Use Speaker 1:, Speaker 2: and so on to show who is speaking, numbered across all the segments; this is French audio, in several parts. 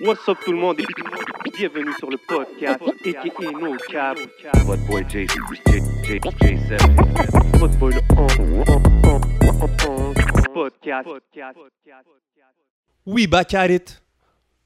Speaker 1: What's up tout le monde et bienvenue sur le podcast aka No Cap.
Speaker 2: What boy J J J J seven.
Speaker 1: Votre boy le on- on- on- on- on- podcast.
Speaker 3: We back at it.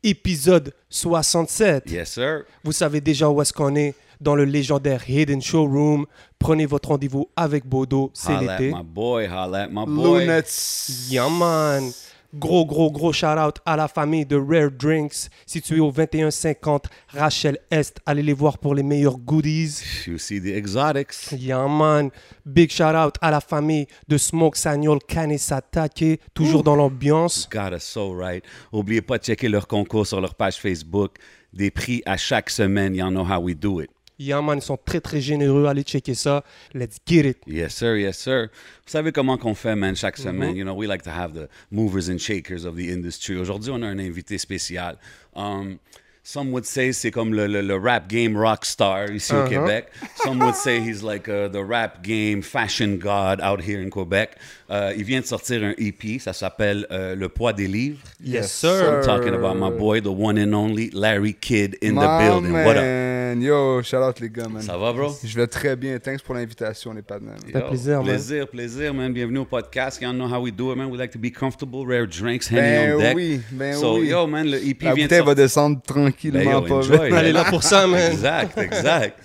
Speaker 3: Épisode 67.
Speaker 2: Yes sir.
Speaker 3: Vous savez déjà où est-ce qu'on est dans le légendaire Hidden Showroom. Prenez votre rendez-vous avec Bodo, c'est
Speaker 2: Holla at
Speaker 3: l'été.
Speaker 2: my boy. Holla at my boy.
Speaker 4: Lunettes.
Speaker 3: Yeah, man. Gros, gros, gros shout-out à la famille de Rare Drinks, située au 2150 Rachel Est. Allez les voir pour les meilleurs goodies.
Speaker 2: You see the exotics.
Speaker 3: Yeah, man. Big shout-out à la famille de Smoke Sagnol Canesatake, toujours dans l'ambiance.
Speaker 2: Got us so right. Oubliez pas de checker leur concours sur leur page Facebook. Des prix à chaque semaine. Y'all know how we do it.
Speaker 3: Yeah, man, ils sont très, très généreux. Allez checker ça. Let's get it.
Speaker 2: Yes sir, yes sir. Vous savez comment qu'on fait, man, chaque
Speaker 3: Mm-hmm.
Speaker 2: semaine. You know, we like to have the movers and shakers of the industry. Aujourd'hui, on a un invité spécial. Um, some would say c'est comme le, le- le rap game rock star ici
Speaker 3: Uh-huh.
Speaker 2: au Québec. Some would say he's like uh, the rap game fashion god out here in Québec. Euh, il vient de sortir un EP, ça s'appelle euh, Le poids des livres.
Speaker 3: Yes,
Speaker 2: I'm
Speaker 3: sir.
Speaker 2: talking about my boy, the one and only Larry Kidd in
Speaker 4: My
Speaker 2: the building. What up?
Speaker 4: man. Yo, shout out les gars, man.
Speaker 2: Ça va, bro?
Speaker 4: Je vais très bien. Thanks pour l'invitation, les padnans.
Speaker 3: fait
Speaker 2: Yo,
Speaker 3: plaisir, man.
Speaker 2: Plaisir, plaisir, man. Bienvenue au podcast. Y'all know how we do it, man. We like to be comfortable, rare drinks, hanging
Speaker 4: Ben
Speaker 2: on deck.
Speaker 4: oui, ben
Speaker 2: so,
Speaker 4: oui.
Speaker 2: yo, man, le EP
Speaker 4: La
Speaker 2: vient
Speaker 4: bouteille
Speaker 2: de
Speaker 4: va
Speaker 2: sortir.
Speaker 4: descendre
Speaker 2: Ben,
Speaker 4: tranquillement,
Speaker 2: yo,
Speaker 4: pas
Speaker 2: enjoy,
Speaker 4: vite.
Speaker 3: Allez là pour ça, man.
Speaker 2: Exact, exact.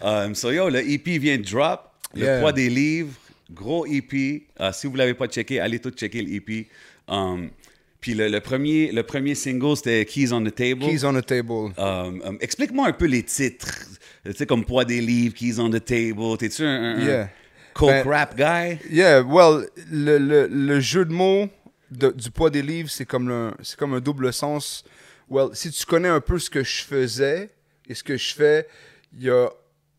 Speaker 2: Um, so, yo, le EP vient de drop. Le
Speaker 4: Yeah.
Speaker 2: poids des livres. Gros EP. Uh, si vous ne l'avez pas checké, allez tout checker le EP. Um, puis le, le premier, le premier single, c'était Keys on the Table.
Speaker 4: Keys on the table.
Speaker 2: Um, um, Explique-moi un peu les titres. Tu sais, comme Poids des livres, Keys on the Table. T'es-tu un, un- un
Speaker 4: Yeah.
Speaker 2: coke
Speaker 4: Ben-
Speaker 2: rap guy?
Speaker 4: Yeah, well, le, le, le jeu de mots de- du poids des livres, c'est comme, le- c'est comme un double sens. Well, si tu connais un peu ce que je faisais et ce que je fais, il y a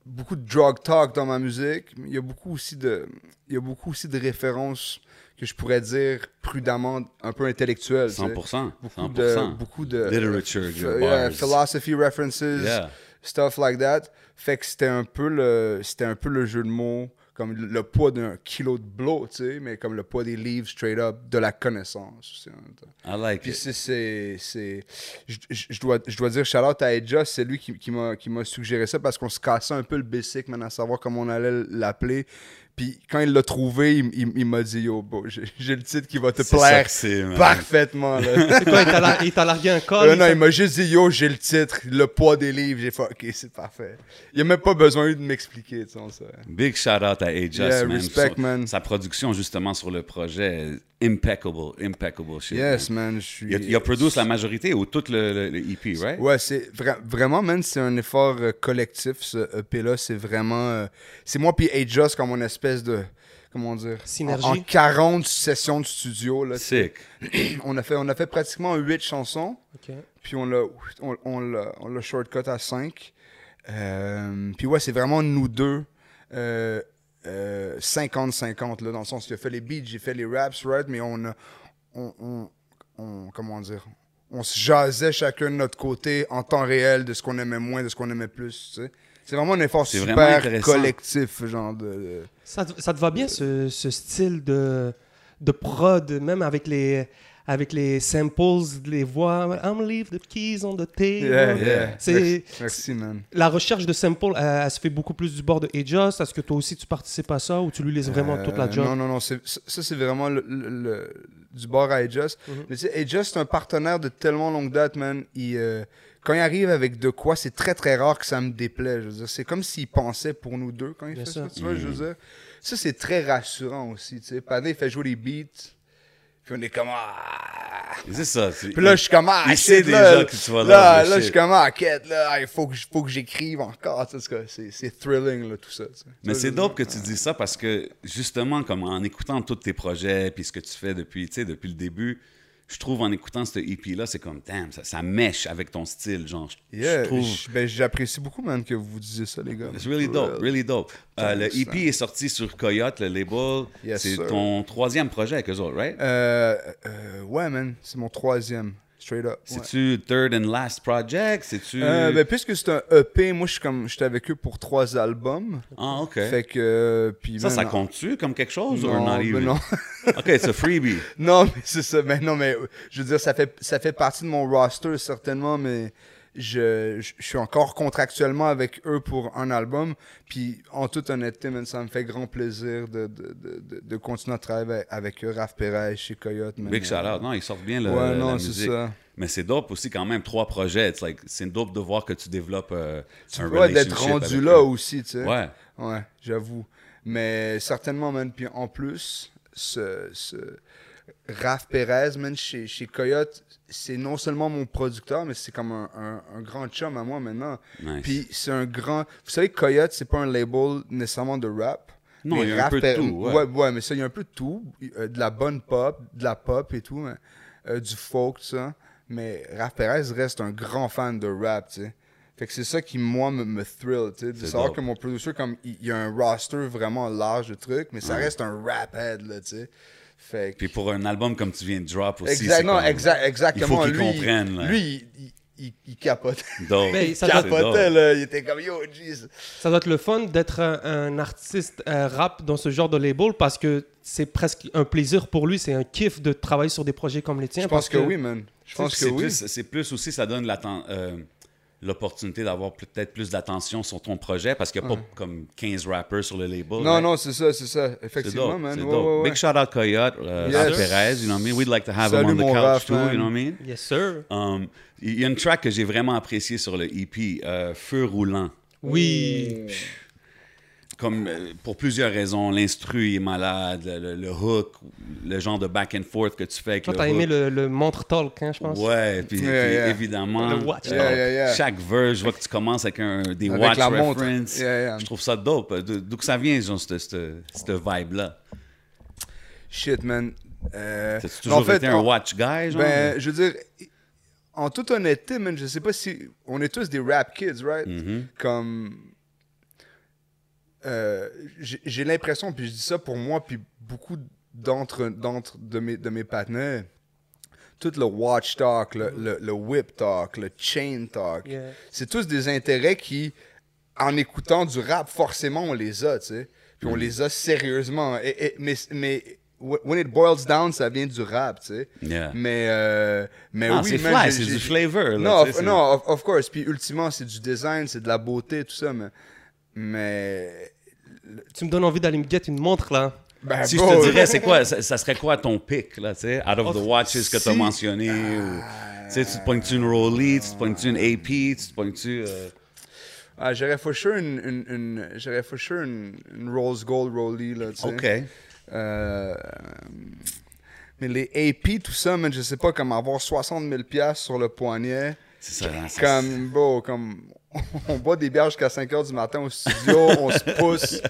Speaker 4: beaucoup de drug talk dans ma musique. mais Il y a beaucoup aussi de, il y a beaucoup aussi de références que je pourrais dire prudemment, un peu intellectuelles. tu sais.
Speaker 2: 100%.
Speaker 4: Beaucoup
Speaker 2: 100%.
Speaker 4: de, beaucoup de
Speaker 2: Literature,
Speaker 4: ph-
Speaker 2: your
Speaker 4: yeah,
Speaker 2: bars.
Speaker 4: philosophy references,
Speaker 2: Yeah.
Speaker 4: stuff like that. Fait que c'était un peu le, c'était un peu le jeu de mots, comme le, le poids d'un kilo de blow, tu sais, mais comme le poids des livres straight up de la connaissance. aussi, en même temps.
Speaker 2: I like
Speaker 4: Puis
Speaker 2: it.
Speaker 4: c'est, c'est, c'est- je, je- je dois, je dois dire shout out à Edja, c'est lui qui, qui m'a, qui m'a suggéré ça parce qu'on se cassait un peu le basic, man, à savoir comment on allait l'appeler. Puis quand il l'a trouvé, il, il- il m'a dit Yo, bro, j'ai, j'ai le titre qui va te
Speaker 2: C'est ça
Speaker 4: plaire
Speaker 2: que c'est, man.
Speaker 4: parfaitement. Là.
Speaker 3: Quoi, il t'a lar- il t'a largué un
Speaker 2: Ah,
Speaker 3: col.
Speaker 4: Euh,
Speaker 3: il
Speaker 4: non,
Speaker 3: t'a-
Speaker 4: il m'a juste dit Yo, j'ai le titre, le poids des livres. J'ai fait Ok, c'est parfait. Il a même pas besoin de m'expliquer, tu sais, on sait.
Speaker 2: Big shout out à Ajas,
Speaker 4: Yeah,
Speaker 2: man.
Speaker 4: respect,
Speaker 2: Son-
Speaker 4: man.
Speaker 2: Sa production, justement, sur le projet, impeccable, impeccable shit.
Speaker 4: Yes,
Speaker 2: man.
Speaker 4: man, je suis.
Speaker 2: Il a, il a produit la majorité ou tout le, le- le EP, right?
Speaker 4: Ouais, c'est vra- vraiment, man, c'est un effort euh, collectif, ce EP-là. C'est vraiment. euh, c'est moi puis Ajas comme une espèce de. Comment dire
Speaker 3: Synergie.
Speaker 4: En, en 40 sessions de studio, là.
Speaker 2: Sick.
Speaker 4: On a fait, on a fait pratiquement 8 chansons.
Speaker 3: Ok.
Speaker 4: Puis on l'a on, on l'a- on l'a shortcut à 5. puis ouais, c'est vraiment nous deux. euh, euh, 50-50, là, dans le sens, il a fait les beats, j'ai fait les raps, right? Mais on a. On, on- on- comment dire? On se jasait chacun de notre côté en temps réel de ce qu'on aimait moins, de ce qu'on aimait plus, tu sais. C'est vraiment un effort
Speaker 2: C'est vraiment
Speaker 4: super
Speaker 2: intéressant.
Speaker 4: collectif, genre de. de-
Speaker 3: Ça, te- ça te va bien, ce, ce style de, de prod, même avec les, avec les samples, les voix. I'm leave the keys on the table.
Speaker 4: Yeah, yeah.
Speaker 3: C'est-
Speaker 4: Merci, man.
Speaker 3: La recherche de samples, euh, elle, elle se fait beaucoup plus du bord de Ajas. Est-ce que toi aussi, tu participes à ça ou tu lui laisses vraiment toute la
Speaker 4: Euh,
Speaker 3: job?
Speaker 4: Non, non, non. c'est- Ça, ça, c'est vraiment le, le- le- du bord à Adjust.
Speaker 3: Mhm.
Speaker 4: Mais tu sais, Adjust, c'est un partenaire de tellement longue date, man. Il, euh, quand il arrive avec de quoi, c'est très, très rare que ça me déplaît. Je veux dire, c'est comme s'il pensait pour nous deux quand il
Speaker 3: Bien
Speaker 4: fait
Speaker 3: sûr.
Speaker 4: ça. Tu vois, je veux dire, ça, c'est très rassurant aussi. Tu sais, Padé, il fait jouer les beats. Puis on est comme. Ah!
Speaker 2: C'est ça. c'est-
Speaker 4: Puis là, je suis comme, ah,
Speaker 2: Il
Speaker 4: shit,
Speaker 2: sait
Speaker 4: là,
Speaker 2: déjà que tu vas
Speaker 4: Là,
Speaker 2: dans le
Speaker 4: là, je
Speaker 2: shit.
Speaker 4: suis comme, ah, quête, là, ah, il faut que, je- faut que j'écrive encore. Tu sais, c'est- c'est c'est thrilling, là, tout ça. tu sais.
Speaker 2: Mais
Speaker 4: Ça,
Speaker 2: c'est
Speaker 4: je veux dire.
Speaker 2: dope que tu dis ça parce que justement, comme en écoutant tous tes projets puis ce que tu fais depuis, tu sais, depuis le début, je trouve en écoutant ce EP là, c'est comme damn, ça, ça mèche avec ton style, genre. Je, je
Speaker 4: Yeah,
Speaker 2: trouve.
Speaker 4: j- ben, j'apprécie beaucoup, man, que vous disiez ça, les gars.
Speaker 2: It's really dope, really dope. Euh, le EP est sorti sur Coyote, le label.
Speaker 4: Yes,
Speaker 2: c'est
Speaker 4: sir.
Speaker 2: ton troisième projet avec eux autres, right?
Speaker 4: Euh, euh, ouais, man, c'est mon troisième. Straight up. ouais.
Speaker 2: C'est-tu Third and Last Project? C'est-tu.
Speaker 4: Euh, ben, puisque c'est un EP, moi, je suis comme, j'étais avec eux pour trois albums.
Speaker 2: ah, OK.
Speaker 4: Fait que. euh, puis
Speaker 2: ça, ça
Speaker 4: man,
Speaker 2: compte-tu comme quelque chose ou
Speaker 4: Non,
Speaker 2: not even?
Speaker 4: ben non.
Speaker 2: OK, c'est un freebie.
Speaker 4: Non, mais c'est ça. Mais non, mais euh, je veux dire, ça fait, ça fait partie de mon roster, certainement, mais je, je, je suis encore contractuellement avec eux pour un album. Puis, en toute honnêteté, man, ça me fait grand plaisir de, de, de, de- de continuer à travailler avec eux, Raph Perez chez Coyote. man.
Speaker 2: Big shout out. Non, ils sortent bien le,
Speaker 4: Ben, Ouais,
Speaker 2: la
Speaker 4: non, c'est
Speaker 2: musique.
Speaker 4: ça.
Speaker 2: Mais c'est dope aussi quand même, trois projets. It's like, C'est dope de voir que tu développes euh, un
Speaker 4: Ouais, d'être
Speaker 2: relationship
Speaker 4: rendu
Speaker 2: avec
Speaker 4: là
Speaker 2: eux.
Speaker 4: aussi, tu sais.
Speaker 2: Ouais.
Speaker 4: Ouais, j'avoue. Mais certainement, man. Puis en plus, ce, ce Raph Perez, man, chez, chez Coyote, c'est non seulement mon producteur, mais c'est comme un, un- un grand chum à moi maintenant.
Speaker 2: Nice.
Speaker 4: Puis c'est un grand. Vous savez, Coyote, c'est pas un label nécessairement de rap.
Speaker 2: Non,
Speaker 4: Mais
Speaker 2: il y a un
Speaker 4: Raph
Speaker 2: peu de
Speaker 4: Per-
Speaker 2: tout, ouais.
Speaker 4: ouais, ouais, mais ça, il y a un peu de tout. Euh, de la bonne pop, de la pop et tout, hein. Euh, du folk, tout ça. Mais Raph Perez reste un grand fan de rap, tu sais. Fait que c'est ça qui, moi, me, me thrill, tu sais. De
Speaker 2: C'est
Speaker 4: savoir
Speaker 2: dope.
Speaker 4: que mon producer, comme, il il y a un roster vraiment large de trucs, mais ça reste un rap head, là, tu sais. Fait que...
Speaker 2: Puis pour un album comme tu viens de drop aussi. c'est
Speaker 4: Exactement,
Speaker 2: comme-
Speaker 4: exact,
Speaker 2: Il faut
Speaker 4: exactement.
Speaker 2: qu'il
Speaker 4: lui,
Speaker 2: comprenne, là.
Speaker 4: lui, il, il- il- il capote.
Speaker 2: Dope.
Speaker 3: Ben,
Speaker 2: C'est
Speaker 3: ça
Speaker 4: Il
Speaker 3: doit-
Speaker 4: capotait,
Speaker 2: dope.
Speaker 4: là. Il était comme, yo, jeez.
Speaker 3: Ça doit être le fun d'être un, un artiste euh, rap dans ce genre de label parce que c'est presque un plaisir pour lui, c'est un kiff de travailler sur des projets comme les tiens.
Speaker 4: Je
Speaker 3: parce
Speaker 4: pense que oui, man. Je pense que
Speaker 2: C'est
Speaker 4: oui.
Speaker 2: plus, c'est plus aussi, ça donne l'atten- euh, l'opportunité d'avoir peut-être plus d'attention sur ton projet parce qu'il n'y a pas comme 15 rappers sur le label.
Speaker 4: Non,
Speaker 2: right?
Speaker 4: non, c'est ça, c'est ça.
Speaker 2: C'est
Speaker 4: Effectivement,
Speaker 2: dope.
Speaker 4: man.
Speaker 2: c'est
Speaker 4: Ouais,
Speaker 2: dope.
Speaker 4: ouais, ouais.
Speaker 2: Big shout out Coyote, uh,
Speaker 4: Yes.
Speaker 2: Al Perez, you know what I mean? We'd like to have
Speaker 4: Salut,
Speaker 2: him on the
Speaker 4: mon
Speaker 2: couch
Speaker 4: Raph,
Speaker 2: too,
Speaker 4: man.
Speaker 2: you know what I mean?
Speaker 3: Yes, sir.
Speaker 2: Um, Il y a une track que j'ai vraiment appréciée sur le EP, euh, Feu roulant.
Speaker 3: Oui.
Speaker 2: Comme euh, pour plusieurs raisons, l'instru est malade, le, le hook, le genre de back and forth que tu fais avec
Speaker 3: Toi,
Speaker 2: le
Speaker 3: t'as
Speaker 2: hook.
Speaker 3: aimé le, le montre talk, hein, je pense.
Speaker 2: Ouais, puis,
Speaker 4: Yeah,
Speaker 2: puis
Speaker 4: yeah.
Speaker 2: évidemment,
Speaker 3: Le watch.
Speaker 2: euh,
Speaker 4: Yeah, yeah, yeah.
Speaker 2: chaque verse, je vois que tu commences avec un, des
Speaker 4: Avec
Speaker 2: watch
Speaker 4: la montre.
Speaker 2: reference.
Speaker 4: Yeah, yeah.
Speaker 2: Je trouve ça dope. D'o- D'où que ça vient, genre, cette, cette, cette vibe-là?
Speaker 4: Shit, man. Euh,
Speaker 2: T'as-tu
Speaker 4: mais en
Speaker 2: toujours
Speaker 4: fait,
Speaker 2: été un
Speaker 4: en-
Speaker 2: watch guy, genre?
Speaker 4: Ben, je veux dire, en toute honnêteté, man, je sais pas si. On est tous des rap kids, right?
Speaker 2: Mm-hmm.
Speaker 4: Comme. euh, j'ai j'ai l'impression, puis je dis ça pour moi, puis beaucoup d'entre d'entre- de mes, de mes partenaires, tout le watch talk, le, le- le whip talk, le chain talk,
Speaker 3: Yeah.
Speaker 4: c'est tous des intérêts qui, en écoutant du rap, forcément, on les a, tu sais. Puis
Speaker 2: Mm.
Speaker 4: on les a sérieusement. Et- et- mais, mais when it boils down, ça vient du rap, tu sais.
Speaker 2: Yeah.
Speaker 4: Mais, euh, mais
Speaker 2: Ah,
Speaker 4: oui,
Speaker 2: c'est
Speaker 4: man,
Speaker 2: fly,
Speaker 4: j'ai-
Speaker 2: c'est
Speaker 4: j'ai-
Speaker 2: du flavor, là, tu
Speaker 4: non,
Speaker 2: sais,
Speaker 4: of,
Speaker 2: c'est-
Speaker 4: non of, of course. Puis ultimement, c'est du design, c'est de la beauté, tout ça. Mais, mais
Speaker 3: Tu me donnes envie d'aller me get une montre, là.
Speaker 4: ben,
Speaker 2: Si je
Speaker 4: bro,
Speaker 2: te dirais, c'est quoi, ça, ça serait quoi ton pic, là, tu sais, out of the
Speaker 3: Oh,
Speaker 2: watches que tu as
Speaker 4: si-
Speaker 2: mentionné, ou, tu sais, tu te pognes-tu une Rollie, tu te pognes-tu une AP, tu te pognes-tu... euh,
Speaker 4: ah, j'aurais for sure une, une, une j'aurais for sure une, une Rose Gold Rollie là. tu sais.
Speaker 2: OK.
Speaker 4: Euh, mais les AP, tout ça, man, je sais pas comment avoir 60 000 piastres sur le poignet.
Speaker 2: C'est ça, hein, c'est-
Speaker 4: Comme, bro, comme, on boit des bières jusqu'à 5 h du matin au studio, on se pousse,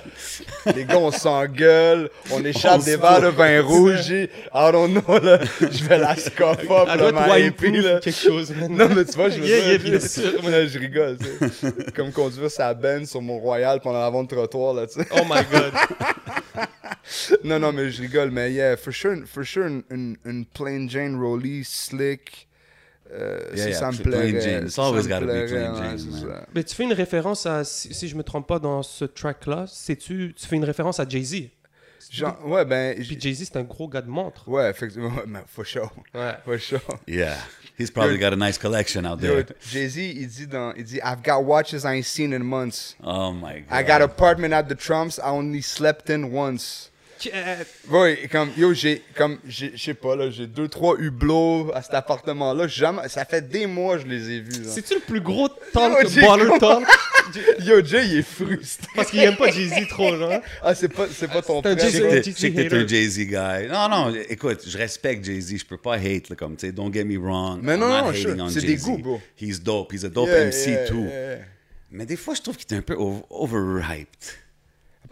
Speaker 4: les gars, on s'engueule, on échappe
Speaker 2: On
Speaker 4: des
Speaker 2: se
Speaker 4: verres de vin rouge, et, I don't know, là, je vais la scoff up,
Speaker 3: Elle
Speaker 4: là,
Speaker 3: doit être
Speaker 4: ma
Speaker 3: wine
Speaker 4: AP, là.
Speaker 3: proof, quelque chose. man.
Speaker 4: Non, mais tu vois, je veux
Speaker 3: Yeah, yeah,
Speaker 4: dire,
Speaker 3: bien
Speaker 4: je-
Speaker 3: sûr.
Speaker 4: là, je rigole, tu sais. Comme conduire sa benne sur mon Royal pendant l'avant de trottoir, là, tu sais.
Speaker 3: Oh my god.
Speaker 4: Non, non, mais je rigole, mais yeah, for sure, for sure, une, une, une plain Jane Rolly, slick, euh,
Speaker 2: Yeah,
Speaker 4: ça,
Speaker 2: yeah,
Speaker 4: ça me
Speaker 2: c'est plain
Speaker 4: plairait.
Speaker 2: Jane. It's
Speaker 4: ça me
Speaker 2: always gotta be
Speaker 4: plairait,
Speaker 2: plain
Speaker 4: ouais,
Speaker 2: Jane,
Speaker 4: c'est
Speaker 2: man.
Speaker 4: ça.
Speaker 3: Mais tu fais une référence à, si, si je me trompe pas dans ce track-là, c'est-tu, tu fais une référence à Jay-Z.
Speaker 4: Genre, ouais, ben. j-
Speaker 3: Puis Jay-Z, c'est un gros gars de montre.
Speaker 4: Ouais, effectivement. Ouais, mais for sure.
Speaker 3: Ouais.
Speaker 4: For sure.
Speaker 2: Yeah. He's probably got a nice collection out
Speaker 4: Yo,
Speaker 2: there.
Speaker 4: Jay-Z, il dit dans. Il dit, I've got watches I ain't seen in months.
Speaker 2: Oh, my God.
Speaker 4: I got apartment at the Trumps I only slept in once.
Speaker 3: Yeah.
Speaker 4: Ouais, comme, yo, j'ai, comme, j'ai- je sais pas, là, j'ai deux, trois hublots à cet appartement-là. Jamais, ça fait des mois que je les ai vus. genre.
Speaker 3: C'est-tu le plus gros
Speaker 4: Yo,
Speaker 3: talk,
Speaker 4: Jay-
Speaker 3: baller talk?
Speaker 4: Yo, Jay, il est frustré.
Speaker 3: Parce qu'il aime pas Jay-Z trop, là.
Speaker 4: Ah, c'est pas, c'est pas ton
Speaker 3: C'est un
Speaker 4: frère.
Speaker 2: Je sais que
Speaker 3: Jay-Z.
Speaker 2: t'es-
Speaker 3: Jay-Z
Speaker 2: je sais que t'es un
Speaker 3: hater.
Speaker 2: Jay-Z guy. Non, non, écoute, je respecte Jay-Z. Je peux pas hate, là, comme, tu sais, don't get me wrong.
Speaker 4: Mais
Speaker 2: I'm
Speaker 4: non,
Speaker 2: not
Speaker 4: non,
Speaker 2: hating
Speaker 4: sure.
Speaker 2: on
Speaker 4: C'est des
Speaker 2: Jay-Z.
Speaker 4: goûts, bro.
Speaker 2: He's dope. He's a dope
Speaker 4: Yeah,
Speaker 2: MC,
Speaker 4: yeah,
Speaker 2: too.
Speaker 4: yeah, yeah.
Speaker 2: Mais des fois, je trouve qu'il est un peu over- overhyped.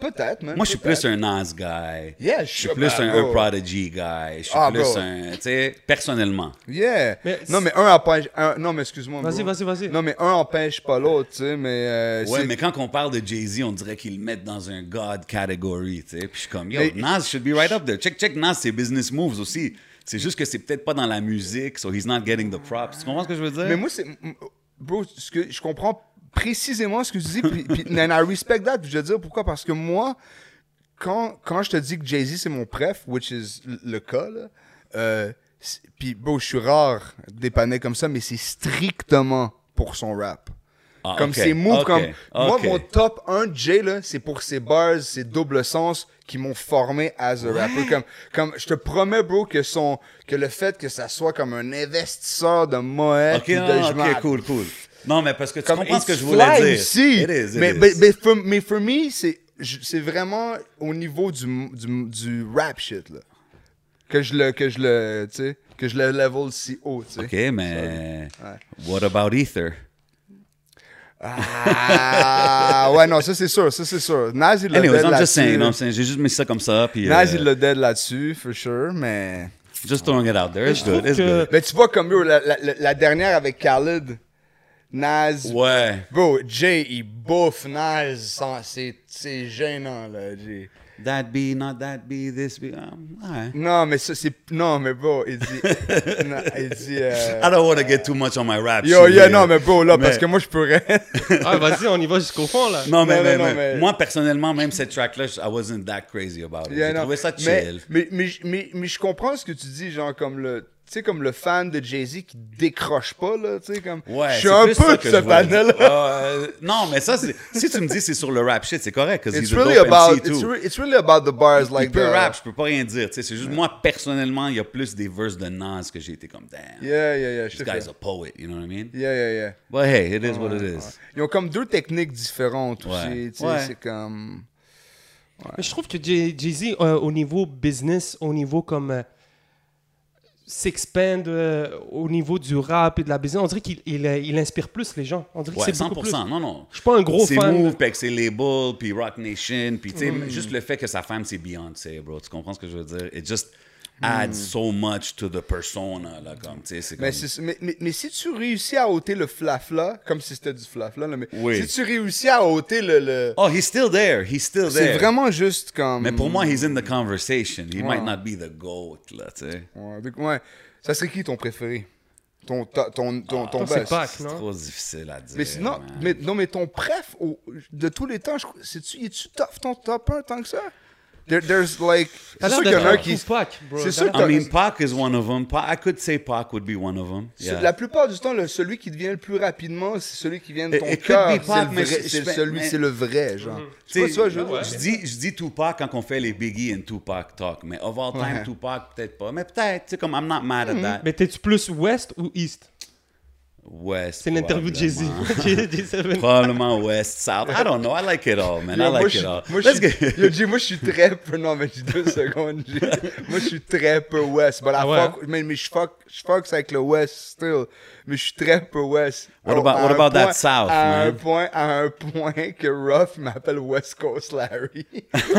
Speaker 4: Peut-être, man.
Speaker 2: Moi, je suis
Speaker 4: peut-être.
Speaker 2: plus un Nas guy.
Speaker 4: Yeah,
Speaker 2: Je suis
Speaker 4: sure,
Speaker 2: plus
Speaker 4: bah,
Speaker 2: un, un
Speaker 4: bro.
Speaker 2: Prodigy guy. Je suis
Speaker 4: Ah,
Speaker 2: plus
Speaker 4: bro.
Speaker 2: un. Tu sais, personnellement.
Speaker 4: Yeah.
Speaker 3: Mais
Speaker 4: non,
Speaker 3: c'est-
Speaker 4: mais un empêche. un- Non, mais excuse-moi.
Speaker 3: Vas-y,
Speaker 4: bro.
Speaker 3: vas-y, vas-y.
Speaker 4: Non, mais un empêche pas l'autre, tu sais, mais. euh,
Speaker 2: Ouais,
Speaker 4: c'est-
Speaker 2: mais quand on parle de Jay-Z, on dirait qu'ils le mettent dans un God category, tu sais. Puis je suis comme, yo,
Speaker 4: Mais-
Speaker 2: Nas should be right up there. Check, check Nas, ses business moves aussi. C'est juste que c'est peut-être pas dans la musique, so he's not getting the props. Tu comprends ce que je veux dire?
Speaker 4: Mais moi, c'est. m- Bro, ce que, je comprends précisément ce que tu dis, puis, puis- and I respect that, puis je vais te dire pourquoi, parce que moi, quand, quand je te dis que Jay-Z c'est mon préf, which is l- le cas, là, euh, c'est- puis bro, je suis rare dépanné comme ça, mais c'est strictement pour son rap.
Speaker 2: Ah,
Speaker 4: comme
Speaker 2: ok,
Speaker 4: ses moves,
Speaker 2: ok,
Speaker 4: comme. Moi,
Speaker 2: ok.
Speaker 4: mon top 1 de Jay, là, c'est pour ses bars, ses doubles sens qui m'ont formé as a rapper. Comme, comme, je te promets, bro, que son, que le fait que ça soit comme un investisseur de Moët,
Speaker 2: Ok,
Speaker 4: puis de
Speaker 2: non, non,
Speaker 4: je m'en-
Speaker 2: ok, cool, cool. Non, mais parce que tu
Speaker 4: comme
Speaker 2: comprends ce que
Speaker 4: it's
Speaker 2: je voulais
Speaker 4: fly
Speaker 2: dire.
Speaker 4: aussi.
Speaker 2: It is, it
Speaker 4: mais,
Speaker 2: is.
Speaker 4: mais- mais for, mais for me, c'est, je- c'est vraiment au niveau du, du, du rap shit, là. Que je le, que je le, tu sais, que je le level si haut, tu sais.
Speaker 2: Ok, mais what about Ether?
Speaker 4: Ah, ouais, non, ça c'est sûr, ça c'est sûr. Nas, il l'a
Speaker 2: Anyways,
Speaker 4: dead
Speaker 2: I'm just
Speaker 4: là-dessus.
Speaker 2: saying, I'm saying, j'ai juste mis ça comme ça, puis euh,
Speaker 4: Nas, il l'a dead là-dessus, for sure, mais.
Speaker 2: just throwing it out there, it's good, it's
Speaker 3: que-
Speaker 2: good.
Speaker 4: Mais tu vois, comme yo, la, la- la- la dernière avec Khalid, Nas.
Speaker 2: Ouais.
Speaker 4: Bro, Jay, il bouffe Nas. sans- C'est c'est gênant, là, Jay.
Speaker 2: That be, not that be, this be, um, all right.
Speaker 4: Non, mais ça, c'est. Non, mais bro, il dit. non, il dit. euh,
Speaker 2: I don't want to get too much on my rap
Speaker 4: Yo,
Speaker 2: shit,
Speaker 4: yo,
Speaker 2: Ah, mais-
Speaker 4: non, mais bro, là,
Speaker 2: mais-
Speaker 4: parce que moi, je pourrais.
Speaker 3: Ah, vas-y, on y va jusqu'au fond, là.
Speaker 2: Non, mais,
Speaker 4: Non,
Speaker 2: mais-
Speaker 4: non,
Speaker 2: mais-
Speaker 4: mais-
Speaker 2: moi, personnellement, même cette track-là, je- I wasn't that crazy about it.
Speaker 4: Yeah,
Speaker 2: J'ai
Speaker 4: non.
Speaker 2: trouvé ça
Speaker 4: mais,
Speaker 2: chill.
Speaker 4: Mais, mais, je- mais- mais je comprends ce que tu dis, genre, comme le. Tu sais, comme le fan de Jay-Z qui décroche pas, là, tu sais, comme.
Speaker 2: Ouais,
Speaker 4: je suis
Speaker 2: c'est
Speaker 4: un
Speaker 2: plus ça
Speaker 4: peu de
Speaker 2: que
Speaker 4: ce
Speaker 2: je voulais dire.
Speaker 4: panel-là.
Speaker 2: Euh, non, mais ça, c'est- si tu me dis c'est sur le rap shit, c'est correct, parce
Speaker 4: It's
Speaker 2: he's a
Speaker 4: really
Speaker 2: dope
Speaker 4: about,
Speaker 2: MC too.
Speaker 4: it's, re- it's really about the bars,
Speaker 2: Il
Speaker 4: like
Speaker 2: peut
Speaker 4: the-
Speaker 2: rap, je peux pas rien dire. tu sais, C'est juste moi, personnellement, il y a plus des verses de Nas que j'ai été comme damn.
Speaker 4: Yeah, yeah, yeah, je
Speaker 2: This
Speaker 4: te
Speaker 2: guy's
Speaker 4: fais.
Speaker 2: a poet, you know what I mean?
Speaker 4: Yeah, yeah, yeah.
Speaker 2: But hey, it is what
Speaker 4: Oh,
Speaker 2: it is.
Speaker 4: Ils ont comme deux techniques différentes
Speaker 2: Ouais.
Speaker 4: aussi, tu sais,
Speaker 2: Ouais.
Speaker 4: c'est comme.
Speaker 3: Mais je trouve que Jay- Jay-Z, euh, au niveau business, au niveau comme. euh, s'expande euh, au niveau du rap et de la business, on dirait qu'il il, euh, il inspire plus les gens. On dirait
Speaker 2: Ouais,
Speaker 3: que c'est beaucoup plus.
Speaker 2: 100%. Non, non.
Speaker 3: Je suis pas un gros
Speaker 2: c'est
Speaker 3: fan.
Speaker 2: Move, puis avec ses labels, puis Rock Nation, puis tu sais, juste le fait que sa femme, c'est Beyoncé, bro. Tu comprends ce que je veux dire? It just
Speaker 3: Hmm.
Speaker 2: adds so much to the persona, là, comme, tu sais, c'est comme...
Speaker 4: Mais, c'est- mais, mais, mais si tu réussis à ôter le flafla, comme si c'était du flafla, là, mais
Speaker 2: Oui.
Speaker 4: si tu réussis à ôter le. le-
Speaker 2: Oh, he's still there, he's still
Speaker 4: c'est
Speaker 2: there.
Speaker 4: vraiment juste comme.
Speaker 2: Oh, Mais pour moi, he's in the conversation. He might not be the GOAT, là, tu sais.
Speaker 4: Ouais, donc, ouais. Ça serait qui ton préféré Ton, ta- ton, ton, ton
Speaker 3: Toi, c'est
Speaker 4: best?
Speaker 3: Pac,
Speaker 2: Ah, C'est
Speaker 3: non?
Speaker 2: trop difficile à dire,
Speaker 4: Mais sinon,
Speaker 2: man.
Speaker 4: mais, non, mais ton préf au- de tous les temps, c'est-tu, es-tu tough ton top 1 tant que ça? There- there's like.
Speaker 3: T'as
Speaker 4: C'est sûr
Speaker 3: l'air
Speaker 4: qu'il y en a
Speaker 3: de
Speaker 4: un
Speaker 3: faire
Speaker 4: qui.
Speaker 3: Tupac, bro.
Speaker 4: c'est
Speaker 3: T'as
Speaker 4: sûr
Speaker 3: l'air-
Speaker 4: que
Speaker 2: I mean, Pac is one of them. Pac, I could say Pac would be one of them.
Speaker 4: c'est-
Speaker 2: Yeah.
Speaker 4: La plupart du temps, le, celui qui devient le plus rapidement, c'est celui qui vient de
Speaker 2: It-
Speaker 4: ton
Speaker 2: it could
Speaker 4: cœur.
Speaker 2: be
Speaker 4: C'est,
Speaker 2: Pac,
Speaker 4: le
Speaker 2: mais
Speaker 4: vrai-
Speaker 2: je-
Speaker 4: c'est
Speaker 2: je fais-
Speaker 4: celui,
Speaker 2: mais-
Speaker 4: c'est le vrai, genre. Je sais
Speaker 2: T'sais,
Speaker 4: pas si tu vois, je veux dire.
Speaker 2: je, dis, je dis Tupac quand on fait les Biggie and Tupac talk, mais of all time,
Speaker 4: Ouais. Mhm.
Speaker 2: Tupac, peut-être pas. Mais peut-être, tu sais, comme I'm not mad at that.
Speaker 3: Mais t'es-tu plus West ou East?
Speaker 2: West.
Speaker 3: C'est l'interview de Jay-Z.
Speaker 2: probablement.
Speaker 3: J7.
Speaker 2: Probablement West, South. I don't know. I like it all, man.
Speaker 4: Yo,
Speaker 2: I
Speaker 4: moi,
Speaker 2: like
Speaker 4: je
Speaker 2: it
Speaker 4: suis-
Speaker 2: all.
Speaker 4: Moi, je
Speaker 2: Let's
Speaker 4: suis-
Speaker 2: get-
Speaker 4: Yo, Jay, moi, je suis très peu. Non, mais j'ai deux secondes. Jay. moi, je suis très peu West. But I
Speaker 3: Ah ouais,
Speaker 4: fuck, mais, mais je fuck, je fuck avec le West still. Mais je suis très peu West.
Speaker 2: What
Speaker 4: Oh,
Speaker 2: about-
Speaker 4: à
Speaker 2: what
Speaker 4: un
Speaker 2: about that
Speaker 4: point-
Speaker 2: South,
Speaker 4: à un
Speaker 2: man?
Speaker 4: point, à un point que Ruff m'appelle West Coast Larry.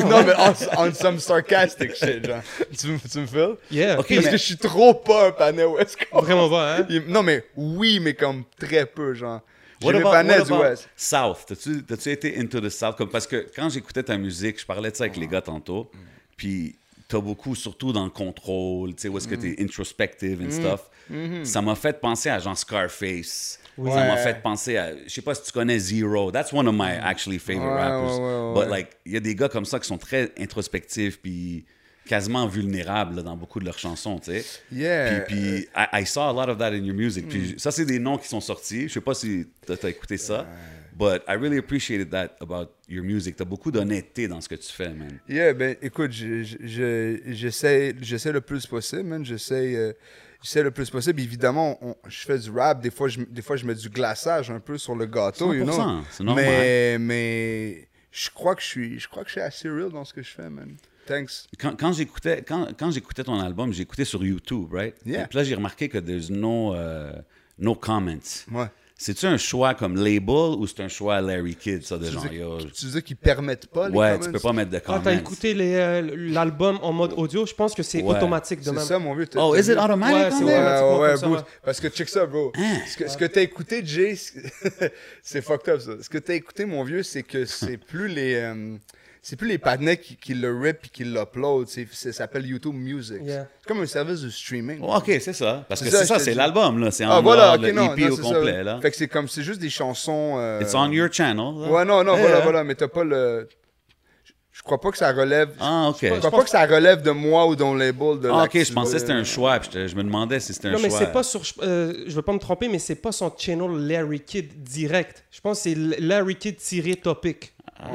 Speaker 4: non, mais on, on some sarcastic shit, genre. Tu, me- tu me fais?
Speaker 3: Yeah.
Speaker 2: Ok,
Speaker 4: Parce
Speaker 2: mais-
Speaker 4: que je suis trop pas un panel West Coast.
Speaker 3: Vraiment pas, hein?
Speaker 4: Il- Non, mais oui, mais comme très peu, genre. J'ai
Speaker 2: What
Speaker 4: mes
Speaker 2: about-
Speaker 4: panels
Speaker 2: what
Speaker 4: du
Speaker 2: about
Speaker 4: West.
Speaker 2: South. T'as-tu t'as-tu été into the South? Comme, parce que quand j'écoutais ta musique, je parlais de ça avec les gars tantôt, puis t'as beaucoup, surtout dans le contrôle, tu sais, où est-ce que t'es introspective and stuff. Ça m'a fait penser à genre Scarface. Ça m'a
Speaker 4: Ouais.
Speaker 2: fait penser à, je sais pas si tu connais Zero. That's one of my actually favorite
Speaker 4: Ouais,
Speaker 2: rappers.
Speaker 4: ouais, ouais, ouais.
Speaker 2: But like, il y a des gars comme ça qui sont très introspectifs, puis quasiment vulnérables là, dans beaucoup de leurs chansons, tu sais.
Speaker 4: Yeah. Mm.
Speaker 2: Puis, puis I, I saw a lot of that in your music. Puis ça, c'est des noms qui sont sortis. Je sais pas si t'as as écouté ça, but I really appreciated that about your music. T'as beaucoup d'honnêteté dans ce que tu fais, man.
Speaker 4: Yeah, ben écoute, je- je- je- j'essaie j'essaie le plus possible, man. J'essaie euh, j'essaie le plus possible. Évidemment, on- je fais du rap, des fois, je, des fois je mets du glaçage un peu sur le gâteau, you know.
Speaker 2: 100%, c'est normal.
Speaker 4: Mais, mais je crois que je suis je crois que je suis assez real dans ce que je fais, man. Thanks.
Speaker 2: Quand, quand j'écoutais quand, quand j'écoutais ton album, j'écoutais sur YouTube, right?
Speaker 4: Yeah.
Speaker 2: Puis là, j'ai remarqué que there's no, euh, no comments.
Speaker 4: Ouais.
Speaker 2: C'est-tu un choix comme label ou c'est un choix Larry Kidd, ça, de
Speaker 4: Tu
Speaker 2: genre,
Speaker 4: dis-
Speaker 2: yo,
Speaker 4: Tu dis qu'ils permettent pas les
Speaker 2: ouais,
Speaker 4: comments.
Speaker 2: tu peux pas mettre de comments.
Speaker 3: Quand t'as écouté les, euh, l'album en mode audio, je pense que c'est
Speaker 2: Ouais.
Speaker 3: automatique de
Speaker 4: C'est
Speaker 3: même.
Speaker 4: ça, mon vieux. t'as-
Speaker 2: Oh,
Speaker 4: t'as
Speaker 2: is it
Speaker 4: vu?
Speaker 2: automatic
Speaker 3: Ouais,
Speaker 2: on
Speaker 3: c'est
Speaker 2: there?
Speaker 4: Ouais,
Speaker 3: vrai.
Speaker 4: ouais,
Speaker 3: automatiquement
Speaker 4: ouais,
Speaker 3: comme ça, hein.
Speaker 4: bro.
Speaker 3: ouais.
Speaker 4: Parce que check ça, bro.
Speaker 2: Hein?
Speaker 4: Ce que, ce que t'as écouté, Jay, c'est- c'est fucked up, ça. Ce que t'as écouté, mon vieux, c'est que c'est plus les. euh, c'est plus les patnets qui, qui le rip et qui l'upload. c'est- c'est- Ça s'appelle YouTube Music.
Speaker 3: Yeah.
Speaker 4: C'est comme un service de streaming.
Speaker 2: Oh, OK, c'est ça. Parce que
Speaker 4: C'est ça,
Speaker 2: c'est ça,
Speaker 4: je te
Speaker 2: c'est
Speaker 4: dis.
Speaker 2: l'album, là. C'est en
Speaker 4: Ah,
Speaker 2: voilà,
Speaker 4: voilà, ok, non,
Speaker 2: le EP
Speaker 4: non,
Speaker 2: au
Speaker 4: c'est
Speaker 2: complet,
Speaker 4: ça.
Speaker 2: là.
Speaker 4: Fait que c'est comme, c'est juste des chansons. euh,
Speaker 2: It's on your channel. là.
Speaker 4: Ouais, non, non,
Speaker 2: Eh,
Speaker 4: voilà,
Speaker 2: hein.
Speaker 4: voilà, mais t'as pas le. je- Je crois pas que ça relève.
Speaker 2: Ah, OK.
Speaker 4: Je crois pas que ça relève de moi ou d'un label de.
Speaker 2: Ah, OK,
Speaker 4: l'actu-
Speaker 2: je pensais que c'était un choix. puis j'étais- je me demandais si c'était un
Speaker 3: Non, mais
Speaker 2: choix.
Speaker 3: c'est pas sur. euh, je veux pas me tromper, mais c'est pas son channel Larry Kid direct. Je pense que c'est Larry Kid tiré topic.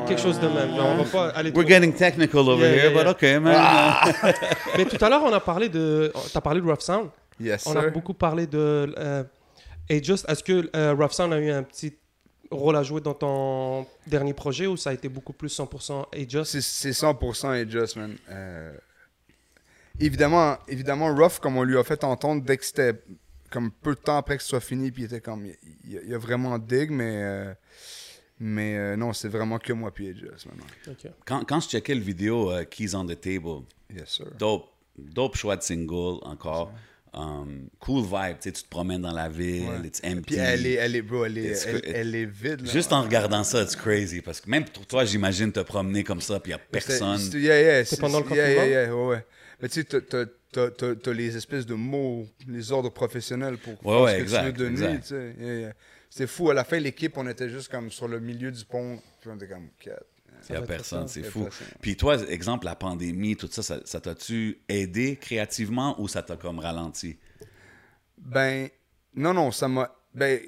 Speaker 3: Quelque chose de même. On va pas aller trop-
Speaker 2: We're getting technical over
Speaker 3: Yeah,
Speaker 2: here,
Speaker 3: yeah, yeah.
Speaker 2: but OK, man.
Speaker 3: Mais tout à l'heure, on a parlé de. T'as parlé de Rough Sound.
Speaker 4: Yes,
Speaker 3: On a
Speaker 4: sir.
Speaker 3: beaucoup parlé de. euh, et juste, est-ce que euh, Rough Sound a eu un petit rôle à jouer dans ton dernier projet ou ça a été beaucoup plus 100% et Just
Speaker 4: C'est c'est 100% Adjust, man. Euh, évidemment, évidemment, Ruff, comme on lui a fait entendre dès que c'était comme peu de temps après que ce soit fini, puis il était comme, il, il- il a vraiment dig, mais, euh, mais euh, non, c'est vraiment que moi puis Adjust, maintenant.
Speaker 3: Ok.
Speaker 2: Quand, quand je checkais le vidéo euh, Keys on the Table,
Speaker 4: Yes, sir.
Speaker 2: dope, dope choix de single encore. Um, cool vibe, tu sais, tu te promènes dans la ville, it's empty.
Speaker 4: Puis elle est, elle est, bro, elle est,
Speaker 2: It's
Speaker 4: elle,
Speaker 2: good.
Speaker 4: elle est vide. Là.
Speaker 2: Juste en regardant ça, it's crazy. Parce que même pour toi, j'imagine te promener comme ça, puis il n'y a
Speaker 4: C'était-
Speaker 2: personne.
Speaker 4: c'était- Yeah, yeah, c'est-
Speaker 3: pendant le
Speaker 4: yeah, yeah,
Speaker 3: confinement?
Speaker 4: yeah, ouais, ouais. Mais tu sais, t'as- t'as- t'as- t'as t'as les espèces de mots, les ordres professionnels pour faire
Speaker 2: ouais,
Speaker 4: ce que
Speaker 2: exact,
Speaker 4: tu veux de
Speaker 2: exact.
Speaker 4: nuit, tu sais. Yeah, yeah. C'était fou. À la fin, l'équipe, on était juste comme sur le milieu du pont. Puis on était comme... quatre.
Speaker 2: Il n'y a
Speaker 3: va être
Speaker 2: personne,
Speaker 3: ça.
Speaker 2: c'est
Speaker 4: Y a
Speaker 2: fou.
Speaker 4: personne.
Speaker 2: Puis toi, exemple, la pandémie, tout ça, ça, ça t'a-tu aidé créativement ou ça t'a comme ralenti?
Speaker 4: Ben, non, non, ça m'a... Ben,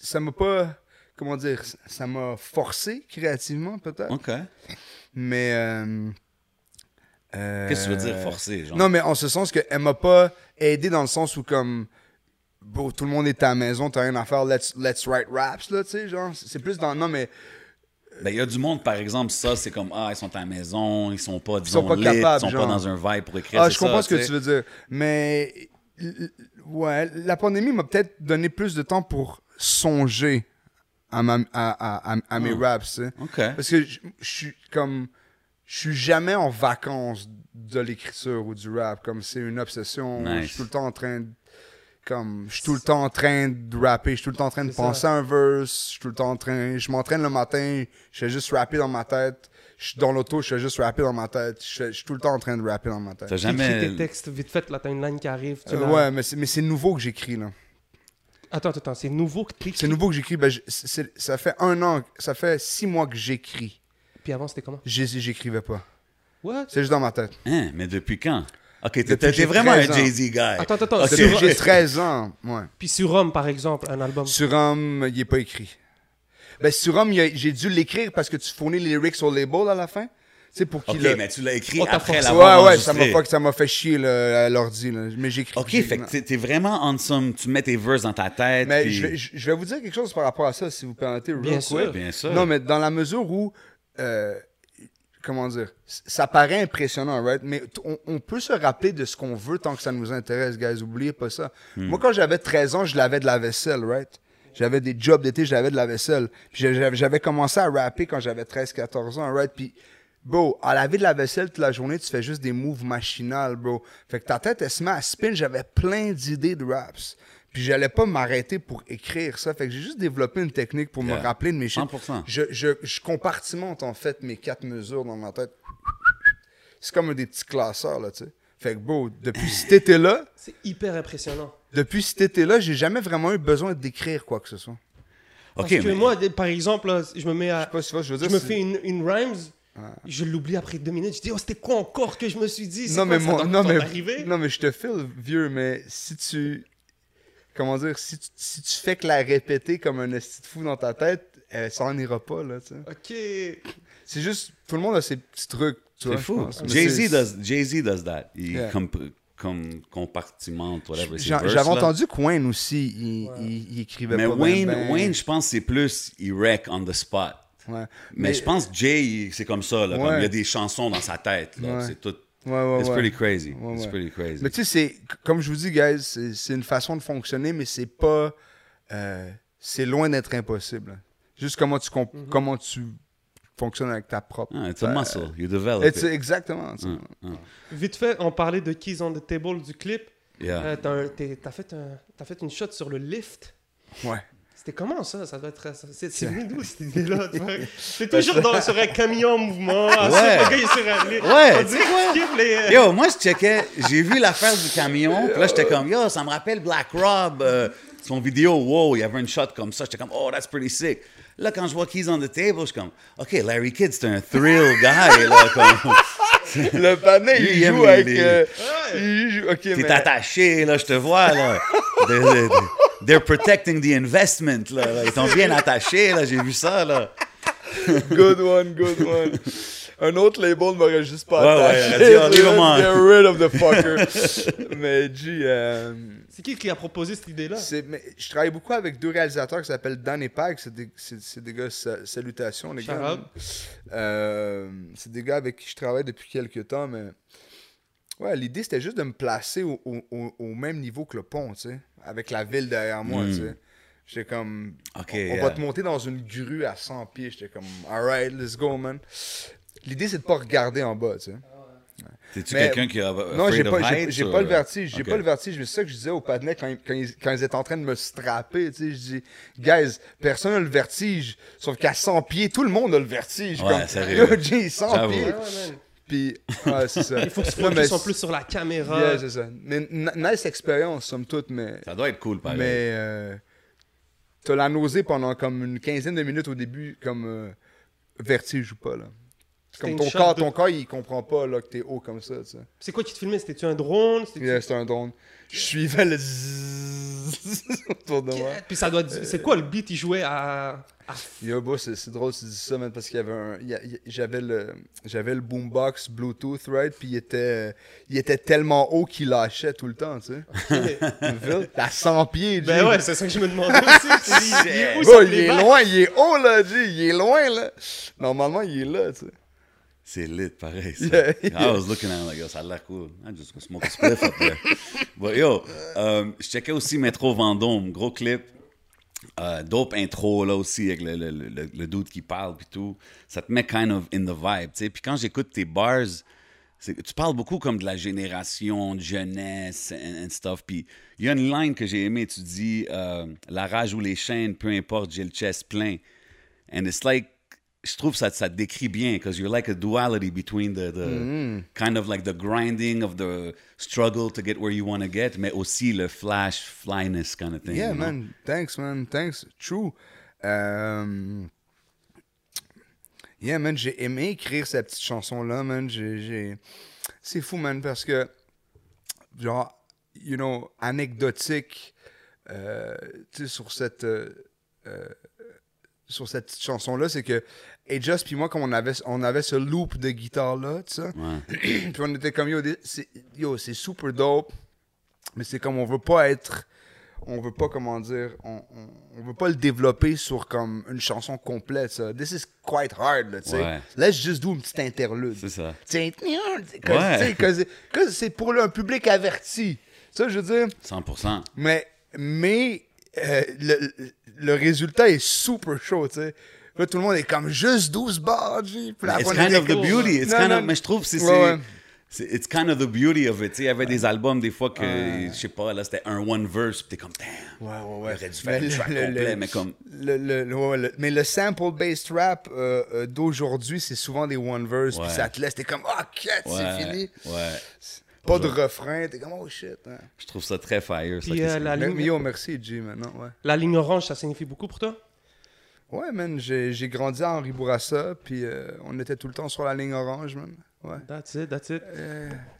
Speaker 4: ça m'a pas... Comment dire? ça- Ça m'a forcé créativement, peut-être.
Speaker 2: OK.
Speaker 4: Mais... euh, euh,
Speaker 2: Qu'est-ce que tu veux dire forcé? Genre?
Speaker 4: Non, mais en ce sens qu'elle m'a pas aidé dans le sens où, comme, bro, tout le monde est à la maison, t'as rien à faire, let's, let's write raps, là, tu sais, genre. C'est plus dans. Non, mais
Speaker 2: Ben, il y a du monde, par exemple, ça, c'est comme, ah, ils sont à la maison, ils sont pas, disons,
Speaker 4: sont pas
Speaker 2: lit,
Speaker 4: capables,
Speaker 2: ils sont
Speaker 4: genre.
Speaker 2: pas dans un vibe pour écrire.
Speaker 4: Ah,
Speaker 2: c'est
Speaker 4: je
Speaker 2: ça,
Speaker 4: comprends ce que tu veux dire. Mais l- l- ouais, la pandémie m'a peut-être donné plus de temps pour songer à, ma- à- à- à- à mes
Speaker 2: Hmm.
Speaker 4: raps. tu sais.
Speaker 2: OK.
Speaker 4: Parce que je je suis comme je suis jamais en vacances de l'écriture ou du rap. Comme c'est une obsession. Je
Speaker 2: Nice.
Speaker 4: suis tout le temps en train de comme je suis tout le temps en train de rapper, je suis tout le temps en train de
Speaker 3: C'est
Speaker 4: penser
Speaker 3: ça.
Speaker 4: à un verse, je suis tout le temps en train, je m'entraîne le matin, je fais juste rapper dans ma tête, je suis dans l'auto, je fais juste rapper dans ma tête, je, fais- je suis tout le temps en train de rapper dans ma tête.
Speaker 2: T'as
Speaker 3: Écris tes
Speaker 2: jamais.
Speaker 3: textes vite fait, là, t'as une ligne qui arrive. tu
Speaker 4: Euh,
Speaker 3: la-
Speaker 4: ouais, mais c'est, mais c'est nouveau que j'écris, là.
Speaker 3: Attends, attends, attends, c'est nouveau que t'écris.
Speaker 4: C'est nouveau que j'écris. Ben, je- c'est- c'est- ça fait un an, ça fait six mois que j'écris.
Speaker 3: Puis avant, c'était comment
Speaker 4: J'ai- J'écrivais pas.
Speaker 3: What
Speaker 4: C'est juste dans ma tête.
Speaker 2: Hein, mais depuis quand? OK, t'es-
Speaker 4: Depuis
Speaker 2: t'es
Speaker 4: que j'ai
Speaker 2: t'es vraiment un
Speaker 4: 13 ans.
Speaker 2: Jay-Z guy.
Speaker 3: Attends, attends, attends,
Speaker 2: OK.
Speaker 4: Depuis que
Speaker 3: Sur-
Speaker 4: J'ai 13 ans, ouais.
Speaker 3: Puis sur Rome, par exemple, un album.
Speaker 4: Sur Homme, il est pas écrit. Ben, sur Homme, il y a- j'ai dû l'écrire parce que tu fournis les lyrics au label à la fin. Tu sais, pour
Speaker 2: OK,
Speaker 4: qu'il le-
Speaker 2: mais tu l'as écrit
Speaker 3: Oh, t'as
Speaker 2: après
Speaker 3: forcé.
Speaker 2: la
Speaker 4: Ouais, ouais, ça m'a, fuck- ça m'a fait chier là, à l'ordi, là. Mais j'écris.
Speaker 2: OK, fait que t'es- t'es vraiment handsome, tu mets tes verses dans ta tête.
Speaker 4: Mais
Speaker 2: puis-
Speaker 4: je, vais, je- je vais vous dire quelque chose par rapport à ça, si vous permettez, real
Speaker 3: Bien
Speaker 4: quick.
Speaker 3: sûr.
Speaker 2: Bien sûr.
Speaker 4: Non, mais dans la mesure où, euh, comment dire, c- ça paraît impressionnant, right? Mais t- on, on peut se rappeler de ce qu'on veut tant que ça nous intéresse, guys. Oubliez pas ça. Moi, quand j'avais 13 ans, je l'avais de la vaisselle, right? J'avais des jobs d'été, j'avais de la vaisselle. Puis j'a- J'avais j'avais commencé à rapper quand j'avais 13-14 ans, right? Puis, bro, à laver de la vaisselle toute la journée, tu fais juste des moves machinales, bro. Fait que ta tête, elle se met à spin. J'avais plein d'idées de raps. Puis j'allais pas m'arrêter pour écrire ça. Fait que j'ai juste développé une technique pour
Speaker 2: Yeah.
Speaker 4: me rappeler de mes shit.
Speaker 2: 100%.
Speaker 4: Je, je, je compartimente en fait mes quatre mesures dans ma tête. C'est comme des petits classeurs, là, tu sais. Fait que, bro, depuis cet été-là,
Speaker 3: C'est hyper impressionnant.
Speaker 4: depuis cet été-là, j'ai jamais vraiment eu besoin d'écrire quoi que ce soit.
Speaker 2: OK,
Speaker 3: Parce que
Speaker 2: mais-
Speaker 3: moi, par exemple, là, je me mets à.
Speaker 4: Je sais pas si tu vois, je veux
Speaker 3: je
Speaker 4: dire.
Speaker 3: me
Speaker 4: c'est- Ah.
Speaker 3: fais une, une rhymes, je l'oublie après deux minutes. Je dis, oh, c'était quoi encore que je me suis dit? C'est
Speaker 4: Non,
Speaker 3: quoi,
Speaker 4: mais
Speaker 3: ça
Speaker 4: moi,
Speaker 3: doit
Speaker 4: non,
Speaker 3: t'en
Speaker 4: mais,
Speaker 3: arriver?
Speaker 4: non, mais je te file vieux, mais si tu. Comment dire, si tu, si tu fais que la répéter comme un esti de fou dans ta tête, euh, ça en ira pas, là, tu sais.
Speaker 3: Ok.
Speaker 4: C'est juste, tout le monde a ses petits trucs, tu vois.
Speaker 2: C'est
Speaker 4: je
Speaker 2: fou.
Speaker 4: pense. Mais c'est-
Speaker 2: Jay-Z does, Jay-Z does that. Il
Speaker 4: Yeah.
Speaker 2: comp- com- compartimente, whatever. ses
Speaker 4: J'a-
Speaker 2: verses,
Speaker 4: J'avais
Speaker 2: là.
Speaker 4: entendu que Wayne aussi, il, il- il écrivait
Speaker 2: Mais
Speaker 4: pas ben,
Speaker 2: Wayne,
Speaker 4: ben.
Speaker 2: Wayne je pense que c'est plus il wreck on the spot.
Speaker 4: Ouais.
Speaker 2: Mais, je pense que Jay, il- c'est comme ça. Là, comme
Speaker 4: Ouais.
Speaker 2: il y a des chansons dans sa tête. là.
Speaker 4: Ouais.
Speaker 2: C'est tout.
Speaker 4: Ouais, ouais,
Speaker 2: It's
Speaker 4: ouais.
Speaker 2: pretty crazy.
Speaker 4: Ouais,
Speaker 2: It's
Speaker 4: ouais.
Speaker 2: pretty crazy.
Speaker 4: Mais tu sais, c'est- comme je vous dis, guys, c'est c'est une façon de fonctionner, mais c'est pas. euh, c'est loin d'être impossible. Juste comment tu, comp- comment tu fonctionnes avec ta propre.
Speaker 2: Ah, it's a muscle. You develop
Speaker 4: Et tu sais,
Speaker 2: it.
Speaker 4: exactement. tu sais.
Speaker 2: Mm.
Speaker 3: Vite fait, on parlait de Keys on the Table du clip.
Speaker 2: Yeah.
Speaker 3: Euh, t'as un- t'es- T'as fait, un- t'as fait une shot sur le lift.
Speaker 4: Ouais.
Speaker 3: C'était comment ça Ça doit être. ça- C'est c'est venu d'où cette idée-là tu vois? C'est toujours dans, sur un camion en mouvement.
Speaker 2: Ouais.
Speaker 3: Ensuite, le gars, il est sur un lit.
Speaker 2: Ouais,
Speaker 3: On
Speaker 2: tu
Speaker 3: dit,
Speaker 2: sais quoi?
Speaker 3: skip les-
Speaker 2: Yo, moi, je checkais, j'ai vu l'affaire du camion, puis là, j'étais comme, yo, ça me rappelle Black Rob, euh, son vidéo, wow, il y avait une shot comme ça, j'étais comme, oh, that's pretty sick. Là, quand je vois Keys on the Table, je suis comme, OK, Larry Kidd, c'est un thrill guy, là, comme,
Speaker 4: Le panel,
Speaker 2: Lui,
Speaker 4: il
Speaker 2: il aime
Speaker 4: joue
Speaker 2: les-
Speaker 4: avec.
Speaker 2: les-
Speaker 4: euh, il joue- ok,
Speaker 2: t'es
Speaker 4: mais-
Speaker 2: attaché, là, je te vois, là. They're, they're- they're protecting the investment, là, là. Ils t'ont bien attaché, là, j'ai vu ça, là.
Speaker 4: Good one, good one. Un autre label m'aurait juste pas
Speaker 2: Ouais, ouais,
Speaker 4: attaché.
Speaker 2: elle a dit, oh, leave him on.
Speaker 4: Get rid of the fucker. mais G, euh,
Speaker 3: C'est qui qui a proposé cette idée-là
Speaker 4: c'est- mais je travaille beaucoup avec deux réalisateurs qui s'appellent Dan et Pag. C'est des, c'est- c'est des gars, sa- salutations les gars.
Speaker 3: Shout
Speaker 4: Euh, c'est des gars avec qui je travaille depuis quelques temps, mais... Ouais, l'idée, c'était juste de me placer au, au- au- au même niveau que le pont, tu sais, avec la ville derrière moi, tu sais. J'étais comme,
Speaker 2: Hmm. Ok, euh,
Speaker 4: on, on
Speaker 2: yeah.
Speaker 4: va te monter dans une grue à 100 pieds. J'étais comme, alright, let's go, man. L'idée, c'est de pas regarder en bas, tu sais.
Speaker 2: T'es-tu
Speaker 4: Mais-
Speaker 2: quelqu'un qui a afraid
Speaker 4: Non, j'ai
Speaker 2: of
Speaker 4: pas, j'ai,
Speaker 2: heights,
Speaker 4: j'ai
Speaker 2: ou- euh,
Speaker 4: pas le vertige. J'ai
Speaker 2: Ok.
Speaker 4: pas le vertige. Mais c'est ça que je disais au Padnet quand, ils- quand ils, quand ils étaient en train de me strapper. Tu sais, je dis, guys, personne n'a le vertige. Sauf qu'à 100 pieds, tout le monde a le vertige.
Speaker 2: Ouais,
Speaker 4: comme,
Speaker 2: sérieux.
Speaker 4: Yo, Jay, 100
Speaker 2: J'avoue.
Speaker 4: pieds.
Speaker 3: Ouais, ouais, man.
Speaker 4: Puis, ouais, c'est ça.
Speaker 3: Il faut se
Speaker 4: Non, mais
Speaker 3: focus en
Speaker 4: c'est-
Speaker 3: plus sur la caméra.
Speaker 4: Yeah, c'est ça. Mais n- nice expérience, somme toute, mais.
Speaker 2: Ça doit être cool, pareil.
Speaker 4: Mais euh, t'as la nausée pendant comme une quinzaine de minutes au début, comme euh, vertige ou pas, là. C'est
Speaker 3: C'était
Speaker 4: Comme
Speaker 3: une
Speaker 4: ton
Speaker 3: shot
Speaker 4: corps,
Speaker 3: de-
Speaker 4: ton corps, il comprend pas là, que t'es haut comme ça, tu sais.
Speaker 3: C'est quoi qui te filmait C'était-tu un drone C'était-tu-
Speaker 4: Yeah, c'est un drone. Je suivais le zzzz autour de moi.
Speaker 3: Puis ça doit. C'est quoi le beat Il jouait à. à-
Speaker 4: Yo, bro, c'est c'est drôle que tu dis ça, man, parce qu'il y avait un. il y a- il y a- J'avais le, j'avais le boombox Bluetooth, right? Puis il était, il était tellement haut qu'il lâchait tout le temps, tu sais. À 100 pieds,
Speaker 3: ben
Speaker 4: G.
Speaker 3: ouais, c'est ça que je me demandais aussi. Je me dis, il est où,
Speaker 4: Bro,
Speaker 3: ça,
Speaker 4: il
Speaker 3: les
Speaker 4: est
Speaker 3: bacs?
Speaker 4: loin, il est haut là, G, il est loin là. Normalement, il est là, tu sais.
Speaker 2: C'est lit, pareil. Ça.
Speaker 4: Yeah, yeah.
Speaker 2: I was looking at it like, yo, ça a l'air cool. I'm just gonna smoke a spliff up there. But yo, euh, je checkais aussi Métro Vendôme, gros clip. Euh, dope intro là aussi avec le, le, le, le dude qui parle puis tout. Ça te met kind of in the vibe, tu sais. Puis quand j'écoute tes bars, c'est- tu parles beaucoup comme de la génération, de jeunesse and, and stuff. Puis il y a une line que j'ai aimée, tu dis euh, La rage ou les chaînes, peu importe, j'ai le chest plein. » And it's like, je trouve ça, ça te décrit bien, because you're like a duality between the, the
Speaker 4: Mm-hmm.
Speaker 2: kind of like the grinding of the struggle to get where you want to get, mais aussi le flash flyness kind of thing.
Speaker 4: Yeah,
Speaker 2: you know?
Speaker 4: man. Thanks, man. Thanks. True. Euh, Yeah, man. J'ai aimé écrire cette petite chanson-là, man. J'ai- j'ai- C'est fou, man, parce que, genre, you know, anecdotique, euh, tu sais, sur cette. euh, euh, sur cette petite chanson-là, c'est que et Just puis moi, comme on avait, on avait ce loop de guitare-là, tu sais,
Speaker 2: Ouais.
Speaker 4: puis on était comme yo, des- c'est- yo, c'est super dope, mais c'est comme on veut pas être, on veut pas comment dire, on, on, on veut pas le développer sur comme une chanson complète. Ça. This is quite hard, là, tu sais.
Speaker 2: Ouais.
Speaker 4: Let's just do une petite interlude.
Speaker 2: C'est ça.
Speaker 4: Tiens,
Speaker 2: Ouais.
Speaker 4: c'est pour un public averti. Ça, je veux dire.
Speaker 2: 100%.
Speaker 4: Mais, mais euh, le, le- le résultat est super chaud, tu sais. Là, tout le monde est comme juste 12 bars, G. Puis là,
Speaker 2: It's
Speaker 4: on
Speaker 2: kind
Speaker 4: était
Speaker 2: of the
Speaker 4: cool.
Speaker 2: beauty. It's
Speaker 4: Non,
Speaker 2: kind
Speaker 4: non,
Speaker 2: of, mais je trouve que c'est.
Speaker 4: Ouais,
Speaker 2: c'est-
Speaker 4: ouais.
Speaker 2: c'est- It's kind of the beauty of it. tu sais, Il y avait des albums, des fois, que, je sais pas, là, c'était un one verse, puis t'es comme, damn.
Speaker 4: Ouais, ouais, ouais.
Speaker 2: J'aurais dû faire
Speaker 4: Mais
Speaker 2: le track complet, mais comme-
Speaker 4: le- le- le- ouais, ouais, le- mais le sample-based rap euh, euh, d'aujourd'hui, c'est souvent des one verse,
Speaker 2: Ouais.
Speaker 4: puis ça te laisse, t'es comme, ah, cat, c'est fini.
Speaker 2: Ouais.
Speaker 4: Pas de refrain, t'es comme, oh shit. hein.
Speaker 2: Je trouve ça très fire. ça,
Speaker 3: Puis,
Speaker 2: qu'est-ce
Speaker 3: euh,
Speaker 2: que-
Speaker 3: la-
Speaker 4: Mais,
Speaker 3: ligne-
Speaker 4: mais yo, merci, G, maintenant, ouais.
Speaker 3: La ligne orange, ça signifie beaucoup pour toi
Speaker 4: Ouais, man, j'ai j'ai grandi à Henri Bourassa, puis euh, on était tout le temps sur la ligne orange, man. Ouais.
Speaker 3: That's it, that's it.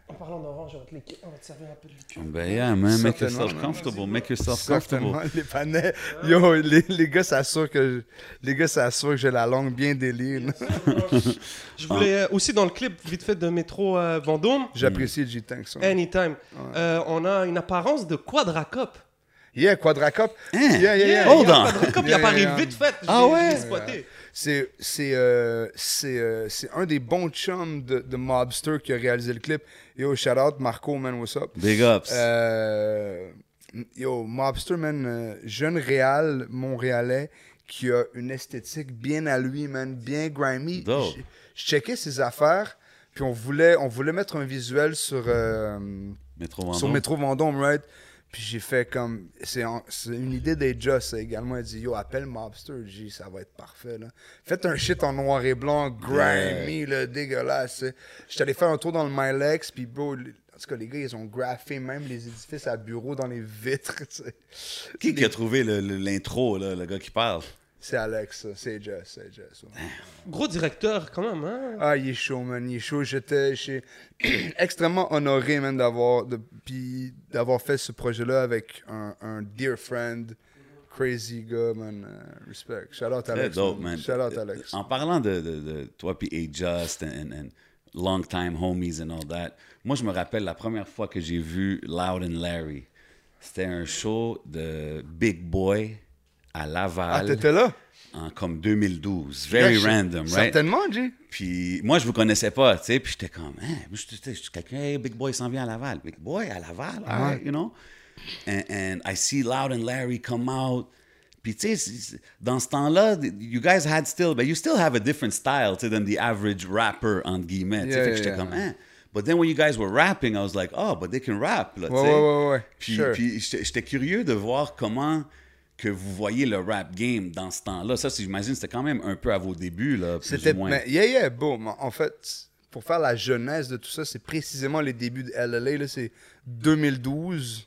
Speaker 3: En parlant d'orange, on va te liquer- on va te servir un peu de liqueur.
Speaker 2: Ben yeah, man, make
Speaker 4: Certainement,
Speaker 2: yourself
Speaker 4: man.
Speaker 2: comfortable. Make yourself
Speaker 4: Certainement,
Speaker 2: comfortable.
Speaker 4: les panais. Yo, les, les gars s'assurent que je- les gars s'assurent que j'ai la langue bien déliée. là.
Speaker 3: Je voulais euh, aussi dans le clip, vite fait, de Métro euh, Vendôme,
Speaker 4: J'apprécie G Tank ça.
Speaker 3: Anytime, euh, on a une apparence de quadracop.
Speaker 4: Yeah, Quadracop.
Speaker 2: Hein?
Speaker 4: Yeah, yeah, yeah.
Speaker 2: Hold
Speaker 3: Yeah,
Speaker 2: on.
Speaker 3: Quadracop, il
Speaker 4: Yeah,
Speaker 3: apparaît
Speaker 4: yeah.
Speaker 3: vite fait. Je
Speaker 2: Ah
Speaker 3: l'ai- je
Speaker 2: ouais?
Speaker 3: l'ai spoté.
Speaker 4: C'est c'est euh, c'est euh, c'est un des bons chums de, de Mobster qui a réalisé le clip. Yo, shout out Marco, man, what's up?
Speaker 2: Big ups.
Speaker 4: Euh, yo, Mobster, man, euh, jeune réal montréalais qui a une esthétique bien à lui, man, bien grimy.
Speaker 2: Dope.
Speaker 4: Je je checkais ses affaires, puis on voulait, on voulait mettre un visuel sur, euh,
Speaker 2: Métro Vendôme.
Speaker 4: sur Métro Vendôme, right? Puis j'ai fait comme. C'est en- c'est une idée des Joss a également dit Yo, appelle Mobster G, ça va être parfait. Là. Faites un shit en noir et blanc, grimy, là, dégueulasse. J'étais allé faire un tour dans le Milex, puis bro, les- en tout cas, les gars, ils ont graffé même les édifices à bureaux dans les vitres. tu sais.
Speaker 2: Qui, qui a trouvé le- le- l'intro, là, le gars qui parle?
Speaker 4: C'est Alex, ça. c'est Joss, c'est Joss. ouais.
Speaker 3: Gros directeur, quand même, hein?
Speaker 4: Ah, il est chaud, man, il est chaud. J'étais j'étais extrêmement honoré, man, d'avoir de- puis d'avoir fait ce projet-là avec un, un dear friend, crazy gars, man. Euh, respect. Shout out
Speaker 2: Très
Speaker 4: Alex.
Speaker 2: dope, Eh, man. euh,
Speaker 4: Shout out Alex.
Speaker 2: En parlant de, de- de toi puis A-Just and, and long time homies and all that, moi je me rappelle la première fois que j'ai vu Loud and Larry. C'était un show de Big Boy à
Speaker 4: Ah,
Speaker 2: Laval
Speaker 4: t'étais là?
Speaker 2: en comme 2012. Very
Speaker 4: Yeah, je-
Speaker 2: random, right?
Speaker 4: Certainement, G.
Speaker 2: Puis moi, je vous connaissais pas, tu sais. Puis j'étais comme, hein, moi, je tu sais, je suis quelqu'un, hey, Big Boy s'en vient à Laval. Big Boy à
Speaker 4: Ah
Speaker 2: Laval, all right, you know. And, and I see Loud and Larry come out. Puis tu sais, c'est- c'est- dans ce temps-là, you guys had still, but you still have a different style, tu sais, than the average rapper, entre guillemets. tu sais.
Speaker 4: Yeah,
Speaker 2: fait que j'étais
Speaker 4: yeah,
Speaker 2: comme,
Speaker 4: yeah.
Speaker 2: hein. But then when you guys were rapping, I was like, oh, but they can rap, là, tu
Speaker 4: Ouais,
Speaker 2: sais.
Speaker 4: ouais, ouais, ouais.
Speaker 2: Puis,
Speaker 4: Sure.
Speaker 2: puis j'étais j'étais curieux de voir comment que vous voyez le rap game dans ce temps-là. Ça, c'est- j'imagine, c'était quand même un peu à vos débuts, là, plus
Speaker 4: C'était. ben,
Speaker 2: ou moins.
Speaker 4: mais- Yeah, yeah, boom. En fait, pour faire la jeunesse de tout ça, c'est précisément les débuts de LLA. là, C'est 2012,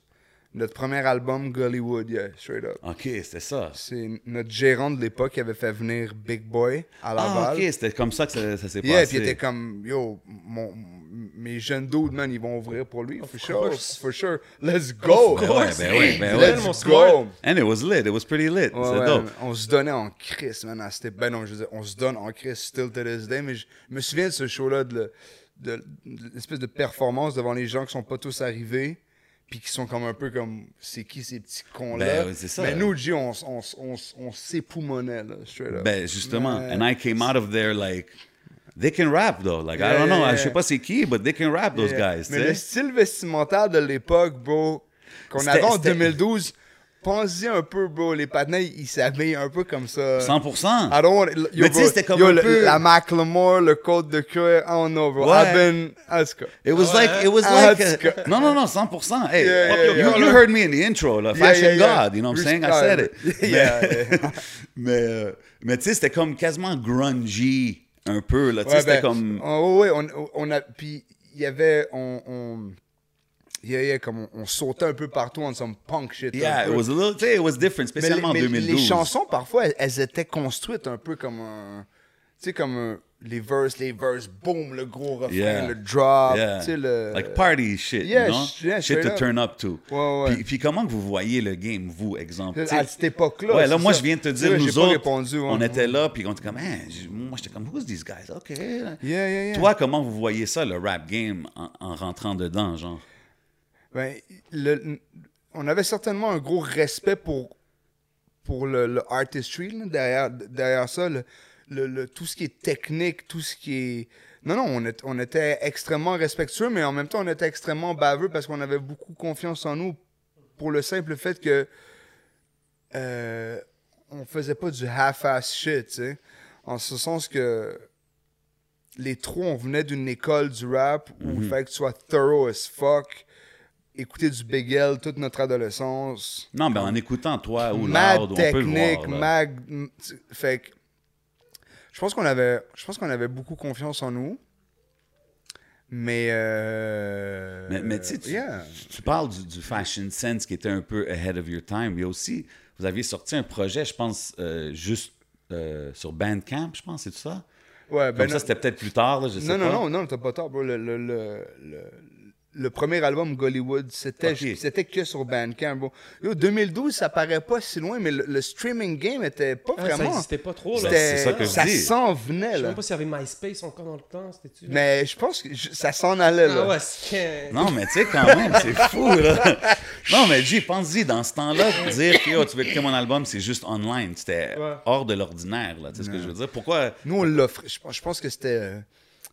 Speaker 4: notre premier album, Gollywood, yeah, straight up.
Speaker 2: OK, c'était ça.
Speaker 4: C'est notre gérant de l'époque qui avait fait venir Big Boy à Laval.
Speaker 2: Ah, OK, c'était comme ça que ça, ça s'est
Speaker 4: Yeah, puis
Speaker 2: passé.
Speaker 4: il était comme, yo, mon, mes jeunes dudes, man, ils vont ouvrir pour lui. For sure,
Speaker 3: course.
Speaker 4: for sure. Let's go.
Speaker 2: Ben ouais, ben ouais, ben ouais.
Speaker 4: Let's
Speaker 3: Mon
Speaker 4: go.
Speaker 3: smart.
Speaker 2: And it was lit, it was pretty lit.
Speaker 4: Ouais,
Speaker 2: c'est
Speaker 4: ouais,
Speaker 2: dope.
Speaker 4: man, on se donnait en crise, man. à cette- ben non, je veux dire, on se donne en crise still to this day. Mais je me souviens de ce show-là, de, le- de, de l'espèce de performance devant les gens qui sont pas tous arrivés, puis qui sont comme un peu comme, c'est qui ces petits cons-là?
Speaker 2: Ben, ouais, c'est ça.
Speaker 4: Mais nous, G, on, s- on, s- on, s- on s'époumonnait, là, straight up.
Speaker 2: Ben, justement,
Speaker 4: Mais-
Speaker 2: and I came out of there like, they can rap, though. Like, I
Speaker 4: Yeah,
Speaker 2: don't know,
Speaker 4: yeah,
Speaker 2: je sais
Speaker 4: yeah.
Speaker 2: pas c'est qui, but they can rap, those
Speaker 4: Yeah.
Speaker 2: guys, tu
Speaker 4: Mais le
Speaker 2: sais.
Speaker 4: style vestimentaire de l'époque, bro, qu'on
Speaker 2: C'était-
Speaker 4: avait en
Speaker 2: c'était-
Speaker 4: 2012, pensez un peu, bro, les patinets, ils s'habillent un peu comme ça.
Speaker 2: 100%.
Speaker 4: I don't want- yo,
Speaker 2: Mais tu sais,
Speaker 4: bro,
Speaker 2: c'était comme
Speaker 4: yo,
Speaker 2: un
Speaker 4: le-
Speaker 2: peu-
Speaker 4: La Macklemore, le code de cuir, I don't know, bro.
Speaker 2: Ouais.
Speaker 4: I've been... en tout cas.
Speaker 2: It was like, it was
Speaker 4: Ah,
Speaker 2: like,
Speaker 4: en tout
Speaker 2: uh,
Speaker 4: cas.
Speaker 2: no, no, no, 100%. Hey,
Speaker 4: Yeah, yeah,
Speaker 2: you,
Speaker 4: yeah.
Speaker 2: you heard me in the intro, là,
Speaker 4: Yeah,
Speaker 2: Fashion
Speaker 4: yeah, yeah.
Speaker 2: God, you know what I'm saying? I
Speaker 4: Respect.
Speaker 2: said it.
Speaker 4: Yeah,
Speaker 2: mais, mais, euh, mais tu sais, c'était comme quasiment grungy, un peu, là, tu sais,
Speaker 4: Ouais,
Speaker 2: c'était
Speaker 4: ben,
Speaker 2: comme...
Speaker 4: oh, ouais, on, on a... Puis il y avait... On, on, yeah, yeah, comme on, on sautait un peu partout on some punk shit. un
Speaker 2: Yeah,
Speaker 4: peu.
Speaker 2: it was a little, tu sais, it was different,
Speaker 4: Mais les-
Speaker 2: spécialement en
Speaker 4: mais
Speaker 2: 2012.
Speaker 4: Les chansons, parfois, elles, elles étaient construites un peu comme un. Tu sais, comme un- les verses, les verses, boom, le gros refrain,
Speaker 2: Yeah.
Speaker 4: le drop.
Speaker 2: Yeah.
Speaker 4: Tu sais, le.
Speaker 2: Like party shit,
Speaker 4: euh, Yeah,
Speaker 2: you know?
Speaker 4: sh- yeah,
Speaker 2: shit
Speaker 4: straight
Speaker 2: to
Speaker 4: up.
Speaker 2: turn up to.
Speaker 4: Ouais, ouais.
Speaker 2: Puis, puis comment que vous voyez le game, vous, exemple?
Speaker 4: À
Speaker 2: Tu sais,
Speaker 4: cette époque-là,
Speaker 2: Ouais, là,
Speaker 4: c'est
Speaker 2: moi,
Speaker 4: ça.
Speaker 2: je viens de te
Speaker 4: Tu
Speaker 2: dire,
Speaker 4: sais, j'ai
Speaker 2: nous
Speaker 4: pas
Speaker 2: autres,
Speaker 4: répondu, hein. ouais.
Speaker 2: on était là, puis on était comme, Hein, j- moi, j'étais comme, who's these guys? OK. Yeah,
Speaker 4: yeah, yeah.
Speaker 2: Toi, comment vous voyez ça, le rap game, en, en rentrant dedans, genre?
Speaker 4: Ben, le- on avait certainement un gros respect pour, pour le, le artistry là, derrière, derrière ça, le, le- le- tout ce qui est technique, tout ce qui est. Non, non, on, est- on était extrêmement respectueux, mais en même temps, on était extrêmement baveux parce qu'on avait beaucoup confiance en nous pour le simple fait que euh, on faisait pas du half-ass shit, tu sais. En ce sens que les trois, on venait d'une école du rap où il fallait que tu sois thorough as fuck, écouter du Bigel toute notre adolescence.
Speaker 2: Non, mais en écoutant toi Ah, ou
Speaker 4: Ah. Mad
Speaker 2: Loud, on peut le
Speaker 4: technique,
Speaker 2: voir. là.
Speaker 4: mag. m- tu- Fait que. Je pense qu'on avait, je pense qu'on avait beaucoup confiance en nous. Mais. euh,
Speaker 2: Mais, mais tu sais, tu-
Speaker 4: yeah.
Speaker 2: tu parles du, du fashion sense qui était un peu ahead of your time. Il y a aussi, vous aviez sorti un projet, je pense, euh, juste euh, sur Bandcamp, je pense, c'est tout ça?
Speaker 4: Ouais, ben
Speaker 2: Comme ça,
Speaker 4: non-
Speaker 2: c'était peut-être plus tard, là, je sais
Speaker 4: Non,
Speaker 2: pas.
Speaker 4: non, non, non, t'as pas tort, bro. Le, le, le, le, le premier album, Gollywood, c'était
Speaker 2: Ok.
Speaker 4: c'était que sur Bandcamp, bro. Yo, 2012, ça paraît pas si loin, mais le, le streaming game était pas
Speaker 3: Ah, ça
Speaker 4: vraiment...
Speaker 3: n'existait pas trop,
Speaker 2: Ben,
Speaker 3: là.
Speaker 4: c'était-
Speaker 2: c'est ça que je dis.
Speaker 4: s'en
Speaker 3: Je
Speaker 4: venait,
Speaker 3: sais
Speaker 4: là.
Speaker 3: même pas s'il y avait MySpace encore dans le temps, c'était-tu?
Speaker 4: Mais je pense que je- ça s'en allait, là.
Speaker 3: Ah ouais, c'est...
Speaker 2: Non, mais tu sais, quand même, c'est fou, là. Non, mais dis, pense-y, dans ce temps-là, dire que oh, tu veux écouter mon album, c'est juste online. C'était
Speaker 3: Ouais.
Speaker 2: hors de l'ordinaire, là. Tu sais ce que je veux dire? Pourquoi.
Speaker 4: Nous, on l'offrait. Je, pense- je pense que c'était... euh,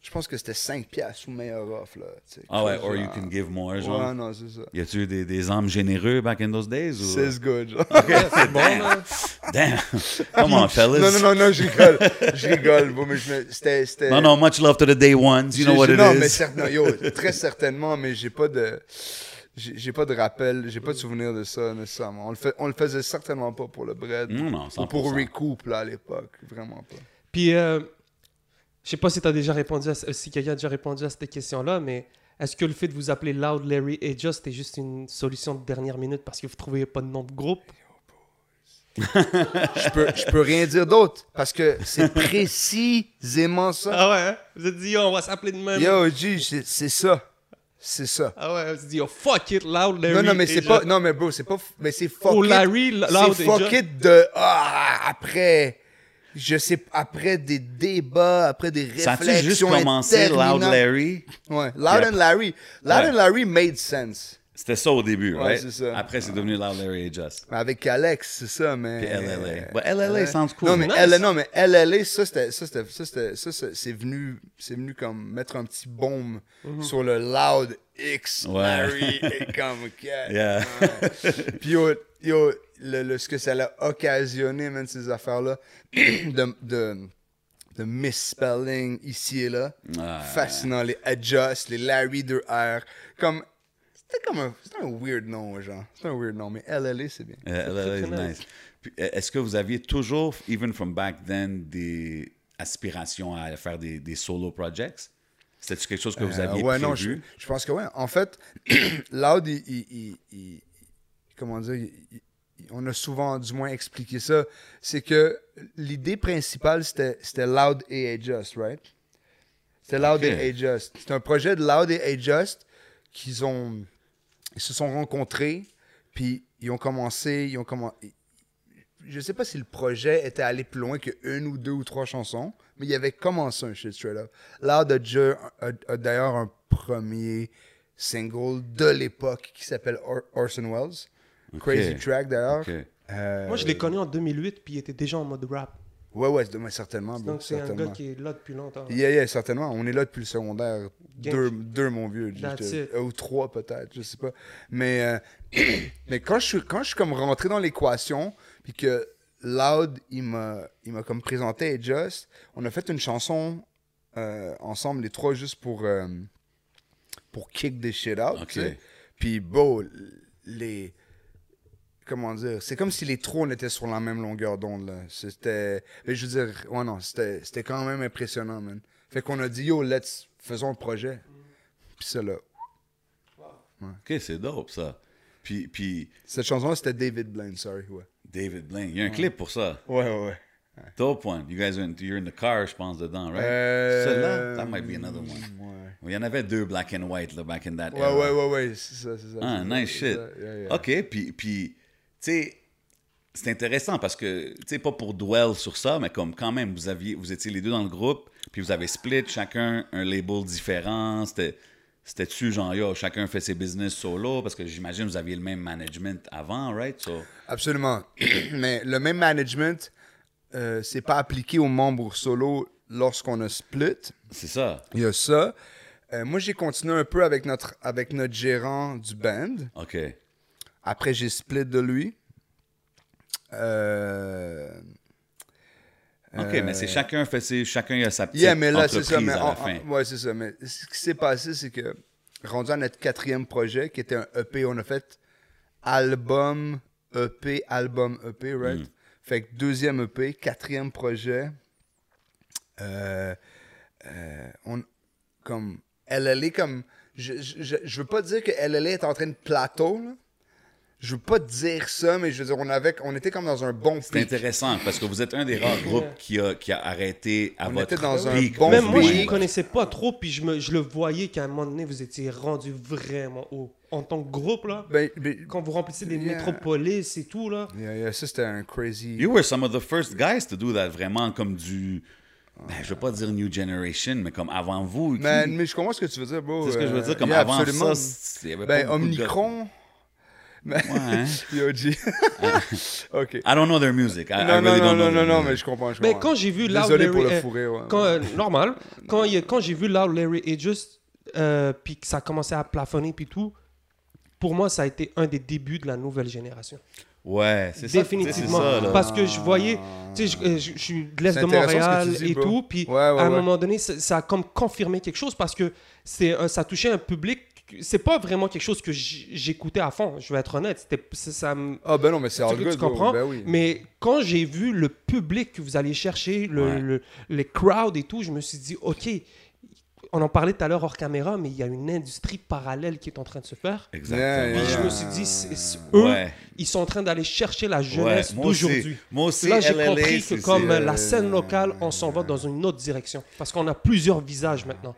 Speaker 4: Je pense que c'était 5 piastres ou meilleur offre, là. tu sais,
Speaker 2: Ah ouais,
Speaker 4: quelque
Speaker 2: or
Speaker 4: chose
Speaker 2: you
Speaker 4: genre.
Speaker 2: can give more, genre.
Speaker 4: Ouais, non, c'est ça.
Speaker 2: Y a-tu eu des, des hommes généreux back in those days? Ou...
Speaker 4: C'est good, genre.
Speaker 3: c'est bon, là.
Speaker 2: Damn! Come on, fellas.
Speaker 4: Non, non, non, non, je rigole. Je rigole, bro, mais je me... C'était... c'était-
Speaker 2: Non, non, much love to the day ones. You know
Speaker 4: J'ai-
Speaker 2: what
Speaker 4: j'ai-
Speaker 2: it
Speaker 4: non,
Speaker 2: is.
Speaker 4: mais certain- yo, très certainement, mais j'ai pas de. j'ai j'ai pas de rappel, j'ai pas de souvenir de ça nécessairement. On le, fait, on le faisait certainement pas pour le bread.
Speaker 2: Non, non,
Speaker 4: Ou pour
Speaker 2: 100%.
Speaker 4: Recoup, là, à l'époque. Vraiment pas.
Speaker 3: Puis, euh, je sais pas si t'as déjà répondu à, ce- si quelqu'un a déjà répondu à cette question-là, mais est-ce que le fait de vous appeler Loud Larry et Just c'était juste une solution de dernière minute parce que vous trouviez pas de nom de groupe
Speaker 4: Je peux, je peux rien dire d'autre parce que c'est précisément ça.
Speaker 3: Ah ouais, hein? vous êtes dit yo, on va s'appeler de même.
Speaker 4: Yo, G, c'est c'est ça. C'est ça.
Speaker 3: Ah ouais, vous êtes dit yo, fuck it, Loud Larry.
Speaker 4: Non, non, mais
Speaker 3: Eh et
Speaker 4: c'est
Speaker 3: Just.
Speaker 4: pas. Non, mais bro, c'est pas. Mais c'est fuck
Speaker 3: Ou
Speaker 4: it.
Speaker 3: Larry, Loud
Speaker 4: C'est
Speaker 3: et
Speaker 4: fuck
Speaker 3: Just.
Speaker 4: it de. Ah, après. Je sais, après des débats, après des
Speaker 2: Ça
Speaker 4: réflexions.
Speaker 2: a-tu juste commencé Loud
Speaker 4: interminables.
Speaker 2: Larry?
Speaker 4: Ouais. Loud and Larry. Loud
Speaker 2: Ouais.
Speaker 4: and Larry made sense.
Speaker 2: C'était ça au début,
Speaker 4: Ouais,
Speaker 2: right?
Speaker 4: c'est ça.
Speaker 2: Après, c'est devenu Loud Larry et Just.
Speaker 4: Mais Avec Alex, c'est ça, mais. euh,
Speaker 2: Puis LLA.
Speaker 4: Ouais.
Speaker 2: But LLA sounds cool.
Speaker 4: Non, mais
Speaker 3: Nice.
Speaker 4: L- non, mais LLA, ça, c'était, ça, c'était, ça, c'était- ça, c'est- c'est venu, c'est venu comme mettre un petit baume sur le loud X
Speaker 2: Ouais.
Speaker 4: Larry et comme yeah.
Speaker 2: Yeah.
Speaker 4: Puis yo, yo, le, le- ce que ça l'a occasionné, même ces affaires-là, de, de, de misspelling ici et là,
Speaker 2: Ouais.
Speaker 4: fascinant, les adjust, les Larry 2 R, comme c'était comme un, c'était un weird nom, genre, c'est un weird nom, mais LLA c'est bien.
Speaker 2: Euh, LLA is
Speaker 3: très nice.
Speaker 2: nice. Puis, euh, Est-ce que vous aviez toujours, even from back then, des aspirations à faire des, des solo projects? C'était-tu quelque chose que vous
Speaker 4: Euh,
Speaker 2: aviez
Speaker 4: ouais,
Speaker 2: prévu?
Speaker 4: non, je, je pense que ouais. En fait, Loud, il, il- il- il- comment dire, il- il- il- on a souvent du moins expliqué ça, c'est que l'idée principale, c'était c'était Loud et Adjust, right? C'était Loud
Speaker 2: Ok.
Speaker 4: et Adjust. C'est un projet de Loud et Adjust qu'ils ont, ils se sont rencontrés, puis ils ont commencé, ils ont commencé, je sais pas si le projet était allé plus loin que une ou deux ou trois chansons, mais il y avait commencé un shit straight up. Loud a déjà- a- a d'ailleurs un premier single de l'époque qui s'appelle Or- Orson Welles. Crazy Track d'ailleurs.
Speaker 2: Ok.
Speaker 4: Euh,
Speaker 3: Moi, je l'ai connu en 2008, puis il était déjà en mode rap.
Speaker 4: Ouais, ouais, c'est- Ah, mais certainement. bro,
Speaker 3: Donc, c'est un
Speaker 4: certainement.
Speaker 3: gars qui est là depuis longtemps.
Speaker 4: Yeah, yeah, certainement. On est là depuis le secondaire. Deux, deux, mon vieux.
Speaker 3: That's
Speaker 4: Juste,
Speaker 3: it.
Speaker 4: euh, ou trois, peut-être. Je sais pas. Mais, euh, mais quand, je suis, quand je suis comme rentré dans l'équation, puis que Loud, il m'a il m'a comme présenté Just, on a fait une chanson euh, ensemble, les trois, juste pour, euh, pour kick des shit out.
Speaker 2: Ok.
Speaker 4: tu sais. Puis, beau, les comment dire, c'est comme si les trois on était sur la même longueur d'onde là. C'était, mais je veux dire, ouais non, c'était, c'était quand même impressionnant, man. Fait qu'on a dit yo, let's faisons le projet. Puis ça là,
Speaker 2: OK, c'est dope, ça. Puis, puis
Speaker 4: cette chanson là c'était David Blaine, sorry, ouais.
Speaker 2: David Blaine, il y a un clip pour ça.
Speaker 4: Ouais ouais. ouais.
Speaker 2: Dope one. You guys are in, you're in the car, je pense, dedans, right?
Speaker 4: Euh,
Speaker 2: Celle-là? That might be another one.
Speaker 4: Ouais.
Speaker 2: Il y en avait deux black and white, là, back in that
Speaker 4: Ouais,
Speaker 2: era.
Speaker 4: ouais, ouais, ouais, c'est ça, c'est ça.
Speaker 2: Ah,
Speaker 4: c'est ça,
Speaker 2: nice
Speaker 4: c'est
Speaker 2: shit.
Speaker 4: ça, yeah, yeah.
Speaker 2: OK, puis, puis tu sais, c'est intéressant parce que, tu sais, pas pour dwell sur ça, mais comme quand même, vous, aviez, vous étiez les deux dans le groupe, puis vous avez split, chacun un label différent. C'était- C'était-tu genre, yo, chacun fait ses business solo? Parce que j'imagine vous aviez le même management avant, right? So,
Speaker 4: Absolument. Mais le même management, euh, c'est pas appliqué aux membres solo lorsqu'on a split.
Speaker 2: c'est ça.
Speaker 4: Il y a ça. Euh, moi, j'ai continué un peu avec notre, avec notre gérant du band.
Speaker 2: OK.
Speaker 4: Après, j'ai split de lui. Euh...
Speaker 2: OK, mais c'est chacun fait ses, chacun a sa petite
Speaker 4: Yeah, mais là, c'est
Speaker 2: entreprise
Speaker 4: ça. Mais
Speaker 2: à la
Speaker 4: en- en-
Speaker 2: fin.
Speaker 4: ouais, c'est ça. Mais ce qui s'est passé, c'est que, rendu à notre quatrième projet, qui était un EP, on a fait album, EP, album, EP, right?
Speaker 2: Mm.
Speaker 4: Fait que deuxième EP, quatrième projet. Euh, euh, on, comme, LLA, comme, je, je, je- je veux pas dire que LLA est en train de plateau, là. Je veux pas dire ça, mais je veux dire, on, avait, on était comme dans un bon
Speaker 2: C'est
Speaker 4: pic.
Speaker 2: intéressant parce que vous êtes un des rares groupes qui a, qui a arrêté à
Speaker 4: On
Speaker 2: votre
Speaker 4: était dans un
Speaker 2: pic,
Speaker 4: bon
Speaker 2: plus
Speaker 3: Même
Speaker 2: ou
Speaker 3: moi, je
Speaker 2: moins.
Speaker 3: ne connaissais pas trop, puis je, me, je le voyais qu'à un moment donné, vous étiez rendu vraiment haut. En tant que groupe, là,
Speaker 4: Ben, ben,
Speaker 3: quand vous remplissez des
Speaker 4: Yeah.
Speaker 3: métropolis et tout, là,
Speaker 4: yeah, yeah, ça, c'était un crazy...
Speaker 2: You were some of the first guys to do that, vraiment, comme du... Ben, je veux pas dire new generation, mais comme avant vous. qui-
Speaker 4: Mais, mais je comprends ce que tu veux dire, bro.
Speaker 2: C'est ce que je veux
Speaker 4: Euh,
Speaker 2: dire, comme
Speaker 4: yeah,
Speaker 2: avant
Speaker 4: absolument.
Speaker 2: ça, c'est- il y avait
Speaker 4: ben,
Speaker 2: pas beaucoup de gars.
Speaker 4: Omnicron. Mais-
Speaker 2: Ouais, hein. Ah.
Speaker 4: Yo, G. ok.
Speaker 2: I don't know their music. I, I
Speaker 4: Non, non,
Speaker 2: really
Speaker 4: non,
Speaker 2: don't know their
Speaker 4: non, non, non,
Speaker 2: music.
Speaker 4: mais je comprends. Je
Speaker 3: Mais
Speaker 4: comprends.
Speaker 3: quand j'ai vu Loud
Speaker 4: Désolé
Speaker 3: Larry.
Speaker 4: pour le
Speaker 3: euh,
Speaker 4: fourré, ouais.
Speaker 3: quand, euh, normal. Quand, il- quand j'ai vu Loud Larry et Just, euh, puis que ça commençait à plafonner, puis tout, pour moi, ça a été un des débuts de la nouvelle génération.
Speaker 2: Ouais, c'est ça.
Speaker 3: Définitivement.
Speaker 2: c'est ça, là.
Speaker 3: parce que je voyais. Tu sais, je, euh, je- je suis de l'Est
Speaker 4: C'est
Speaker 3: de
Speaker 4: intéressant ce que
Speaker 3: Montréal
Speaker 4: tu dis,
Speaker 3: et
Speaker 4: bro.
Speaker 3: tout. Puis
Speaker 4: Ouais, ouais,
Speaker 3: à un
Speaker 4: ouais.
Speaker 3: moment donné, ça, ça a comme confirmé quelque chose parce que c'est un- ça touchait un public c'est pas vraiment quelque chose que j- j'écoutais à fond, je vais être honnête. C'était, c'est- ça me-
Speaker 4: Ah, ben non, mais c'est
Speaker 3: C'est
Speaker 4: all
Speaker 3: que
Speaker 4: good,
Speaker 3: tu
Speaker 4: bro.
Speaker 3: comprends,
Speaker 4: Ben oui.
Speaker 3: Mais quand j'ai vu le public que vous allez chercher, le,
Speaker 2: Ouais.
Speaker 3: le- les crowds et tout, je me suis dit, OK, on en parlait tout à l'heure hors caméra, mais il y a une industrie parallèle qui est en train de se faire.
Speaker 2: Exactement.
Speaker 4: Yeah,
Speaker 3: Puis
Speaker 4: yeah.
Speaker 3: je me suis dit, c'est- c'est- eux,
Speaker 2: Ouais.
Speaker 3: ils sont en train d'aller chercher la
Speaker 2: Ouais,
Speaker 3: jeunesse
Speaker 2: moi aussi.
Speaker 3: d'aujourd'hui.
Speaker 2: Moi aussi,
Speaker 3: Là, j'ai
Speaker 2: LLA,
Speaker 3: compris
Speaker 2: c'est-
Speaker 3: que comme
Speaker 2: c'est- euh,
Speaker 3: la scène locale, on s'en va dans une autre direction. Parce qu'on a plusieurs visages maintenant.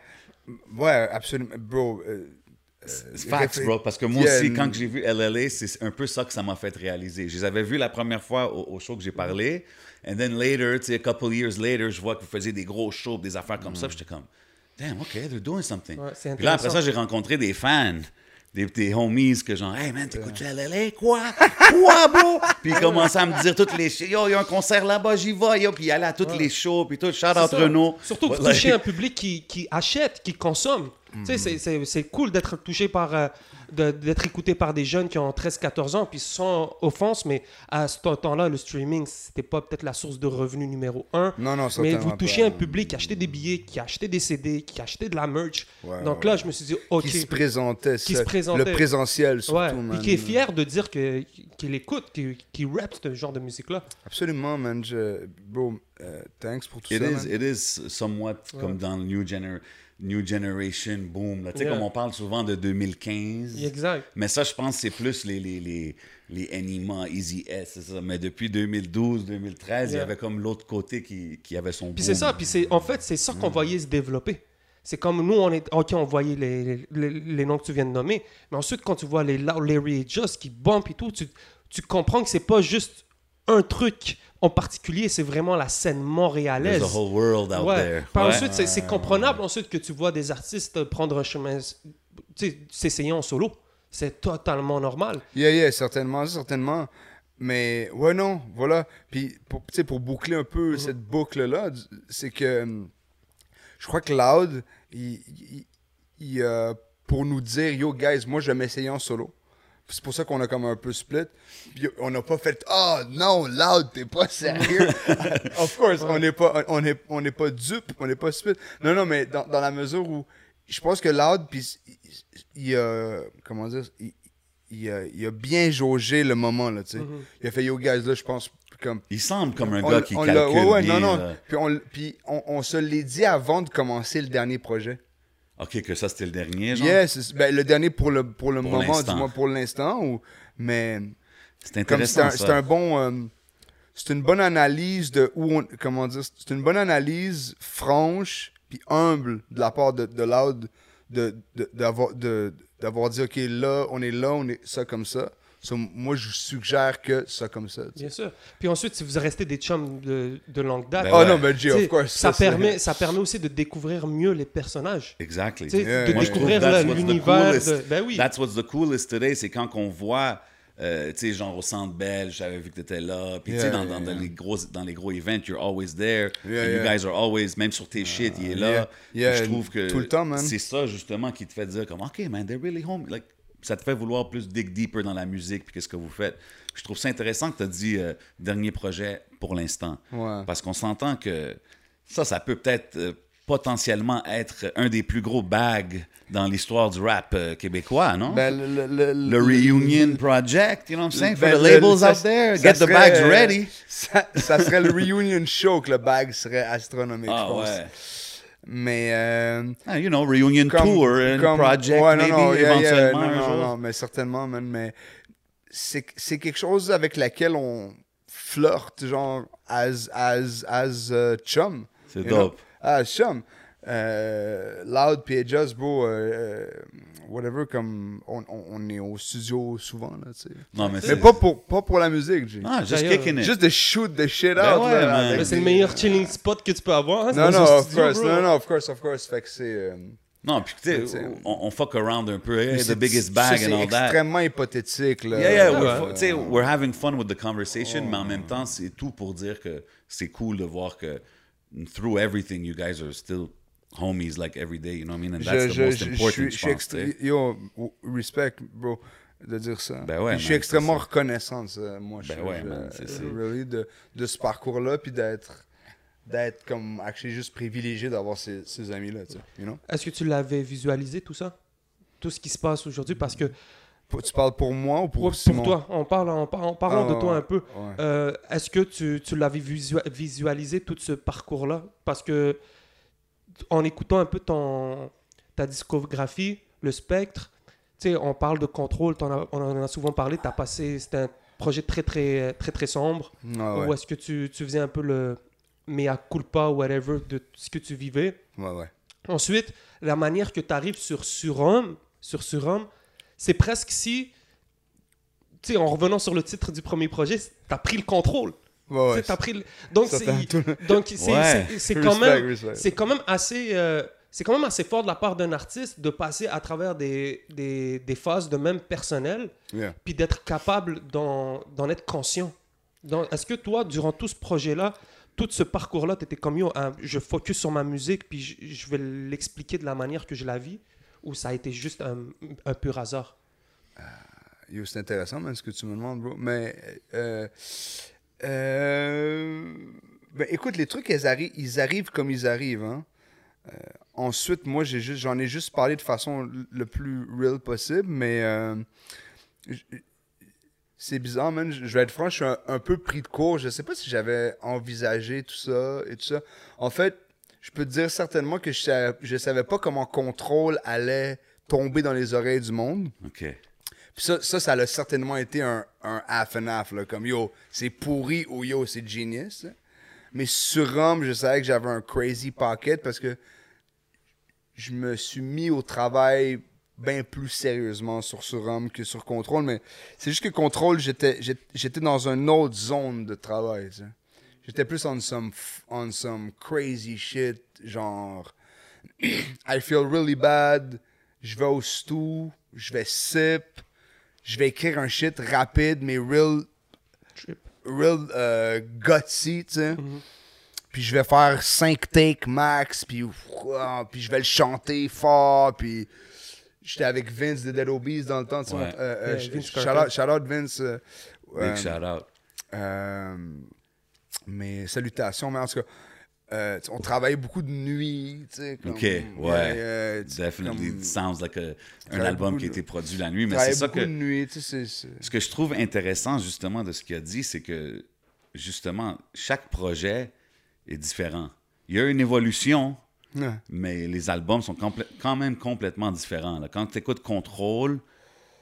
Speaker 4: Ouais, absolument. Bro, euh,
Speaker 2: C'est Facts, bro, parce que moi
Speaker 4: Yeah,
Speaker 2: aussi,
Speaker 4: mm.
Speaker 2: quand que j'ai vu LLA, c'est un peu ça que ça m'a fait réaliser. Je les avais vus la première fois au, au show que
Speaker 3: Mm-hmm.
Speaker 2: j'ai parlé, and then later, tu sais, a couple years later, je vois que vous faisiez des gros shows, des affaires comme ça, puis j'étais comme, damn, OK, they're doing something.
Speaker 3: Mm-hmm. Ouais, c'est
Speaker 2: puis là, après
Speaker 3: intéressant.
Speaker 2: ça, j'ai rencontré des fans, des, des homies, que genre, hey man, t'écoutes du LLA, quoi? Quoi, bro? puis ils commençaient à me dire toutes les shit, yo, il y a un concert là-bas, j'y vais, yo, puis ils allaient à toutes les shows, puis tout, shout out
Speaker 3: C'est ça.
Speaker 2: Renaud.
Speaker 3: Surtout que
Speaker 2: But,
Speaker 3: vous touchez
Speaker 2: like,
Speaker 3: un public qui, qui achète, qui consomme. Tu
Speaker 4: Hmm.
Speaker 3: sais, c'est- c'est- c'est cool d'être touché par, euh, de- d'être écouté par des jeunes qui ont 13-14 ans, puis sans offense, mais à ce temps-là, le streaming, c'était pas peut-être la source de revenus numéro un.
Speaker 4: Non, non, certainement
Speaker 3: Mais vous touchez
Speaker 4: pas.
Speaker 3: un public qui achetait des billets, qui achetait des CD, qui achetait de la merch.
Speaker 4: Ouais,
Speaker 3: Donc
Speaker 4: ouais.
Speaker 3: là, je me suis dit, OK.
Speaker 4: qui se présentait,
Speaker 3: Qui
Speaker 4: ça,
Speaker 3: se présentait.
Speaker 4: Le présentiel, surtout,
Speaker 3: Ouais,
Speaker 4: man.
Speaker 3: puis qui est fier de dire que- qu'il écoute, qu'il qu'il rappe ce genre de musique-là.
Speaker 4: Absolument, man. Je- Bro, euh, thanks pour tout
Speaker 2: It
Speaker 4: ça.
Speaker 2: is,
Speaker 4: man.
Speaker 2: it is somewhat comme dans le new, gener- new Generation Boom. là. Tu sais,
Speaker 3: Yeah.
Speaker 2: comme on parle souvent de 2015.
Speaker 3: Exact.
Speaker 2: Mais ça, je pense que c'est plus les, les, les, les Anima, Easy S, c'est ça. Mais depuis 2012, 2013, il y
Speaker 3: Yeah.
Speaker 2: avait comme l'autre côté qui, qui avait son boom.
Speaker 3: Puis c'est ça, puis c'est en fait c'est ça
Speaker 2: Mm.
Speaker 3: qu'on voyait se développer. C'est comme nous on est OK, on voyait les, les, les noms que tu viens de nommer, mais ensuite quand tu vois les Lau- Larry et Just qui bump et tout, tu, tu comprends que c'est pas juste un truc en particulier, c'est vraiment la scène montréalaise.
Speaker 2: There's a whole world out
Speaker 3: Ouais.
Speaker 2: there.
Speaker 3: Par
Speaker 2: Ouais.
Speaker 3: ensuite, c'est- c'est comprenable ensuite que tu vois des artistes prendre un chemin, tu sais, s'essayer en solo. C'est totalement normal.
Speaker 4: Yeah, yeah, certainement, certainement. Mais ouais, non, voilà. Puis, pour, tu sais, pour boucler un peu cette boucle-là, du- c'est que hum, je crois que Loud, il, il- il, euh, pour nous dire, yo, guys, moi, je vais m'essayer en solo. C'est pour ça qu'on a comme un peu split. Puis on n'a pas fait Ah non, Loud, t'es pas sérieux. of course, on n'est pas, on est, on n'est pas dupe, on n'est pas split. Non, non, mais dans, dans la mesure où je pense que Loud, puis il, il a- comment dire, il, il a, il a bien jaugé le moment, là, tu sais. Il a fait Yo, guys, là, je pense comme
Speaker 2: Il semble comme un
Speaker 4: on-
Speaker 2: gars qui
Speaker 4: on l'a-
Speaker 2: calcule
Speaker 4: ouais, ouais,
Speaker 2: bien,
Speaker 4: non, non.
Speaker 2: là.
Speaker 4: Puis, on, l- puis on, on se l'est dit avant de commencer le dernier projet.
Speaker 2: OK, que ça, c'était le dernier, genre.
Speaker 4: Yes, c'est- ben, le dernier pour le, pour le
Speaker 2: hein. Pour
Speaker 4: moment,
Speaker 2: l'instant.
Speaker 4: du moins pour l'instant. Ou, mais
Speaker 2: C'est
Speaker 4: comme c'est
Speaker 2: intéressant,
Speaker 4: un,
Speaker 2: ça.
Speaker 4: c'est un bon... euh, c'est une bonne analyse de où on... Comment dire? C'est une bonne analyse franche puis humble de la part de, de Loud de- de- d'avoir de, d'avoir dit, OK, là, on est là, on est ça comme ça. So, moi, je suggère que ça comme ça. tu sais.
Speaker 3: Bien sûr. Puis ensuite, si vous restez des chums de, de longue date,
Speaker 2: Ben
Speaker 4: Ah
Speaker 2: ouais.
Speaker 4: non, mais
Speaker 3: tu
Speaker 4: G,
Speaker 3: sais,
Speaker 4: of course.
Speaker 3: ça,
Speaker 4: c'est-
Speaker 3: permet, ça permet aussi de découvrir mieux les personnages.
Speaker 2: Exactly.
Speaker 3: Tu sais,
Speaker 4: Yeah,
Speaker 3: de
Speaker 4: yeah,
Speaker 2: Moi, je trouve
Speaker 3: découvrir
Speaker 2: that's
Speaker 3: là,
Speaker 2: what's the
Speaker 3: l'univers.
Speaker 2: coolest.
Speaker 3: de- Ben oui.
Speaker 2: That's what's the coolest today, c'est quand qu'on voit, euh, tu sais, genre au Centre Belge, j'avais vu que t'étais là, puis tu sais,
Speaker 4: Yeah,
Speaker 2: dans,
Speaker 4: yeah,
Speaker 2: dans- dans
Speaker 4: yeah.
Speaker 2: les gros, dans les gros events, you're always there,
Speaker 4: Yeah,
Speaker 2: and you
Speaker 4: yeah. Ah,
Speaker 2: guys are always, même sur tes shit, il est là.
Speaker 4: yeah,
Speaker 2: Puis
Speaker 4: yeah,
Speaker 2: je trouve que
Speaker 4: tout le temps, man.
Speaker 2: c'est ça justement qui te fait dire comme, OK, man, they're really home. Like, ça te fait vouloir plus dig deeper dans la musique, puis qu'est-ce que vous faites. Je trouve ça intéressant que tu as dit euh, dernier projet pour l'instant.
Speaker 4: Ouais.
Speaker 2: Parce qu'on s'entend que ça, ça peut peut-être euh, potentiellement être un des plus gros bags dans l'histoire du rap euh, québécois, non?
Speaker 4: Ben, le, le, le-
Speaker 2: le Reunion Project, you know what I'm saying?
Speaker 4: ben,
Speaker 2: For the
Speaker 4: le-
Speaker 2: labels
Speaker 4: ça-
Speaker 2: out there,
Speaker 4: ça
Speaker 2: get the
Speaker 4: serait,
Speaker 2: bags
Speaker 4: euh,
Speaker 2: ready.
Speaker 4: Ça, ça serait le reunion show que le bag serait astronomique, je
Speaker 2: Ah
Speaker 4: pense.
Speaker 2: ouais.
Speaker 4: Mais. euh,
Speaker 2: Ah, you know, Reunion
Speaker 4: comme-
Speaker 2: Tour and
Speaker 4: comme-
Speaker 2: Project,
Speaker 4: ouais, non,
Speaker 2: maybe,
Speaker 4: non, yeah, yeah,
Speaker 2: éventuellement,
Speaker 4: non,
Speaker 2: un
Speaker 4: non,
Speaker 2: jour.
Speaker 4: non, mais certainement, man, mais c'est c'est quelque chose avec laquelle on flirte, genre, as, as, as euh, chum.
Speaker 2: C'est
Speaker 4: you
Speaker 2: dope.
Speaker 4: know? As chum. Euh, loud puis Just, bro, euh, euh, whatever, comme on, on, on est au studio souvent, là, tu sais.
Speaker 2: Non, mais
Speaker 4: Mais
Speaker 2: c'est...
Speaker 4: pas pour, pas pour la musique, Jay.
Speaker 2: Ah, just
Speaker 3: D'ailleurs,
Speaker 2: kicking it.
Speaker 4: Juste de shoot the shit
Speaker 2: Ben
Speaker 4: out.
Speaker 2: ouais,
Speaker 4: là,
Speaker 2: man.
Speaker 4: avec
Speaker 3: Mais c'est
Speaker 4: des-
Speaker 3: le meilleur chilling spot que tu peux avoir. hein, dans
Speaker 4: Non, non,
Speaker 3: un
Speaker 4: of
Speaker 3: studio,
Speaker 4: course.
Speaker 3: bro.
Speaker 4: Non, non, of course, of course. Fait que c'est. euh,
Speaker 2: Non, puis tu sais,
Speaker 4: C'est-
Speaker 2: on, on fuck around un peu, hey,
Speaker 4: c'est-
Speaker 2: the biggest
Speaker 4: ça,
Speaker 2: bag and all
Speaker 4: C'est
Speaker 2: that.
Speaker 4: extrêmement hypothétique, là.
Speaker 2: Euh, Yeah, yeah,
Speaker 3: Ah
Speaker 2: we're,
Speaker 3: ouais.
Speaker 2: tu sais, we're having fun with the conversation, mais en même temps, c'est tout pour dire que c'est cool de voir que through everything, you guys are still homies like every day, you know what I mean? And that's
Speaker 4: Je,
Speaker 2: the
Speaker 4: je,
Speaker 2: most
Speaker 4: je, je
Speaker 2: important,
Speaker 4: suis,
Speaker 2: je
Speaker 4: je suis
Speaker 2: pense, tu
Speaker 4: extré-
Speaker 2: sais.
Speaker 4: Yo, respect, bro, de dire ça.
Speaker 2: Ben ouais,
Speaker 4: Puis je suis
Speaker 2: man,
Speaker 4: extrêmement
Speaker 2: c'est ça.
Speaker 4: reconnaissant de ça, moi. je
Speaker 2: Ben
Speaker 4: suis-
Speaker 2: ouais,
Speaker 4: je-
Speaker 2: man, c'est-
Speaker 4: euh,
Speaker 2: c'est-
Speaker 4: really, de, de ce parcours-là, puis d'être d'être comme actually juste privilégié d'avoir ces, ces amis-là, tu sais, you know?
Speaker 3: Est-ce que tu l'avais visualisé tout ça tout ce qui se passe aujourd'hui parce que
Speaker 4: Pour- Tu parles pour moi ou pour
Speaker 3: Ouais, pour
Speaker 4: Simon?
Speaker 3: toi, on parle, on par- en parlant
Speaker 4: Ah,
Speaker 3: de toi un peu.
Speaker 4: Ouais.
Speaker 3: Euh, Est-ce que tu, tu l'avais visua- visualisé tout ce parcours-là Parce que en écoutant un peu ton, ta discographie, le spectre, tu sais, on parle de contrôle, t'en as- on en a souvent parlé, t'as passé, c'était un projet très très euh, très très sombre.
Speaker 4: Ah ouais.
Speaker 3: Ou est-ce que tu, tu faisais un peu le mea culpa, whatever, de ce que tu vivais
Speaker 4: Ouais, ouais.
Speaker 3: Ensuite, la manière que tu arrives sur Surhomme, sur Surhomme, c'est presque si, tu sais, en revenant sur le titre du premier projet, tu as pris le contrôle.
Speaker 4: Ouais, ouais.
Speaker 3: Tu as pris le- Donc,
Speaker 4: Ça,
Speaker 3: c'est
Speaker 4: t'as tout le-
Speaker 3: donc, c'est-
Speaker 2: Ouais.
Speaker 3: c'est- c'est
Speaker 4: Respect,
Speaker 3: quand même
Speaker 4: respect.
Speaker 3: c'est quand même assez euh, c'est quand même assez fort de la part d'un artiste de passer à travers des, des, des phases de même personnel
Speaker 4: Yeah.
Speaker 3: puis d'être capable d'en d'en être conscient Dans- est-ce que toi durant tout ce projet là tout ce parcours là tu étais comme yo hein, je focus sur ma musique puis je, je vais l'expliquer de la manière que je la vis ou ça a été juste un, un pur hasard
Speaker 4: Yo, c'est intéressant, man, ce que tu me demandes, bro. Mais, euh, euh, ben, écoute, les trucs, ils, arri- ils arrivent comme ils arrivent, hein. Euh, ensuite, moi, j'ai juste, j'en ai juste parlé de façon l- le plus real possible, mais euh, j- c'est bizarre, man. Je je vais être franc, je suis un, un peu pris de court. Je sais pas si j'avais envisagé tout ça et tout ça. En fait, je peux te dire certainement que je savais, je savais pas comment contrôle allait tomber dans les oreilles du monde.
Speaker 2: OK.
Speaker 4: Puis ça, ça, ça l'a certainement été un, un half and half, là, comme yo, c'est pourri ou yo, c'est genius. là. Mais sur Rome, je savais que j'avais un crazy pocket parce que je me suis mis au travail bien plus sérieusement sur Surhomme que sur Contrôle, mais c'est juste que Contrôle, j'étais j'ét- j'étais dans une autre zone de travail. tu sais. J'étais plus on some, f- on some crazy shit, genre I feel really bad, je vais au stou, je vais sip, je vais écrire un shit rapide, mais real,
Speaker 3: Trip. Mm-hmm.
Speaker 4: real euh, gutsy, tu sais puis je vais faire 5 takes max, puis, ouah, puis je vais le chanter fort, puis j'étais avec Vince de Dead Obies dans le temps, tu sais,
Speaker 2: Ouais.
Speaker 4: euh, euh,
Speaker 3: Yeah,
Speaker 4: sh-
Speaker 3: Vince
Speaker 4: sh-
Speaker 3: Carter.
Speaker 4: shout, out, shout out Vince. euh,
Speaker 2: Big
Speaker 4: euh,
Speaker 2: shout out.
Speaker 4: euh, mais salutations, mais en tout cas, euh, tu sais, on travaillait beaucoup de nuit, tu sais, comme-
Speaker 2: OK, ouais.
Speaker 4: euh, tu sais,
Speaker 2: Definitely.
Speaker 4: comme-
Speaker 2: it sounds like a- un
Speaker 4: travaille
Speaker 2: album
Speaker 4: beaucoup
Speaker 2: qui a
Speaker 4: de-
Speaker 2: été produit la nuit, mais c'est
Speaker 4: travaillait
Speaker 2: ça
Speaker 4: beaucoup de
Speaker 2: que.
Speaker 4: nuit, tu sais, c'est- c'est-
Speaker 2: Ce que je trouve intéressant, justement, de ce qu'il a dit, c'est que, justement, chaque projet est différent. Il y a une évolution,
Speaker 4: Ouais.
Speaker 2: mais les albums sont complè- quand même complètement différents. là. Quand tu écoutes Contrôle,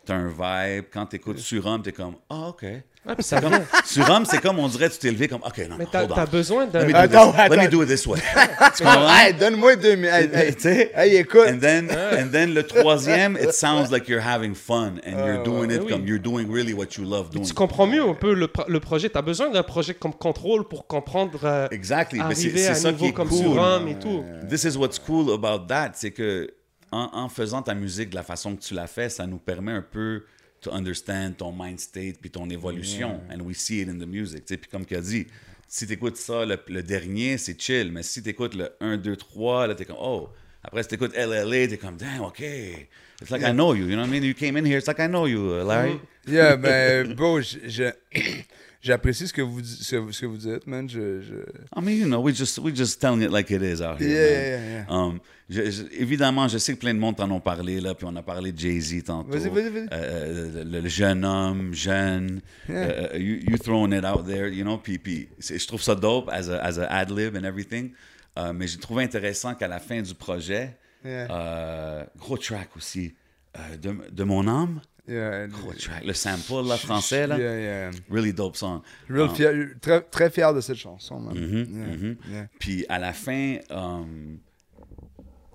Speaker 2: t'as un vibe. Quand tu écoutes Surhomme, t'es comme Ah, OK.
Speaker 3: Ah, puis ça
Speaker 2: Comme-
Speaker 3: vient.
Speaker 2: Surhomme, c'est comme on dirait, tu t'es levé comme OK, non,
Speaker 3: mais
Speaker 2: non,
Speaker 3: t'as
Speaker 2: hold on.
Speaker 3: t'as besoin
Speaker 2: Let
Speaker 3: d'un
Speaker 2: me, do
Speaker 4: Attends,
Speaker 2: this. Let me
Speaker 4: attends.
Speaker 2: do it this way. tu
Speaker 4: Comme,
Speaker 2: comprends?
Speaker 4: Ah, hey, donne-moi deux minutes. Hey, hey,
Speaker 2: Tu sais?
Speaker 4: hey, écoute.
Speaker 2: And then, and then le troisième, it sounds like you're having fun and you're doing it
Speaker 3: Euh, oui.
Speaker 2: comme you're doing really what you love doing.
Speaker 3: tu comprends mieux un peu le, pro- le projet. Tu as besoin d'un projet comme contrôle pour comprendre euh,
Speaker 2: Exactly, mais c'est
Speaker 3: arriver à
Speaker 2: c'est ça
Speaker 3: un
Speaker 2: qui
Speaker 3: niveau
Speaker 2: est
Speaker 3: comme
Speaker 2: cool.
Speaker 3: Surhomme et tout.
Speaker 2: This is what's cool about that, c'est que en, en faisant ta musique de la façon que tu l'as fait, ça nous permet un peu to understand ton mind state puis ton évolution. And we see it in the music. tu sais. Puis comme tu as dit, si tu écoutes ça, le, le dernier, c'est chill. Mais si tu écoutes le 1, 2, 3, là, t'es comme, oh. Après, si tu écoutes LLA, t'es comme, damn, OK. It's like I know you. You know what I mean? You came in here, it's like I know you, uh, Larry.
Speaker 4: Mm-hmm. Yeah, ben, bro, je- je- j'apprécie ce que vous di- ce, ce que vous dites, man. Je, je...
Speaker 2: I mean, you know, we just we just telling it like it is out here.
Speaker 4: Yeah,
Speaker 2: man.
Speaker 4: yeah, yeah.
Speaker 2: Um, je- je- évidemment, je sais que plein de monde t'en ont parlé là, puis on a parlé de Jay Z tantôt.
Speaker 4: Vas-y, vas-y, vas-y.
Speaker 2: Euh, le, le jeune homme, jeune. euh, you, you throwing it out there, you know. Puis, puis c'est- je trouve ça dope as a, as a ad lib and everything. Euh, mais j'ai trouvé intéressant qu'à la fin du projet,
Speaker 4: Yeah.
Speaker 2: euh, gros track aussi euh, de, de mon âme,
Speaker 4: Yeah,
Speaker 2: gros track, le sample là, français là,
Speaker 4: Yeah, yeah.
Speaker 2: really dope song.
Speaker 4: Real
Speaker 2: Um,
Speaker 4: fier, très, très fier de cette chanson, man.
Speaker 2: Mm-hmm,
Speaker 4: Yeah, yeah.
Speaker 2: Puis à la fin, euh,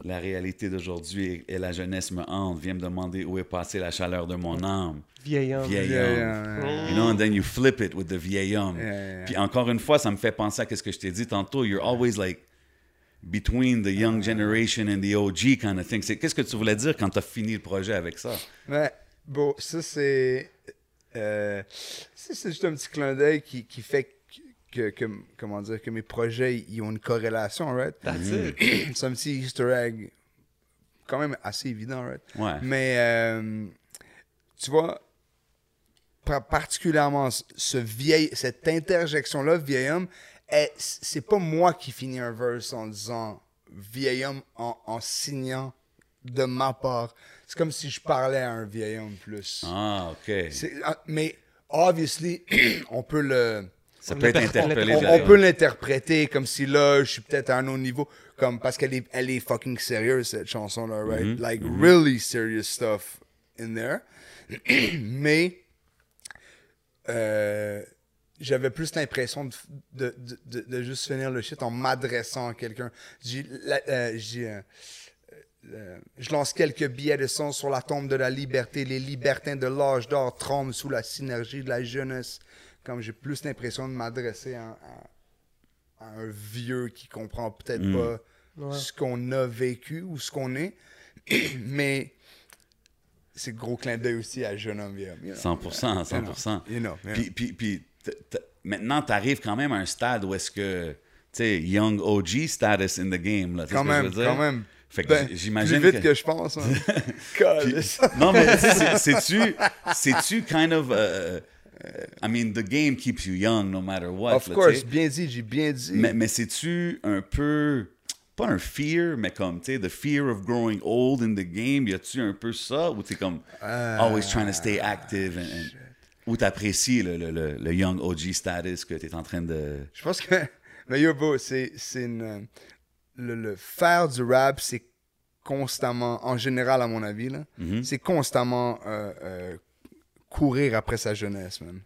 Speaker 2: la réalité d'aujourd'hui et, et la jeunesse me hante, vient me demander où est passée la chaleur de mon âme.
Speaker 3: Vieil homme.
Speaker 2: Vieil
Speaker 4: Oh, Yeah,
Speaker 2: homme.
Speaker 4: yeah, yeah.
Speaker 2: You know, and then you flip it with the vieil homme.
Speaker 4: yeah, yeah.
Speaker 2: Puis encore une fois, ça me fait penser à ce que je t'ai dit tantôt. You're always like between the
Speaker 4: Ah,
Speaker 2: young generation and the OG kind of thing. C'est- Qu'est-ce que tu voulais dire quand tu as fini le projet avec ça?
Speaker 4: Ouais, bon, ça c'est. euh, ça, c'est juste un petit clin d'œil qui, qui fait que, que, comment dire, que mes projets ils ont une corrélation, right?
Speaker 3: That's it.
Speaker 4: C'est un petit easter egg quand même assez évident, right?
Speaker 2: Ouais.
Speaker 4: Mais euh, tu vois, par- particulièrement ce- ce vieil, cette interjection-là, vieil homme, elle- c'est pas moi qui finis un verse en disant vieil homme en, en signant de ma part. C'est comme si je parlais à un vieil homme plus.
Speaker 2: Ah, OK.
Speaker 4: C'est- ah, mais, obviously, on peut le.
Speaker 2: Ça peut être
Speaker 3: on-
Speaker 2: interpellé.
Speaker 4: On,
Speaker 2: vers-
Speaker 4: on peut l'interpréter comme si là, je suis peut-être à un autre niveau, comme parce qu'elle est, elle est fucking sérieuse cette chanson là, right? Like really serious stuff in there. Mais euh, j'avais plus l'impression de, de, de- de- de juste finir le shit en m'adressant à quelqu'un. J'ai la- euh, j'ai, euh, euh, je lance quelques billets de sang sur la tombe de la liberté. Les libertins de l'âge d'or tremblent sous la synergie de la jeunesse. Comme j'ai plus l'impression de m'adresser à, à- à un vieux qui comprend peut-être
Speaker 2: Hmm.
Speaker 4: pas
Speaker 3: Ouais.
Speaker 4: ce qu'on a vécu ou ce qu'on est. Mais c'est gros clin d'œil aussi à jeune homme vieux. you know.
Speaker 2: 100%, 100%.
Speaker 4: You know, yeah.
Speaker 2: Puis, puis, puis t- t- maintenant, tu arrives quand même à un stade où est-ce que, tu sais, young OG status in the game, là. tu sais
Speaker 4: Quand
Speaker 2: ce que je
Speaker 4: même,
Speaker 2: veux dire?
Speaker 4: quand même.
Speaker 2: Fait que
Speaker 4: Ben,
Speaker 2: j- j'imagine
Speaker 4: Plus vite
Speaker 2: que-
Speaker 4: que, je pense. hein. Calisse.
Speaker 2: Non, mais tu sais, c'est- c'est-tu, c'est-tu kind of, euh, euh, I mean, the game keeps you young no matter what.
Speaker 4: Of
Speaker 2: là, tu
Speaker 4: course,
Speaker 2: sais.
Speaker 4: bien dit, j'ai bien dit.
Speaker 2: Mais, mais c'est-tu un peu, pas un fear, mais comme, tu sais, the fear of growing old in the game, y a-tu un peu ça? Ou t'es comme,
Speaker 4: Euh,
Speaker 2: always trying to stay active? And,
Speaker 4: Ah,
Speaker 2: and- ou t'apprécies le, le, le, le young OG status que t'es en train de.
Speaker 4: Je pense que. Mais yo, bro, c'est c'est une. euh, Le, le faire du rap, c'est constamment, en général, à mon avis, là,
Speaker 2: Hmm.
Speaker 4: c'est constamment euh, euh, courir après sa jeunesse, man.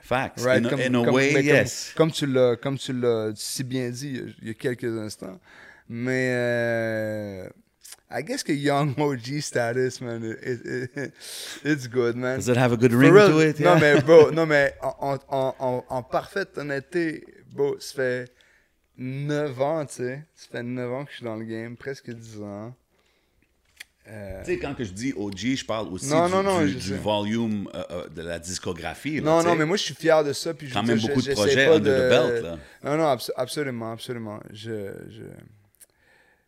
Speaker 2: Facts.
Speaker 4: Right?
Speaker 2: In, a-
Speaker 4: Comme-
Speaker 2: in a
Speaker 4: comme-
Speaker 2: way,
Speaker 4: mais comme-
Speaker 2: yes.
Speaker 4: Comme, tu l'as, comme tu l'as si bien dit il y a- il y a quelques instants. Mais euh, I guess que Young OG status, man, it- it- it's good, man.
Speaker 2: Does it have a good
Speaker 4: For
Speaker 2: ring
Speaker 4: real.
Speaker 2: to it?
Speaker 4: Non,
Speaker 2: Yeah.
Speaker 4: mais bro, non, mais en, en- en- en- en parfaite honnêteté, bro, ça fait 9 ans, tu sais. Ça fait 9 ans que je suis dans le game, presque 10 ans.
Speaker 2: Tu sais, quand que je dis OG, je parle aussi
Speaker 4: Non,
Speaker 2: du,
Speaker 4: non, non,
Speaker 2: du-
Speaker 4: je
Speaker 2: du
Speaker 4: sais.
Speaker 2: volume euh, euh, de la discographie. là,
Speaker 4: Non,
Speaker 2: tu sais.
Speaker 4: non, mais moi, je suis fier de ça. Puis je
Speaker 2: Quand
Speaker 4: veux
Speaker 2: même
Speaker 4: dire,
Speaker 2: beaucoup de
Speaker 4: j'essaie
Speaker 2: projets
Speaker 4: pas
Speaker 2: under the belt, là.
Speaker 4: Non, non, abso- absolument, absolument. Je, je-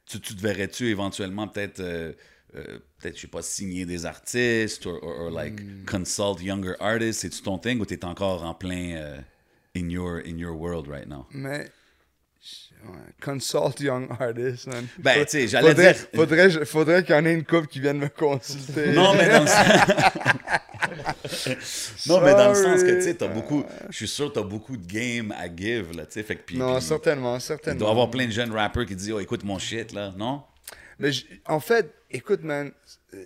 Speaker 2: Tu, tu te verrais-tu éventuellement peut-être, euh, euh, peut-être, je sais pas, signer des artistes ou or, or, like
Speaker 4: Hmm.
Speaker 2: consult younger artists? C'est-tu ton thing ou t'es encore en plein euh, in, your, in your world right now?
Speaker 4: Mais... je- ouais, Consult young artists, man.
Speaker 2: Ben,
Speaker 4: Faut-
Speaker 2: tu sais, j'allais
Speaker 4: faudrait-
Speaker 2: dire-
Speaker 4: Faudrait, je- faudrait qu'il y en ait une couple qui vienne me consulter.
Speaker 2: Non, mais dans le sens... non, mais dans le sens que, tu sais,
Speaker 4: Sorry.
Speaker 2: t'as beaucoup... Je suis sûr que t'as beaucoup de game à give, là, tu sais, fait que... puis-
Speaker 4: Non,
Speaker 2: puis-
Speaker 4: certainement,
Speaker 2: Il
Speaker 4: certainement.
Speaker 2: doit y avoir plein de jeunes rappers qui disent « Oh, écoute mon shit, là. » Non?
Speaker 4: Mais je- en fait, écoute, man. euh,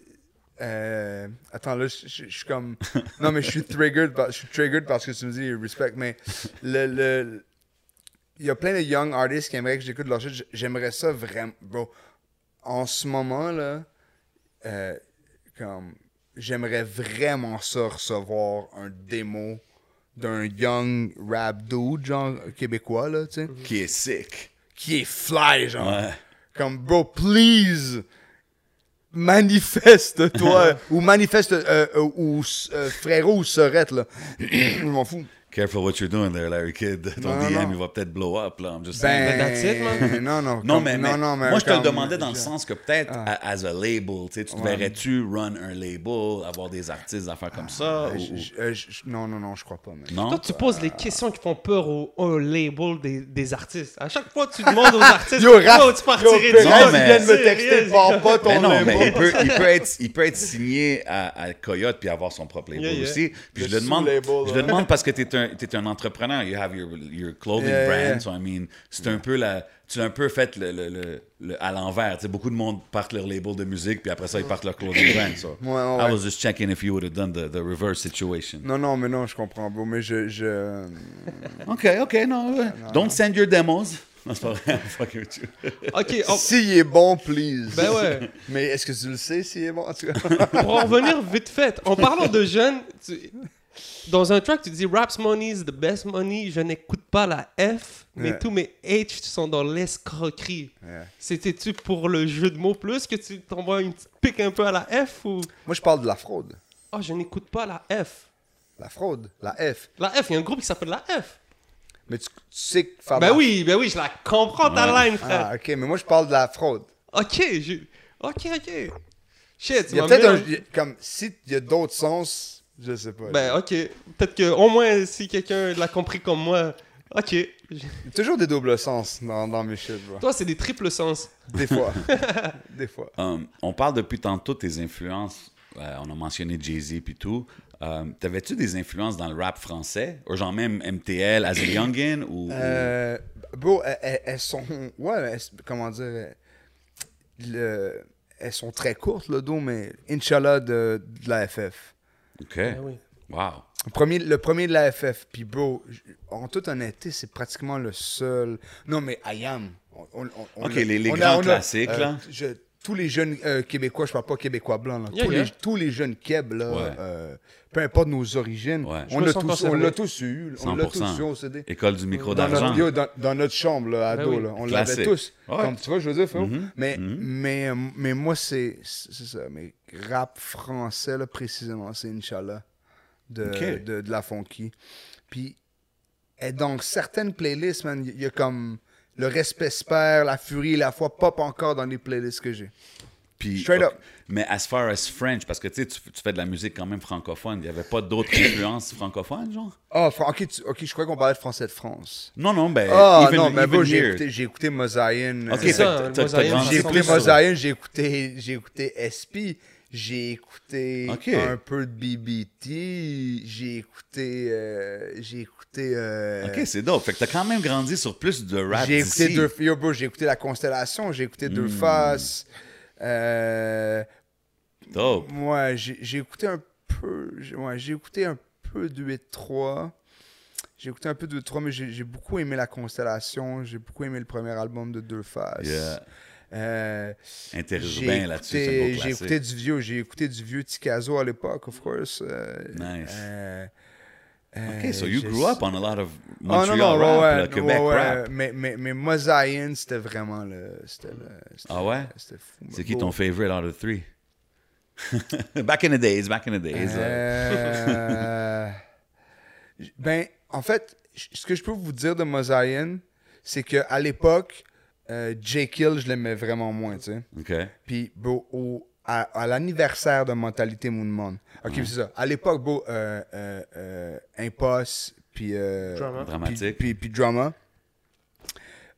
Speaker 4: euh, attends, là, je je- je suis comme. Non, mais je suis triggered, par- je suis triggered parce que tu me dis respect, mais le. le- il y a plein de young artists qui aimeraient que j'écoute leur shit. J- J'aimerais ça vraiment. Bro, en ce moment, là, euh, comme. J'aimerais vraiment ça recevoir un démo d'un young rap dude, genre québécois, là, tu sais
Speaker 2: Qui est sick.
Speaker 4: qui est fly, genre.
Speaker 2: Ouais.
Speaker 4: Comme, bro, please, manifeste-toi. ou manifeste, euh, euh, ou euh, frérot ou sorette, là. Je m'en fous.
Speaker 2: Careful what you're doing there, Larry Kid. Ton
Speaker 4: Non, non,
Speaker 2: DM,
Speaker 4: non.
Speaker 2: il va peut-être blow up, là. I'm just saying.
Speaker 4: Ben,
Speaker 3: that's it, man.
Speaker 4: non, non.
Speaker 2: Non,
Speaker 4: comme-
Speaker 2: mais, mais-
Speaker 4: non, mais
Speaker 2: moi, je te le
Speaker 4: comme-
Speaker 2: demandais dans le
Speaker 4: je- Ah.
Speaker 2: sens que peut-être, a- as a label, tu sais, tu te verrais-tu run un label, avoir des artistes, des affaires comme ça?
Speaker 4: euh,
Speaker 2: ou-
Speaker 4: je- je- euh, je- non, non, non, je crois pas, man.
Speaker 2: ou- Non?
Speaker 3: Toi, tu poses les questions qui font peur au, au label des, des artistes. À chaque fois, tu demandes aux artistes
Speaker 4: Yo, Raph,
Speaker 3: oh, tu
Speaker 4: yo,
Speaker 3: partirais
Speaker 4: Perez,
Speaker 2: Non,
Speaker 4: il
Speaker 2: mais-
Speaker 4: vient de me texter,
Speaker 3: Sérieux,
Speaker 4: pars pas ton
Speaker 2: Ben non, mais
Speaker 4: label.
Speaker 2: il peut, il peut être, il peut être signé à, à Coyote puis avoir son propre label
Speaker 3: Yeah, yeah.
Speaker 2: aussi. Puis
Speaker 4: Le
Speaker 2: je le demande,
Speaker 4: sous-label,
Speaker 2: je
Speaker 4: ouais.
Speaker 2: le demande parce que tu es un, t'es un entrepreneur. You have your, your clothing
Speaker 4: Yeah,
Speaker 2: brand.
Speaker 4: yeah.
Speaker 2: So I mean, c'est un peu la, tu l'as un peu fait le, le- le- le- à l'envers. Tu sais, beaucoup de monde partent leur label de musique puis après ça ils partent leur clothing brand. So
Speaker 4: Ouais, ouais,
Speaker 2: I
Speaker 4: ouais.
Speaker 2: was just checking if you would have done the, the reverse situation.
Speaker 4: Non, non, mais non, je comprends, bro, mais je... je... Mm.
Speaker 2: Ok, ok, non, ouais. uh, Don't send your demos. Non, c'est pas vrai. Fuck you.
Speaker 3: Ok,
Speaker 2: Oh.
Speaker 3: on-
Speaker 4: S'il est bon, please.
Speaker 3: ben ouais.
Speaker 4: Mais est-ce que tu le sais s'il est bon, en tout cas?
Speaker 3: Pour en revenir vite fait, en parlant de jeunes, tu- dans un track, tu dis Raps Money is the best money, je n'écoute pas la F, mais
Speaker 4: Ouais.
Speaker 3: tous mes H sont dans l'escroquerie.
Speaker 4: Ouais.
Speaker 3: C'était-tu pour le jeu de mots plus que tu t'envoies une petite pique un peu à la F ou
Speaker 4: Moi, je parle de la fraude.
Speaker 3: Oh, je n'écoute pas la F.
Speaker 4: La fraude, la F.
Speaker 3: La F, il y a un groupe qui s'appelle la F.
Speaker 4: Mais tu, tu sais que Fab-
Speaker 3: Ben oui, ben oui, je la comprends ta
Speaker 2: Ouais.
Speaker 3: line, frère.
Speaker 4: Ah, ok, mais moi je parle de la fraude.
Speaker 3: Ok, je... ok, ok. Shit, tu
Speaker 4: Il y a
Speaker 3: m'as
Speaker 4: peut-être un.
Speaker 3: mis
Speaker 4: il y a- Comme si il y a d'autres sens, je sais pas.
Speaker 3: Ben ok, peut-être que au moins si quelqu'un l'a compris comme moi, Ok.
Speaker 4: Il y a Toujours des doubles sens dans, dans mes shit, bro.
Speaker 3: Toi, c'est des triples sens.
Speaker 4: Des fois. des fois.
Speaker 2: Euh, on parle depuis tantôt de tes influences. Euh, on a mentionné Jay-Z puis tout. Euh, T'avais-tu des influences dans le rap français? Ou genre même MTL, As a Youngin? Ou, ou-
Speaker 4: Euh, bro, elles, elles- elles sont. Ouais, elles- comment dire. elles- le- elles sont très courtes, le dos, mais Inch'Allah de, de la FF.
Speaker 2: OK.
Speaker 3: Ah oui.
Speaker 2: Wow.
Speaker 4: Le premier, le premier de la FF. Puis, bro, j- en toute honnêteté, c'est pratiquement le seul. Non, mais I am. On- on- on-
Speaker 2: OK,
Speaker 4: on a-
Speaker 2: les- les
Speaker 4: on a-
Speaker 2: grands
Speaker 4: on a-
Speaker 2: classiques, là.
Speaker 4: je- tous les jeunes euh, Québécois, je parle pas Québécois blancs, là.
Speaker 3: Yeah,
Speaker 4: tous,
Speaker 3: yeah.
Speaker 4: Les, tous les jeunes Québs, là,
Speaker 2: Ouais.
Speaker 4: euh, peu importe nos origines,
Speaker 2: Ouais.
Speaker 4: on
Speaker 3: me
Speaker 4: l'a
Speaker 3: sens
Speaker 4: tous- on
Speaker 3: concerné.
Speaker 4: l'a tous eu. On l'a tous eu au CD.
Speaker 2: 100%. École du micro
Speaker 4: dans
Speaker 2: d'argent.
Speaker 4: notre, yo, dans, dans notre chambre, là,
Speaker 3: Ben
Speaker 4: ado,
Speaker 3: oui.
Speaker 4: là, on
Speaker 2: Classique.
Speaker 4: l'avait tous.
Speaker 2: Ouais.
Speaker 4: Comme tu vois, je veux dire, frérot.
Speaker 2: Mhm.
Speaker 4: Mais, mais, euh, mais moi, c'est c'est ça. Mais rap français, là, précisément, c'est Inch'Allah de,
Speaker 2: Ok.
Speaker 4: de, de la Fonky. Puis, et donc, certaines playlists, man, il y a comme le respect spare, la furie, la foi pop encore dans les playlists que j'ai.
Speaker 2: Puis,
Speaker 4: Straight
Speaker 2: ok.
Speaker 4: up.
Speaker 2: Mais as far as French, parce que tu sais, tu tu fais de la musique quand même francophone. Il n'y avait pas d'autres influences francophones, genre?
Speaker 4: Ah, fr- ok, tu- ok, je crois qu'on parlait de français de France.
Speaker 2: Non, non, ben.
Speaker 4: Ah,
Speaker 2: even-
Speaker 4: non, mais
Speaker 2: even
Speaker 4: bon, j'ai
Speaker 2: here.
Speaker 4: écouté, j'ai écouté Mosaïen.
Speaker 2: Ok,
Speaker 4: euh,
Speaker 2: fait
Speaker 3: ça,
Speaker 2: que
Speaker 3: le
Speaker 2: t'as- t'as
Speaker 3: mosaïque,
Speaker 2: grandi
Speaker 4: J'ai
Speaker 3: Ensemble,
Speaker 4: écouté
Speaker 3: ça.
Speaker 2: Ah, sur-
Speaker 4: Mosaïen, j'ai écouté, j'ai écouté SP, j'ai écouté
Speaker 2: Ok.
Speaker 4: un peu de BBT, j'ai écouté, euh, j'ai écouté, euh,
Speaker 2: Ok, c'est dope. Fait que t'as quand même grandi sur plus de rap.
Speaker 4: j'ai écouté
Speaker 2: d'ici. Hmm.
Speaker 4: deux, yo, bro, j'ai écouté la constellation, j'ai écouté deux faces, euh,
Speaker 2: Dope.
Speaker 4: moi, j'ai j'ai écouté un peu, j'ai- ouais, j'ai écouté un peu de 8-3. J'ai écouté un peu de 3, mais j'ai j'ai beaucoup aimé La Constellation. J'ai beaucoup aimé le premier album de Deux Faces.
Speaker 2: Yeah.
Speaker 4: Euh, j'ai
Speaker 2: Interurbain là-dessus, c'est un
Speaker 4: écouté-
Speaker 2: gros
Speaker 4: J'ai
Speaker 2: classique.
Speaker 4: écouté du vieux, j'ai écouté du vieux Ticazo à l'époque, of course. euh,
Speaker 2: Nice.
Speaker 4: euh,
Speaker 2: Ok,
Speaker 4: euh,
Speaker 2: so you
Speaker 4: je-
Speaker 2: grew up on a lot of
Speaker 4: Oh
Speaker 2: Montreal
Speaker 4: non, non,
Speaker 2: rap,
Speaker 4: ouais, ouais,
Speaker 2: là, Québec
Speaker 4: ouais, ouais,
Speaker 2: rap.
Speaker 4: Mais, mais, mais Mosaïen, c'était vraiment le. C'était le- c'était-
Speaker 2: Ah ouais?
Speaker 4: C'était fou.
Speaker 2: C'est
Speaker 4: mais
Speaker 2: qui
Speaker 4: beau.
Speaker 2: ton favorite out of three? back in the days, back in the days. là.
Speaker 4: Euh, j- ben, en fait, j- ce que je peux vous dire de Mosaïen, c'est qu'à l'époque, euh, Jekyll, je l'aimais vraiment moins, tu sais.
Speaker 2: Ok.
Speaker 4: Puis, bro, au- à, à l'anniversaire de Mentalité Moonmon. Ok, c'est ça. À l'époque, bro, euh, euh, euh, Impost, puis. euh,
Speaker 3: Drama.
Speaker 2: Dramatique.
Speaker 4: Puis, puis, puis Drama.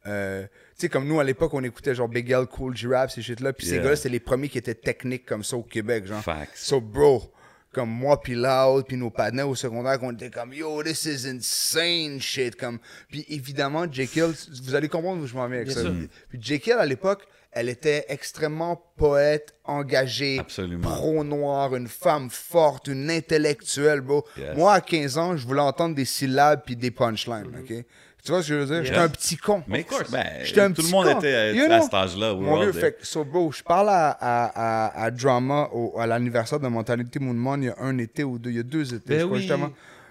Speaker 4: Euh, tu sais, comme nous, à l'époque, on écoutait genre Big L, Cool Giraffe, ces shit-là. Puis ces
Speaker 2: Yeah.
Speaker 4: gars-là, c'était les premiers qui étaient techniques comme ça au Québec, genre.
Speaker 2: Facts.
Speaker 4: So, bro, comme moi, puis Loud, puis nos panneaux au secondaire, qu'on était comme, yo, this is insane shit. Comme... Puis évidemment, Jekyll, vous allez comprendre où je m'en viens avec
Speaker 3: Bien
Speaker 4: ça.
Speaker 3: sûr.
Speaker 4: Puis Jekyll, à l'époque, elle était extrêmement poète, engagée,
Speaker 2: Absolument.
Speaker 4: pro-noire, une femme forte, une intellectuelle, bro.
Speaker 2: Yes.
Speaker 4: Moi, à 15 ans, je voulais entendre des syllabes puis des punchlines,
Speaker 3: Mm-hmm.
Speaker 4: OK? Tu vois ce que je veux dire? J'étais un petit con.
Speaker 2: Mix,
Speaker 3: course.
Speaker 2: ben,
Speaker 4: J'étais un
Speaker 2: tout le
Speaker 4: petit
Speaker 2: monde
Speaker 4: con.
Speaker 2: était euh,
Speaker 4: You
Speaker 2: à
Speaker 4: know,
Speaker 2: cet âge-là. we were
Speaker 4: Mon vieux,
Speaker 2: all there.
Speaker 4: fait que, so, bro, je parle à, à, à, à Drama au- à l'anniversaire de Mentalité Moonman il y a un été ou deux, il y a deux étés,
Speaker 3: Ben
Speaker 4: je crois,
Speaker 3: oui.
Speaker 4: justement.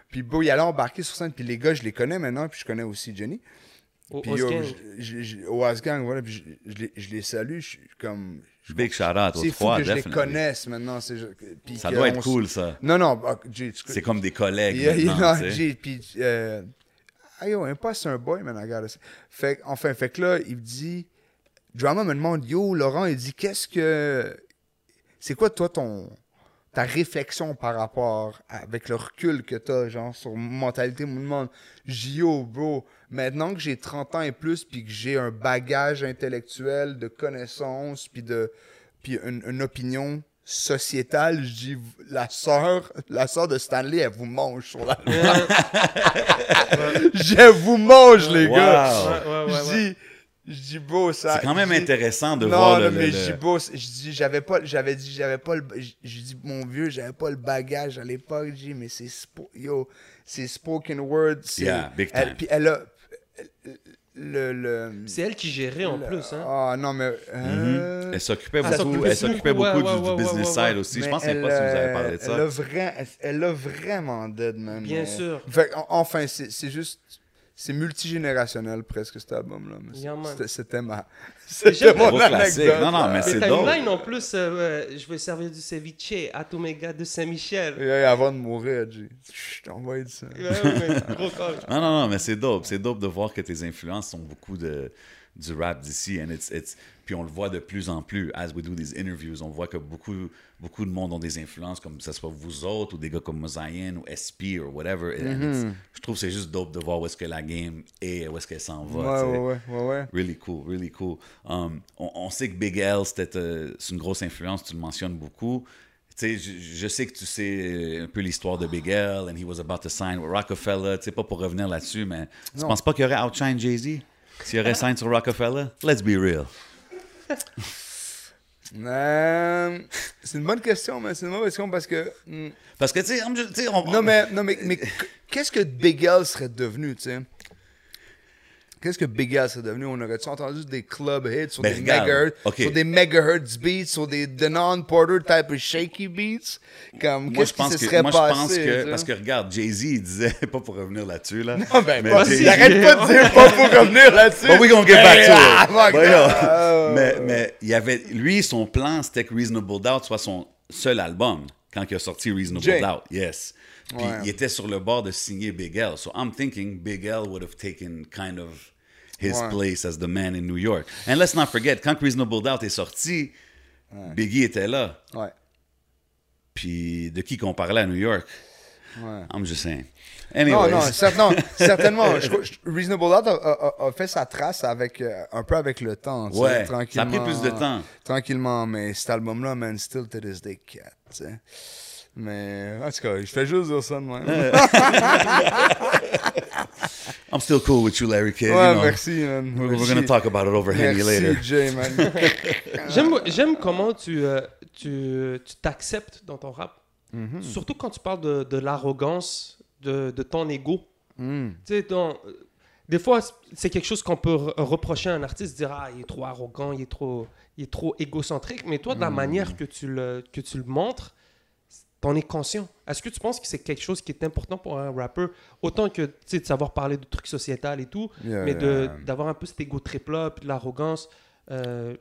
Speaker 4: Puis, bro, il allait embarquer sur scène, puis les gars, je les connais maintenant, puis je connais aussi Jenny.
Speaker 3: Au-
Speaker 4: Puis,
Speaker 3: au
Speaker 4: yo,
Speaker 3: scan.
Speaker 4: je- je- je- au Asgang, voilà, puis je, je les, je les salue, je suis comme. je-
Speaker 2: Big shout-out aux
Speaker 4: C'est fou
Speaker 2: trois,
Speaker 4: que je les
Speaker 2: definitely.
Speaker 4: connaisse maintenant. c'est- puis
Speaker 2: Ça
Speaker 4: que
Speaker 2: doit
Speaker 4: on
Speaker 2: être
Speaker 4: s-
Speaker 2: cool, ça.
Speaker 4: Non, non, bah, j'ai- tu-
Speaker 2: C'est comme des collègues.
Speaker 4: Yeah, yeah,
Speaker 2: maintenant,
Speaker 4: non,
Speaker 2: tu sais.
Speaker 4: j'ai- puis, euh, ah, yo, un pas, c'est un boy, man, I gotta say. Fait, que- enfin, fait que là, il me dit, Drama me demande, yo, Laurent, il dit, qu'est-ce que, c'est quoi, toi, ton, ta réflexion par rapport, à- avec le recul que t'as, genre, sur mentalité, me demande, Gio, bro, maintenant que j'ai 30 ans et plus, puis que j'ai un bagage intellectuel de connaissances, puis de, puis une, une opinion sociétale, je dis, la sœur, la sœur de Stanley, elle vous mange sur la Je vous mange, les
Speaker 2: Wow.
Speaker 4: gars!
Speaker 3: Ouais, ouais, ouais,
Speaker 4: je
Speaker 3: ouais.
Speaker 4: dis, je dis, beau, ça.
Speaker 2: C'est quand même
Speaker 4: je dis-
Speaker 2: intéressant de
Speaker 4: non,
Speaker 2: voir le.
Speaker 4: non,
Speaker 2: le- Mhm.
Speaker 4: mais
Speaker 2: le-
Speaker 4: je dis, beau, je dis, j'avais pas, j'avais dit, j'avais pas le, je je dis, mon vieux, j'avais pas le bagage à l'époque, je dis, mais c'est, spo- yo, c'est spoken word, c'est.
Speaker 2: Yeah, big
Speaker 4: elle-
Speaker 2: time.
Speaker 4: Puis elle a, le, le.
Speaker 3: C'est elle qui gérait en
Speaker 4: le-
Speaker 3: plus. Hein.
Speaker 4: Ah, non, mais. euh,
Speaker 2: Elle s'occupait
Speaker 3: Ah, ça
Speaker 2: beaucoup,
Speaker 3: occupait
Speaker 2: elle s'occupait
Speaker 3: beaucoup,
Speaker 2: beaucoup
Speaker 3: ouais,
Speaker 2: du, du
Speaker 3: ouais, ouais,
Speaker 2: business
Speaker 3: ouais,
Speaker 2: side
Speaker 3: ouais.
Speaker 2: aussi. Je
Speaker 4: mais
Speaker 2: pense que c'est
Speaker 4: elle,
Speaker 2: pas si vous avez
Speaker 4: euh,
Speaker 2: parlé de
Speaker 4: Elle a,
Speaker 2: ça.
Speaker 4: vra- elle- elle a vraiment dead, man.
Speaker 3: Bien
Speaker 4: mais-
Speaker 3: sûr.
Speaker 4: Fait qu'en- enfin, c'est c'est juste. C'est multigénérationnel presque cet album-là. mais
Speaker 3: Yeah, man.
Speaker 4: c'était- C'était ma.
Speaker 3: j'aime
Speaker 4: C'était
Speaker 3: le
Speaker 4: mon
Speaker 2: gros classique.
Speaker 4: anecdote.
Speaker 2: Non, non, mais
Speaker 3: Mais
Speaker 2: c'est
Speaker 3: t'as
Speaker 2: drôle.
Speaker 3: une line en plus, euh, euh, je vais servir du ceviche à tous mes gars de Saint-Michel.
Speaker 4: Et avant de mourir, j'ai. Je t'envoie de ça.
Speaker 3: Ouais, ouais, gros corps.
Speaker 2: Non, non, non, mais c'est dope. C'est dope de voir que tes influences sont beaucoup de, du rap d'ici. And it's, it's, puis on le voit de plus en plus, as we do these interviews, on voit que beaucoup, beaucoup de monde ont des influences, comme ça soit vous autres, ou des gars comme Mosaïen, ou SP, ou whatever. And
Speaker 4: Mm-hmm.
Speaker 2: it's- Je trouve que c'est juste dope de voir où est-ce que la game est, où est-ce qu'elle s'en va. tu
Speaker 4: Ouais,
Speaker 2: sais.
Speaker 4: ouais, ouais, ouais, ouais.
Speaker 2: Really cool, really cool. Um, on, on sait que Big L, c'était euh, c'est une grosse influence, tu le mentionnes beaucoup. Tu sais, je, je sais que tu sais euh, un peu l'histoire de Big L, and he was about to sign with Rockefeller. Tu sais, pas pour revenir là-dessus, mais tu
Speaker 4: Non.
Speaker 2: penses pas qu'il aurait outshine Jay-Z s'il aurait signé sur Rockefeller? Let's be real.
Speaker 4: Euh, c'est une bonne question, mais c'est une mauvaise question parce que. hmm,
Speaker 2: Parce que, tu sais, I'm just- tu sais, on...
Speaker 4: Non, mais, non, mais,
Speaker 2: Euh,
Speaker 4: mais qu'est-ce que Big L serait devenu, tu sais? Qu'est-ce que Big L serait devenu? On aurait-tu entendu des club hits sur,
Speaker 2: Ben,
Speaker 4: des,
Speaker 2: regarde,
Speaker 4: megahertz,
Speaker 2: ok.
Speaker 4: sur des megahertz beats, sur des Denon Porter type of shaky beats? Comme,
Speaker 2: Moi,
Speaker 4: qu'est-ce
Speaker 2: je
Speaker 4: qui
Speaker 2: pense
Speaker 4: se
Speaker 2: que,
Speaker 4: serait
Speaker 2: moi, je
Speaker 4: passé?
Speaker 2: pense que,
Speaker 4: tu sais?
Speaker 2: parce que regarde, Jay-Z, il disait, pas pour revenir là-dessus, là.
Speaker 4: Ah, ben,
Speaker 2: mais
Speaker 4: pas-
Speaker 2: Jay-Z-
Speaker 4: J'arrête pas de dire pas pour revenir là-dessus.
Speaker 2: But we gonna get back to
Speaker 4: Ah,
Speaker 2: it.
Speaker 4: fuck
Speaker 2: But
Speaker 4: that.
Speaker 2: yo,
Speaker 4: Ah.
Speaker 2: mais, mais il y avait, lui, son plan, c'était que Reasonable Doubt soit son seul album quand il a sorti Reasonable
Speaker 4: Jay.
Speaker 2: Doubt. Yes. Puis
Speaker 4: Ouais.
Speaker 2: il était sur le bord de signer Big L. So I'm thinking Big L would have taken kind of his
Speaker 4: Ouais.
Speaker 2: place as the man in New York. And let's not forget, quand Reasonable Doubt est sorti, Biggie était là.
Speaker 4: Ouais,
Speaker 2: Puis de qui qu'on parlait à New York?
Speaker 4: ouais.
Speaker 2: I'm just saying.
Speaker 4: Non,
Speaker 2: Anyways.
Speaker 4: non, cer- non, certainement. Je crois- je- Reasonable Doubt a, a- a- a fait sa trace avec, euh, un peu avec le temps. tu sais,
Speaker 2: Ouais, ça a
Speaker 4: tranquillement,
Speaker 2: pris plus de temps.
Speaker 4: Tranquillement, mais cet album-là, man, still to this day, cat. tu sais. Mais euh, en tout cas, je fais juste dire ça de même.
Speaker 2: Euh, I'm still cool with you, Larry Kidd. you
Speaker 4: ouais,
Speaker 2: know.
Speaker 4: merci, man.
Speaker 2: We're,
Speaker 4: merci.
Speaker 2: we're gonna talk about it over Henny later.
Speaker 4: Merci, Jay, man.
Speaker 3: J'aime, j'aime comment tu, euh, tu, tu t'acceptes dans ton rap.
Speaker 4: Hmm. Mm-hmm.
Speaker 3: Surtout quand tu parles de, de l'arrogance, de, de ton ego.
Speaker 4: Mm.
Speaker 3: Tu sais, ton- euh, des fois, c- c'est quelque chose qu'on peut re- reprocher à un artiste, dire Ah, il est trop arrogant, il est trop, il est trop égocentrique. Mais
Speaker 4: Hmm.
Speaker 3: toi, de la manière que tu le, que tu le montres, t'en es conscient. Est-ce que tu penses que c'est quelque chose qui est important pour un rappeur, autant que tu sais, de savoir parler de trucs sociétal et tout,
Speaker 4: Yeah,
Speaker 3: mais de,
Speaker 4: yeah.
Speaker 3: d'avoir un peu cet égo triple-là, puis de l'arrogance euh,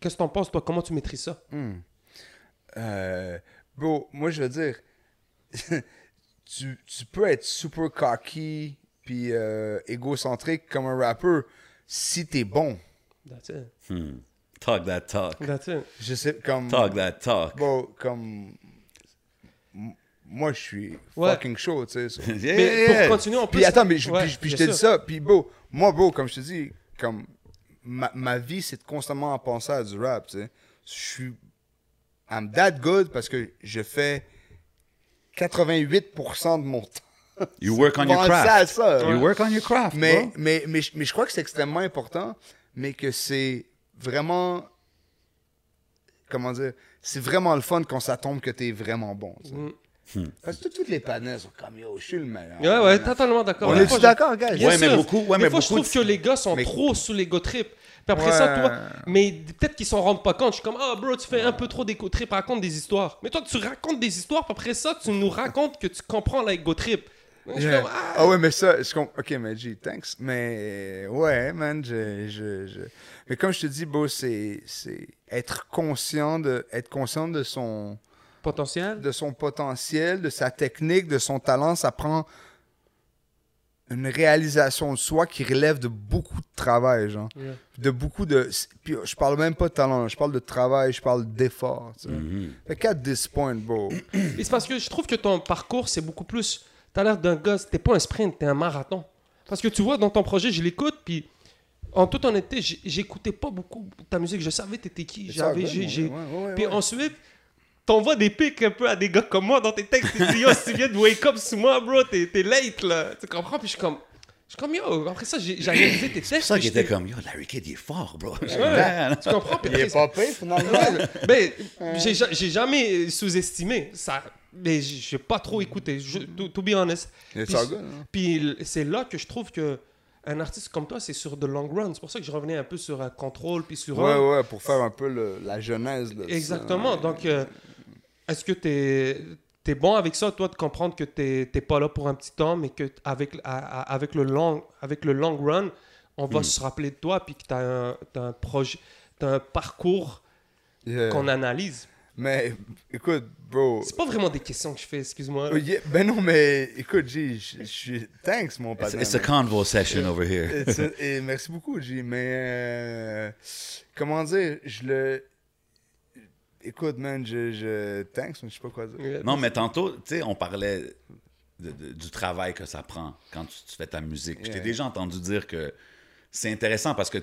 Speaker 3: Qu'est-ce que t'en penses, toi Comment tu maîtrises ça
Speaker 4: Hmm. Euh, bro, moi je veux dire, tu, tu peux être super cocky puis euh, égocentrique comme un rappeur si t'es bon.
Speaker 3: That's it.
Speaker 2: Hmm. Talk that talk.
Speaker 3: That's it.
Speaker 4: Je sais, comme.
Speaker 2: Talk that talk.
Speaker 4: Bro, comme. m- Moi je suis
Speaker 3: Ouais.
Speaker 4: fucking chaud, tu sais. so-
Speaker 2: Yeah, yeah,
Speaker 3: Mais
Speaker 2: yeah.
Speaker 3: pour continuer, on peut.
Speaker 4: Eh, Puis attends, mais je,
Speaker 3: Ouais,
Speaker 4: puis je- puis je
Speaker 3: bien
Speaker 4: te dis
Speaker 3: sûr.
Speaker 4: ça. Puis bro, moi, bro, comme je te dis, comme ma, ma vie, c'est de constamment à penser à du rap, tu sais. Je suis. I'm that good parce que je fais 88% de mon temps.
Speaker 2: You work on your
Speaker 4: penser à
Speaker 2: craft.
Speaker 4: ça.
Speaker 2: You work on your craft,
Speaker 4: Mais,
Speaker 2: bro.
Speaker 4: mais, mais, je- mais je crois que c'est extrêmement important, mais que c'est vraiment. Comment dire? C'est vraiment le fun quand ça tombe que t'es vraiment bon. tu sais.
Speaker 3: Mm.
Speaker 4: Parce que toutes les panels sont comme yo, je suis le meilleur.
Speaker 3: Ouais, ouais, totalement d'accord.
Speaker 4: On
Speaker 3: Des
Speaker 4: est-tu
Speaker 3: fois, je-
Speaker 4: d'accord, gars?
Speaker 3: Bien
Speaker 2: Ouais, mais
Speaker 3: sûr.
Speaker 2: beaucoup- ouais,
Speaker 3: Des
Speaker 2: mais
Speaker 3: fois, je
Speaker 2: beaucoup
Speaker 3: trouve
Speaker 2: de-
Speaker 3: que les gars sont
Speaker 4: Mais-
Speaker 3: trop sous l'ego trip. Puis après ça,
Speaker 4: Ouais.
Speaker 3: toi, mais peut-être qu'ils s'en rendent pas compte. Je suis comme, ah, bro, tu fais un peu trop d'ego trip, raconte des histoires. Mais toi, tu racontes des histoires, puis après ça, tu nous racontes que tu comprends l'ego trip. Je suis
Speaker 4: Yeah.
Speaker 3: comme, ah,
Speaker 4: Ah ouais, mais ça, je comprends. Ok, mais G, thanks. Mais ouais, man, je, je, je- Mais comme je te dis, beau, c'est, c'est être conscient de, être conscient de son,
Speaker 3: ah. potentiel.
Speaker 4: de son potentiel, de sa technique, de son talent, ça prend une réalisation de soi qui relève de beaucoup de travail, genre.
Speaker 3: Yeah.
Speaker 4: De beaucoup de. Puis je parle même pas de talent, je parle de travail, je parle d'effort. tu sais. Fait qu'à this point, bro.
Speaker 3: Mais c'est parce que je trouve que ton parcours, c'est beaucoup plus. T'as l'air d'un gars, t'es pas un sprint, t'es un marathon. Parce que tu vois, dans ton projet, je l'écoute, puis en toute honnêteté, j'ai- j'écoutais pas beaucoup ta musique. Je savais t'étais qui. J'avais, j'ai, j'ai- Puis ensuite, t'envoies des pics un peu à des gars comme moi dans tes textes. Tu dis, yo, si tu viens de wake up sous moi, bro, t'es t'es late, là. Tu comprends? Puis je suis comme, je suis comme, yo, après ça, j'ai j'ai analysé tes textes.
Speaker 2: C'est ça
Speaker 3: puis
Speaker 2: qu'il était
Speaker 3: j'étais-
Speaker 2: comme, yo, Larry Kidd, il est fort, bro.
Speaker 3: Ouais, tu comprends? Puis après,
Speaker 4: pas pire, finalement.
Speaker 3: ben, j'ai ja- j'ai jamais sous-estimé ça. Mais j- j'ai pas trop écouté, je, to, to be honest.
Speaker 4: It's
Speaker 3: Puis-
Speaker 4: all good, hein.
Speaker 3: Puis l- c'est là que je trouve que un artiste comme toi, c'est sur the long run. C'est pour ça que je revenais un peu sur euh, Control puis sur
Speaker 4: Ouais,
Speaker 3: Homme.
Speaker 4: ouais, pour faire un peu le- la genèse. de ça.
Speaker 3: Exactement. Donc, euh, est-ce que tu es, bon avec ça, toi, de comprendre que tu n'es pas là pour un petit temps, mais que t- avec, à- à- avec, le, long, avec le long run, on
Speaker 2: Mm.
Speaker 3: va se rappeler de toi, puis que tu as un, t'as un projet, t'as un parcours
Speaker 4: Yeah.
Speaker 2: Euh,
Speaker 3: qu'on analyse.
Speaker 4: Mais écoute,
Speaker 2: oh.
Speaker 4: bro.
Speaker 3: C'est pas vraiment des questions que je fais, excuse-moi.
Speaker 4: Oh, yeah, ben non, mais écoute, G, je je suis. Thanks, mon
Speaker 2: It's,
Speaker 4: patron.
Speaker 2: it's a convo session over here.
Speaker 4: It's a- et merci beaucoup, G. Mais euh, comment dire, je le. Écoute, man, je. je thanks, mais je sais pas quoi dire.
Speaker 3: Euh,
Speaker 2: Non, mais tantôt, tu sais, on parlait de- de- du travail que ça prend quand tu, tu fais ta musique. Puis Je t'ai
Speaker 4: Yeah.
Speaker 2: déjà entendu dire que c'est intéressant parce que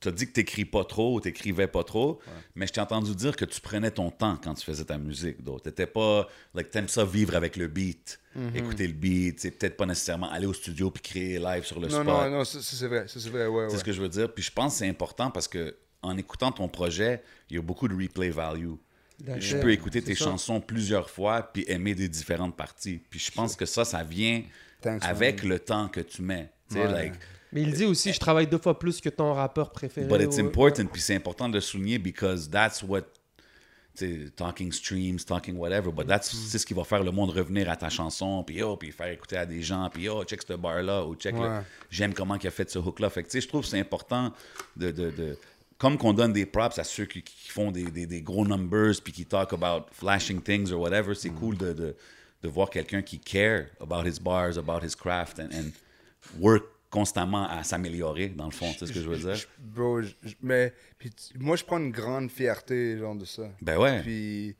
Speaker 2: tu as dit que t'écris pas trop ou t'écrivais pas trop, mais je t'ai entendu dire que tu prenais ton temps quand tu faisais ta musique. Tu T'étais pas... Like, t'aimes ça vivre avec le beat,
Speaker 4: Mm-hmm.
Speaker 2: écouter le beat, c'est peut-être pas nécessairement aller au studio puis créer live sur le
Speaker 4: Non,
Speaker 2: spot.
Speaker 4: non, non, ça, ça, c'est vrai, ça c'est vrai, ouais,
Speaker 2: C'est
Speaker 4: ouais.
Speaker 2: ce que je veux dire. Puis je pense que c'est important parce que en écoutant ton projet, il y a beaucoup de replay value.
Speaker 3: D'accord.
Speaker 2: Je peux écouter tes
Speaker 3: C'est ça.
Speaker 2: chansons plusieurs fois puis aimer des différentes parties. Puis je pense que ça, ça vient
Speaker 4: Thanks,
Speaker 2: avec le temps que tu mets. Tu sais,
Speaker 4: Ouais.
Speaker 2: like,
Speaker 3: Mais il dit aussi, je travaille deux fois plus que ton rappeur préféré.
Speaker 2: but it's
Speaker 3: ou-
Speaker 2: important. Puis c'est important de le souligner because that's what. tu sais, Talking streams, talking whatever, but that's c'est ce qui va faire le monde revenir à ta chanson, puis oh, puis faire écouter à des gens, puis oh, check ce bar-là, ou check le-
Speaker 4: Ouais.
Speaker 2: j'aime comment il a fait ce hook-là. Fait que, tu sais, je trouve que c'est important de, de- de- Comme qu'on donne des props à ceux qui, qui font des, des- des gros numbers puis qui talk about flashing things or whatever, c'est cool de, de- de voir quelqu'un qui care about his bars, about his craft and, and work constamment à s'améliorer, dans le fond. Tu sais ce que je veux dire?
Speaker 4: Bro, je- je- mais puis tu- moi je prends une grande fierté genre de ça.
Speaker 2: Ben ouais.
Speaker 4: Puis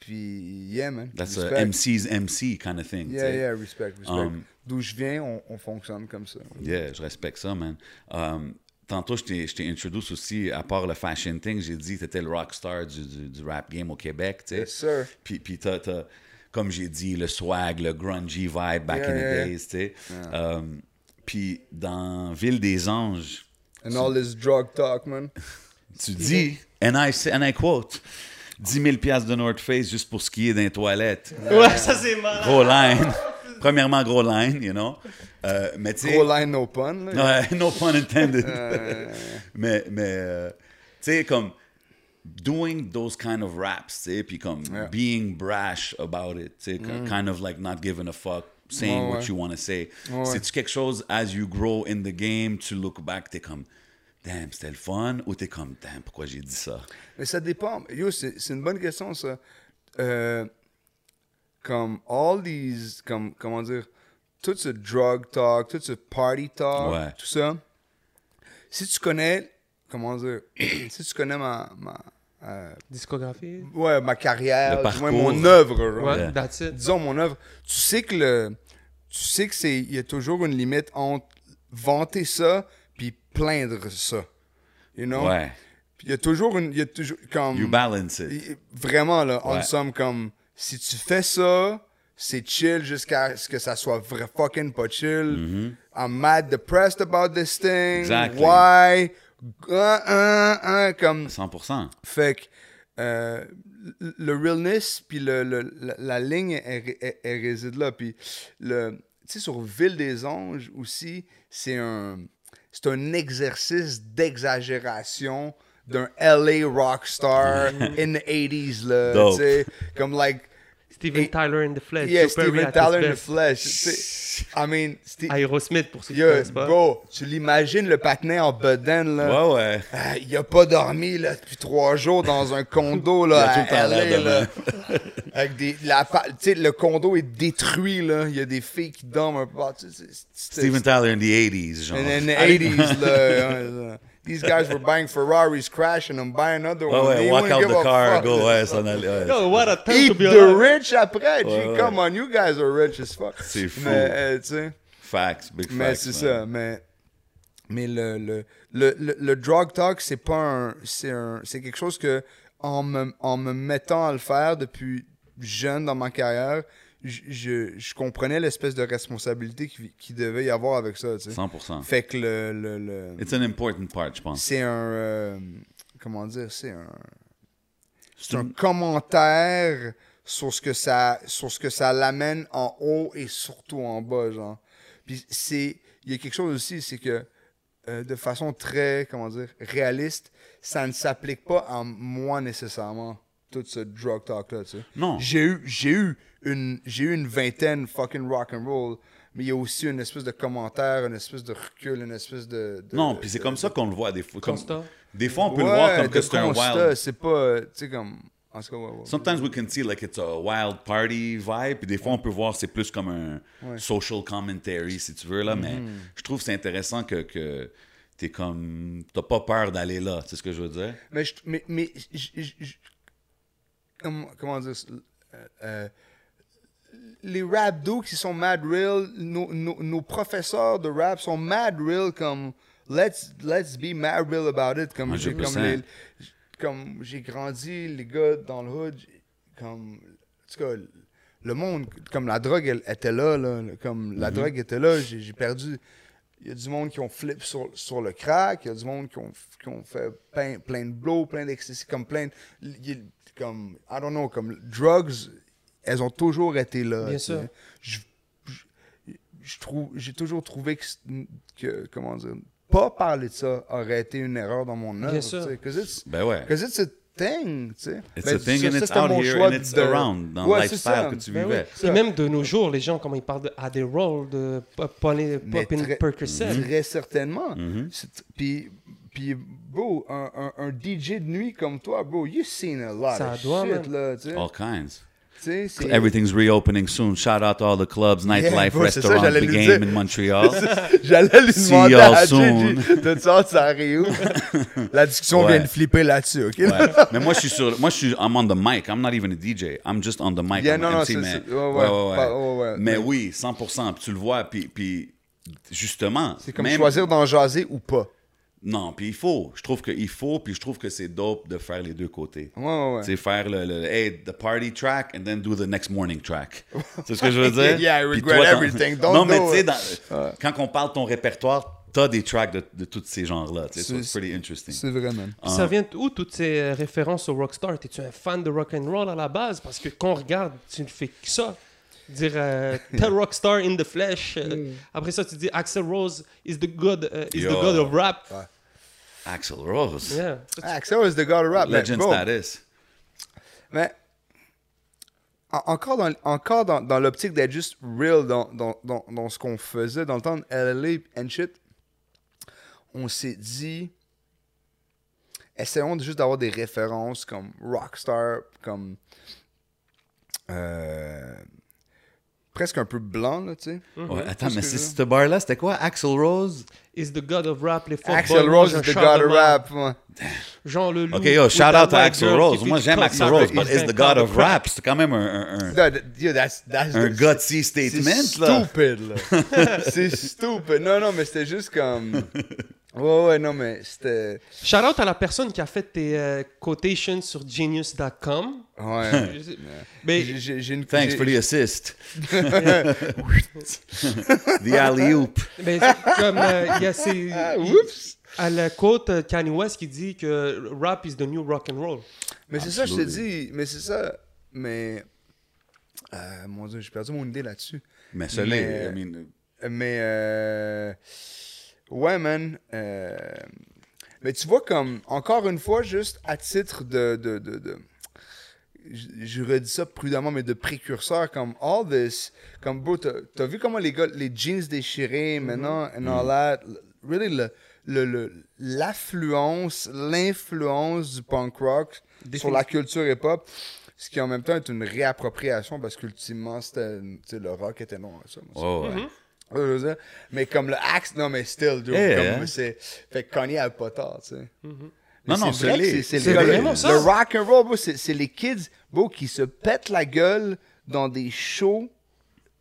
Speaker 4: puis yeah man.
Speaker 2: That's a
Speaker 4: respect.
Speaker 2: MC's MC kind of thing. tu
Speaker 4: Yeah
Speaker 2: sais.
Speaker 4: yeah respect respect.
Speaker 2: Um,
Speaker 4: D'où je viens, on, on fonctionne comme ça.
Speaker 2: Yeah, je respecte ça, man. Um, tantôt, je t'ai- je t'ai introduit aussi, à part le fashion thing, j'ai dit que t'étais le rockstar du, du, du rap game au Québec, tu sais.
Speaker 4: Yes, sir.
Speaker 2: Puis, puis t'as, t'as- comme j'ai dit, le swag, le grungy vibe back
Speaker 4: Yeah,
Speaker 2: in the
Speaker 4: yeah, yeah.
Speaker 2: days, tu sais. Um, puis dans Ville des Anges,
Speaker 4: And all this drug talk man.
Speaker 2: tu dis, and I, say- and I quote, 10 000 piastres de North Face juste pour skier dans les toilettes.
Speaker 3: Ouais, ça c'est mal.
Speaker 2: Gros line. Premièrement, gros line, you know. Euh, mais tu sais-
Speaker 4: Gros line no pun. là.
Speaker 2: Ouais, no pun intended. mais, mais euh, tu sais, comme doing those kind of raps, tu sais, puis comme being brash about it, tu sais,
Speaker 4: Mm.
Speaker 2: ki- kind of like not giving a fuck, saying
Speaker 4: Ouais,
Speaker 2: what
Speaker 4: ouais.
Speaker 2: you want to say. C'est-tu quelque chose, as you grow in the game, tu look back, t'es comme, damn, c'était le fun, ou t'es comme, damn, pourquoi j'ai dit ça?
Speaker 4: Mais ça dépend. Yo, c'est c'est une bonne question, ça. Euh, comme all these, comme, comment dire, tout ce drug talk, tout ce party talk,
Speaker 2: Ouais.
Speaker 4: tout ça. Si tu connais, comment dire, si tu connais ma, ma, euh,
Speaker 3: Discographie.
Speaker 4: ouais, ma carrière,
Speaker 2: Le
Speaker 4: du moins
Speaker 2: parcours.
Speaker 4: mon œuvre, genre,
Speaker 3: Ouais, that's it.
Speaker 4: disons mon œuvre, tu sais que le, tu sais que c'est, il y a toujours une limite entre vanter ça puis plaindre ça, you know.
Speaker 2: Ouais.
Speaker 4: Puis Il y a toujours une, il y a toujours comme
Speaker 2: You balance it.
Speaker 4: et- Vraiment, là, on
Speaker 2: Ouais.
Speaker 4: somme comme si tu fais ça, c'est chill jusqu'à ce que ça soit vrai fucking pas chill. I'm mad depressed about this thing.
Speaker 2: Mm-hmm. Exactly.
Speaker 4: Why? Uh, uh, uh, comme
Speaker 2: 100%.
Speaker 4: fait que euh, le- le realness, puis le, le- la, la ligne, elle, ré- elle- elle réside là. Puis, le- tu sais, sur Ville des Anges aussi, c'est un, c'est un exercice d'exagération d'un LA rockstar in the 80s, là.
Speaker 2: Dope.
Speaker 4: Tu sais, comme, like,
Speaker 3: Steven
Speaker 4: Et-
Speaker 3: Tyler in the Flesh.
Speaker 4: yeah,
Speaker 3: Superman
Speaker 4: Steven
Speaker 3: at his
Speaker 4: Tyler in the
Speaker 3: best.
Speaker 4: flesh. tu sais. I mean, Steve,
Speaker 3: Aerosmith, pour ceux qui ne
Speaker 4: yo,
Speaker 3: connaissent pas.
Speaker 4: bro, tu l'imagines le patinet en bedaine, là.
Speaker 2: Ouais, ouais.
Speaker 4: Ah, Il a pas dormi là, depuis trois jours dans un condo
Speaker 2: Il a
Speaker 4: là,
Speaker 2: tout le temps
Speaker 4: à
Speaker 2: l'air
Speaker 4: LA,
Speaker 2: de
Speaker 4: là. Avec des, la, pa- tu sais, le condo est détruit là. Il y a des filles qui dorment un peu. partout. C'est- c'est- c'est-
Speaker 2: Steven Tyler in the 80s, genre.
Speaker 4: In in the 80s là. euh, These guys were buying Ferraris, crashing them, buy another
Speaker 2: Ouais,
Speaker 4: one.
Speaker 2: ouais,
Speaker 4: They
Speaker 2: walk
Speaker 4: wouldn't
Speaker 2: out
Speaker 4: give
Speaker 2: the
Speaker 4: a
Speaker 2: car,
Speaker 4: fuck,
Speaker 2: go,
Speaker 4: là.
Speaker 2: ouais, s'en aller, ouais.
Speaker 3: Yo, what a time to
Speaker 4: Eat
Speaker 3: be
Speaker 4: the
Speaker 3: alive.
Speaker 4: rich après. Gee,
Speaker 2: ouais.
Speaker 4: come on, you guys are rich as fuck.
Speaker 2: C'est fou.
Speaker 4: Mais, euh, tu sais.
Speaker 2: Facts, big
Speaker 4: Mais
Speaker 2: facts.
Speaker 4: c'est
Speaker 2: man.
Speaker 4: ça, mais mais le le le, le, le drug talk c'est pas un c'est un c'est quelque chose que en me, en me mettant à le faire depuis jeune dans ma carrière, j- je, je comprenais l'espèce de responsabilité qui, qui devait y avoir avec ça, tu sais.
Speaker 2: 100%.
Speaker 4: Fait que le, le, le-
Speaker 2: It's an important part, je pense.
Speaker 4: c'est un euh, comment dire, c'est un
Speaker 2: C'est
Speaker 4: c'est un
Speaker 2: une-
Speaker 4: commentaire sur ce que ça sur ce que ça l'amène en haut et surtout en bas genre puis c'est il y a quelque chose aussi c'est que euh, de façon très comment dire réaliste ça ne s'applique pas à moi nécessairement tout ce drug talk là tu sais
Speaker 2: Non.
Speaker 4: j'ai eu j'ai eu une j'ai eu une vingtaine fucking rock and roll mais il y a aussi une espèce de commentaire une espèce de recul une espèce de, de-
Speaker 2: Non,
Speaker 4: de-
Speaker 2: puis c'est comme ça qu'on le voit des fois. comme-
Speaker 3: Constat.
Speaker 2: Des fois, on peut
Speaker 4: Ouais,
Speaker 2: le voir comme que
Speaker 4: de
Speaker 2: c'est un
Speaker 4: constat,
Speaker 2: wild.
Speaker 4: c'est pas euh, tu sais comme En tout cas, ouais, ouais.
Speaker 2: Sometimes we can see like it's a wild party vibe, puis des fois on peut voir c'est plus comme un social commentary si tu veux là, mais
Speaker 4: Mm-hmm.
Speaker 2: je trouve c'est intéressant que, que t'es comme t'as pas peur d'aller là, c'est ce que je veux dire.
Speaker 4: Mais, je- mais, mais j- j- j- comment, comment dire ça? Euh, euh, les rap dudes qui sont mad real, nos, nos- nos professeurs de rap sont mad real comme let's, let's be mad real about it. Comme j'ai comme
Speaker 2: 100%.
Speaker 4: les- comme j'ai grandi, les gars dans le hood, j'ai- comme en tout cas le monde, comme la drogue elle était là, là, comme
Speaker 3: Mhm.
Speaker 4: la drogue était là, j'ai j'ai perdu. Il y a du monde qui ont flip sur, sur le crack, il y a du monde qui ont, qui ont fait plein, plein de blows, plein d'excès, comme plein de, il y a- comme, I don't know, comme drugs, elles ont toujours été là.
Speaker 3: Bien
Speaker 4: tu sais.
Speaker 3: sûr.
Speaker 4: Je- je- je trouve- J'ai toujours trouvé que, c'est- que, comment dire, pas parler de ça aurait été une erreur dans mon œuvre.
Speaker 3: Bien
Speaker 4: tu
Speaker 3: sûr.
Speaker 4: sais, 'cause it's-
Speaker 2: Ben ouais.
Speaker 4: Because it's a thing, tu sais.
Speaker 2: It's
Speaker 4: Ben,
Speaker 2: a thing
Speaker 4: ça-
Speaker 2: and
Speaker 4: ça,
Speaker 2: it's
Speaker 4: c'était
Speaker 2: out
Speaker 4: mon
Speaker 2: here
Speaker 4: choix
Speaker 2: and it's around dans le
Speaker 4: Ouais, c'est
Speaker 2: lifestyle
Speaker 4: ça.
Speaker 2: que tu
Speaker 4: Ben oui,
Speaker 2: vivais.
Speaker 4: c'est
Speaker 3: Et
Speaker 4: ça.
Speaker 3: même de nos jours, les gens, comment ils parlent de Adderall, de Poppin'
Speaker 4: Mais très-
Speaker 3: Percocet.
Speaker 2: Mm-hmm.
Speaker 4: Très certainement. C'est- Puis, puis, bro, un, un, un DJ de nuit comme toi, bro, you've seen a lot
Speaker 3: Ça
Speaker 4: of
Speaker 3: doit,
Speaker 4: shit,
Speaker 3: man.
Speaker 4: là, tu sais.
Speaker 2: All kinds.
Speaker 4: Tu sais, c'est-
Speaker 2: Everything's reopening soon. Shout out to all the clubs, nightlife,
Speaker 4: bro, c'est ça,
Speaker 2: restaurants,
Speaker 4: j'allais
Speaker 2: the
Speaker 4: le
Speaker 2: game
Speaker 4: dire.
Speaker 2: in Montreal.
Speaker 4: J'allais lui
Speaker 2: See
Speaker 4: demander
Speaker 2: y'all
Speaker 4: à
Speaker 2: soon.
Speaker 4: JJ, de ça, ça arrive. La discussion
Speaker 2: Ouais.
Speaker 4: vient de flipper là-dessus, OK?
Speaker 2: Ouais. mais moi, je suis sur. Moi, je suis. I'm on the mic. I'm not even a DJ. I'm just on the mic.
Speaker 4: Yeah,
Speaker 2: I'm
Speaker 4: non,
Speaker 2: a
Speaker 4: non,
Speaker 2: MC,
Speaker 4: c'est-
Speaker 2: mais.
Speaker 4: c'est- ouais, ouais, pas- ouais, ouais.
Speaker 2: Mais oui, 100%. Puis tu le vois. Puis, puis justement.
Speaker 4: C'est comme
Speaker 2: même-
Speaker 4: choisir d'en jaser ou pas.
Speaker 2: Non, puis il faut. Je trouve qu'il faut. Puis je trouve que c'est dope de faire les deux côtés.
Speaker 4: Ouais, ouais, ouais.
Speaker 2: Tu sais, faire le, le- hey, the party track and then do the next morning track. C'est ce que je veux dire?
Speaker 4: Yeah, yeah, I
Speaker 2: Puis
Speaker 4: regret
Speaker 2: toi, t'en-
Speaker 4: everything. Don't
Speaker 2: non, mais
Speaker 4: do
Speaker 2: tu sais,
Speaker 4: it.
Speaker 2: dans- quand on parle de ton répertoire, t'as des tracks de, de tous ces genres-là. Tu sais, so
Speaker 4: C'est-
Speaker 2: it's pretty interesting.
Speaker 4: C'est vrai, man.
Speaker 2: Ah.
Speaker 3: Ça vient de où toutes ces euh, références au rockstar Es-tu un fan de rock and roll à la base Parce que quand on regarde, tu ne fais que ça. Dire euh, Tell rockstar in the flesh. euh, Après ça, tu dis Axel Rose is the god, euh,
Speaker 2: Mm.
Speaker 3: is
Speaker 2: Yo.
Speaker 3: the god of rap.
Speaker 2: Axel Rose.
Speaker 3: Yeah. Ça,
Speaker 4: Ah, Axel is the god of rap. Ben, mais
Speaker 2: Legend
Speaker 4: bro,
Speaker 2: status.
Speaker 4: Mais en- encore dans, encore dans, dans l'optique d'être juste real dans, dans, dans, dans ce qu'on faisait dans le temps de LA and shit, on s'est dit essayons de- juste d'avoir des références comme Rockstar, comme euh, presque un peu blanc, là, tu sais.
Speaker 2: Ouais, attends, mais
Speaker 4: Mm-hmm. que
Speaker 2: c'est
Speaker 4: là-
Speaker 2: ce bar-là, c'était quoi? Axel Rose?
Speaker 3: Is the god of rap. Les fuckboys
Speaker 4: Axel Rose
Speaker 3: mangent
Speaker 4: is the
Speaker 3: un char
Speaker 4: god
Speaker 3: de
Speaker 4: of
Speaker 3: marde.
Speaker 4: rap. ouais.
Speaker 3: Jean
Speaker 4: Mm.
Speaker 3: le Loup
Speaker 2: OK, yo,
Speaker 3: with
Speaker 2: shout
Speaker 3: that
Speaker 2: out à
Speaker 3: white
Speaker 2: Axel
Speaker 3: girl
Speaker 2: Rose.
Speaker 3: qui
Speaker 2: Moi,
Speaker 3: fait
Speaker 2: j'aime
Speaker 3: du
Speaker 2: Axel
Speaker 3: coq,
Speaker 2: Rose,
Speaker 3: ça
Speaker 2: but
Speaker 3: fait
Speaker 2: it's
Speaker 3: un
Speaker 2: the
Speaker 3: quart
Speaker 2: god
Speaker 3: de
Speaker 2: of rap. C'est quand même un, un, un,
Speaker 4: That- yeah, that's- that's-
Speaker 2: un
Speaker 4: that's-
Speaker 2: gutsy
Speaker 4: C'est
Speaker 2: statement, là.
Speaker 4: stupide, là. c'est stupide. Non, non, mais c'était juste comme. Ouais, ouais, non, mais c'était.
Speaker 3: Shout out à la personne qui a fait tes euh, quotations sur genius.com.
Speaker 4: Ouais.
Speaker 3: Je sais- Mais
Speaker 4: J'ai- j'ai j'ai une.
Speaker 2: Thanks
Speaker 4: j'ai-
Speaker 2: for the assist. the alley-oop.
Speaker 3: Mais c'est comme euh, il y a ces-
Speaker 4: Ah,
Speaker 3: il-
Speaker 4: oups!
Speaker 3: à la quote euh, Kanye West qui dit que rap is the new rock and roll.
Speaker 4: Mais c'est ça, je te
Speaker 2: Absolutely.
Speaker 4: dis. Mais c'est ça. Mais. Euh, mon dieu, j'ai perdu mon idée là-dessus.
Speaker 2: Mais euh, ça l'est. I mean,
Speaker 4: Mais. Euh... Ouais, man. euh, Mais tu vois, comme. Encore une fois, juste à titre de. de, de, de... Je, je redis ça prudemment, mais de précurseur, comme all this. Comme, bro, t'as t'as vu comment les gars, les jeans déchirés maintenant, and all that. Really, le- le- le- l'affluence, l'influence du punk rock sur la culture hip-hop. Ce qui en même temps est une réappropriation parce qu'ultimement, c'était, tu sais, le rock était non. Ça, moi,
Speaker 2: oh, ouais.
Speaker 4: Ouais, je veux dire, Mais comme le axe, non, mais still, dude.
Speaker 2: Eh,
Speaker 4: comme
Speaker 2: hein. Mm-hmm.
Speaker 4: c'est. Fait que Kanye avait pas tard, tu sais. Mais
Speaker 2: Non, non,
Speaker 4: c'est
Speaker 2: c'est
Speaker 4: vrai que
Speaker 2: l'est.
Speaker 4: c'est- c'est
Speaker 3: C'est
Speaker 4: les gars,
Speaker 3: vraiment
Speaker 4: le-
Speaker 3: ça.
Speaker 4: Le rock and roll, bro, c'est c'est les kids, bro, qui se pètent la gueule dans des shows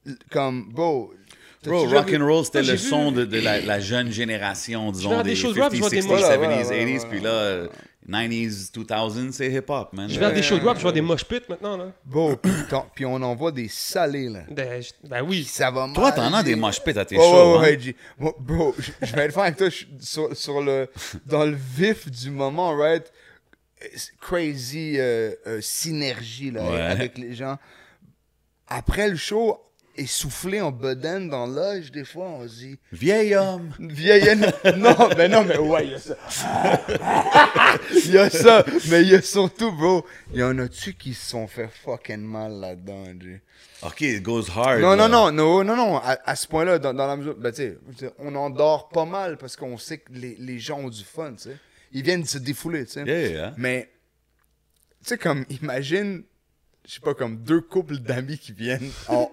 Speaker 4: l- comme, bro. t'as-tu
Speaker 2: Bro,
Speaker 4: déjà
Speaker 2: rock
Speaker 4: vu-
Speaker 2: and roll, c'était
Speaker 3: J'ai
Speaker 2: le
Speaker 3: vu-
Speaker 2: son de, de la, la jeune génération, disons,
Speaker 3: regarde
Speaker 2: des
Speaker 3: des choses
Speaker 2: 50s,
Speaker 3: rap, je
Speaker 2: 60s,
Speaker 3: vois des
Speaker 2: 70s,
Speaker 3: mots.
Speaker 4: Voilà,
Speaker 2: 80s,
Speaker 4: voilà, voilà.
Speaker 2: puis là, euh, 90s, 2000s, c'est hip-hop, man.
Speaker 3: Je vais à des shows de rap, je vois des mosh pits maintenant là.
Speaker 4: Bro, putain, puis on en voit des salés, là.
Speaker 3: Ben, je- ben oui.
Speaker 4: Ça va mal.
Speaker 2: Toi, t'en as des
Speaker 4: G.
Speaker 2: mosh pits à tes
Speaker 4: Ouais,
Speaker 2: shows,
Speaker 4: ouais,
Speaker 2: hein?
Speaker 4: ouais, G. Moi, bro, je je vais être franc avec toi, je suis sur, sur le, dans le vif du moment, right? C'est Crazy euh, euh, synergie là,
Speaker 2: Ouais.
Speaker 4: avec les gens. Après le show, essoufflé en bedaine dans l'âge, des fois, on se dit
Speaker 2: Vieil homme.
Speaker 4: vieille. non, mais non, mais ouais, il y a ça. Il y a ça, mais il y a surtout, bro, il y en a-tu qui se sont fait fucking mal là-dedans, G?
Speaker 2: OK, it goes hard.
Speaker 4: Non,
Speaker 2: là.
Speaker 4: non, non, non, non, non, à, à ce point-là, dans, dans la mesure, ben, tu sais, je veux dire, on endort pas mal parce qu'on
Speaker 2: hein.
Speaker 4: sait que les, les gens ont du fun, tu sais. Ils viennent se défouler, tu sais.
Speaker 2: Yeah, yeah.
Speaker 4: Mais sais, comme, imagine, je sais pas, comme deux couples d'amis qui viennent en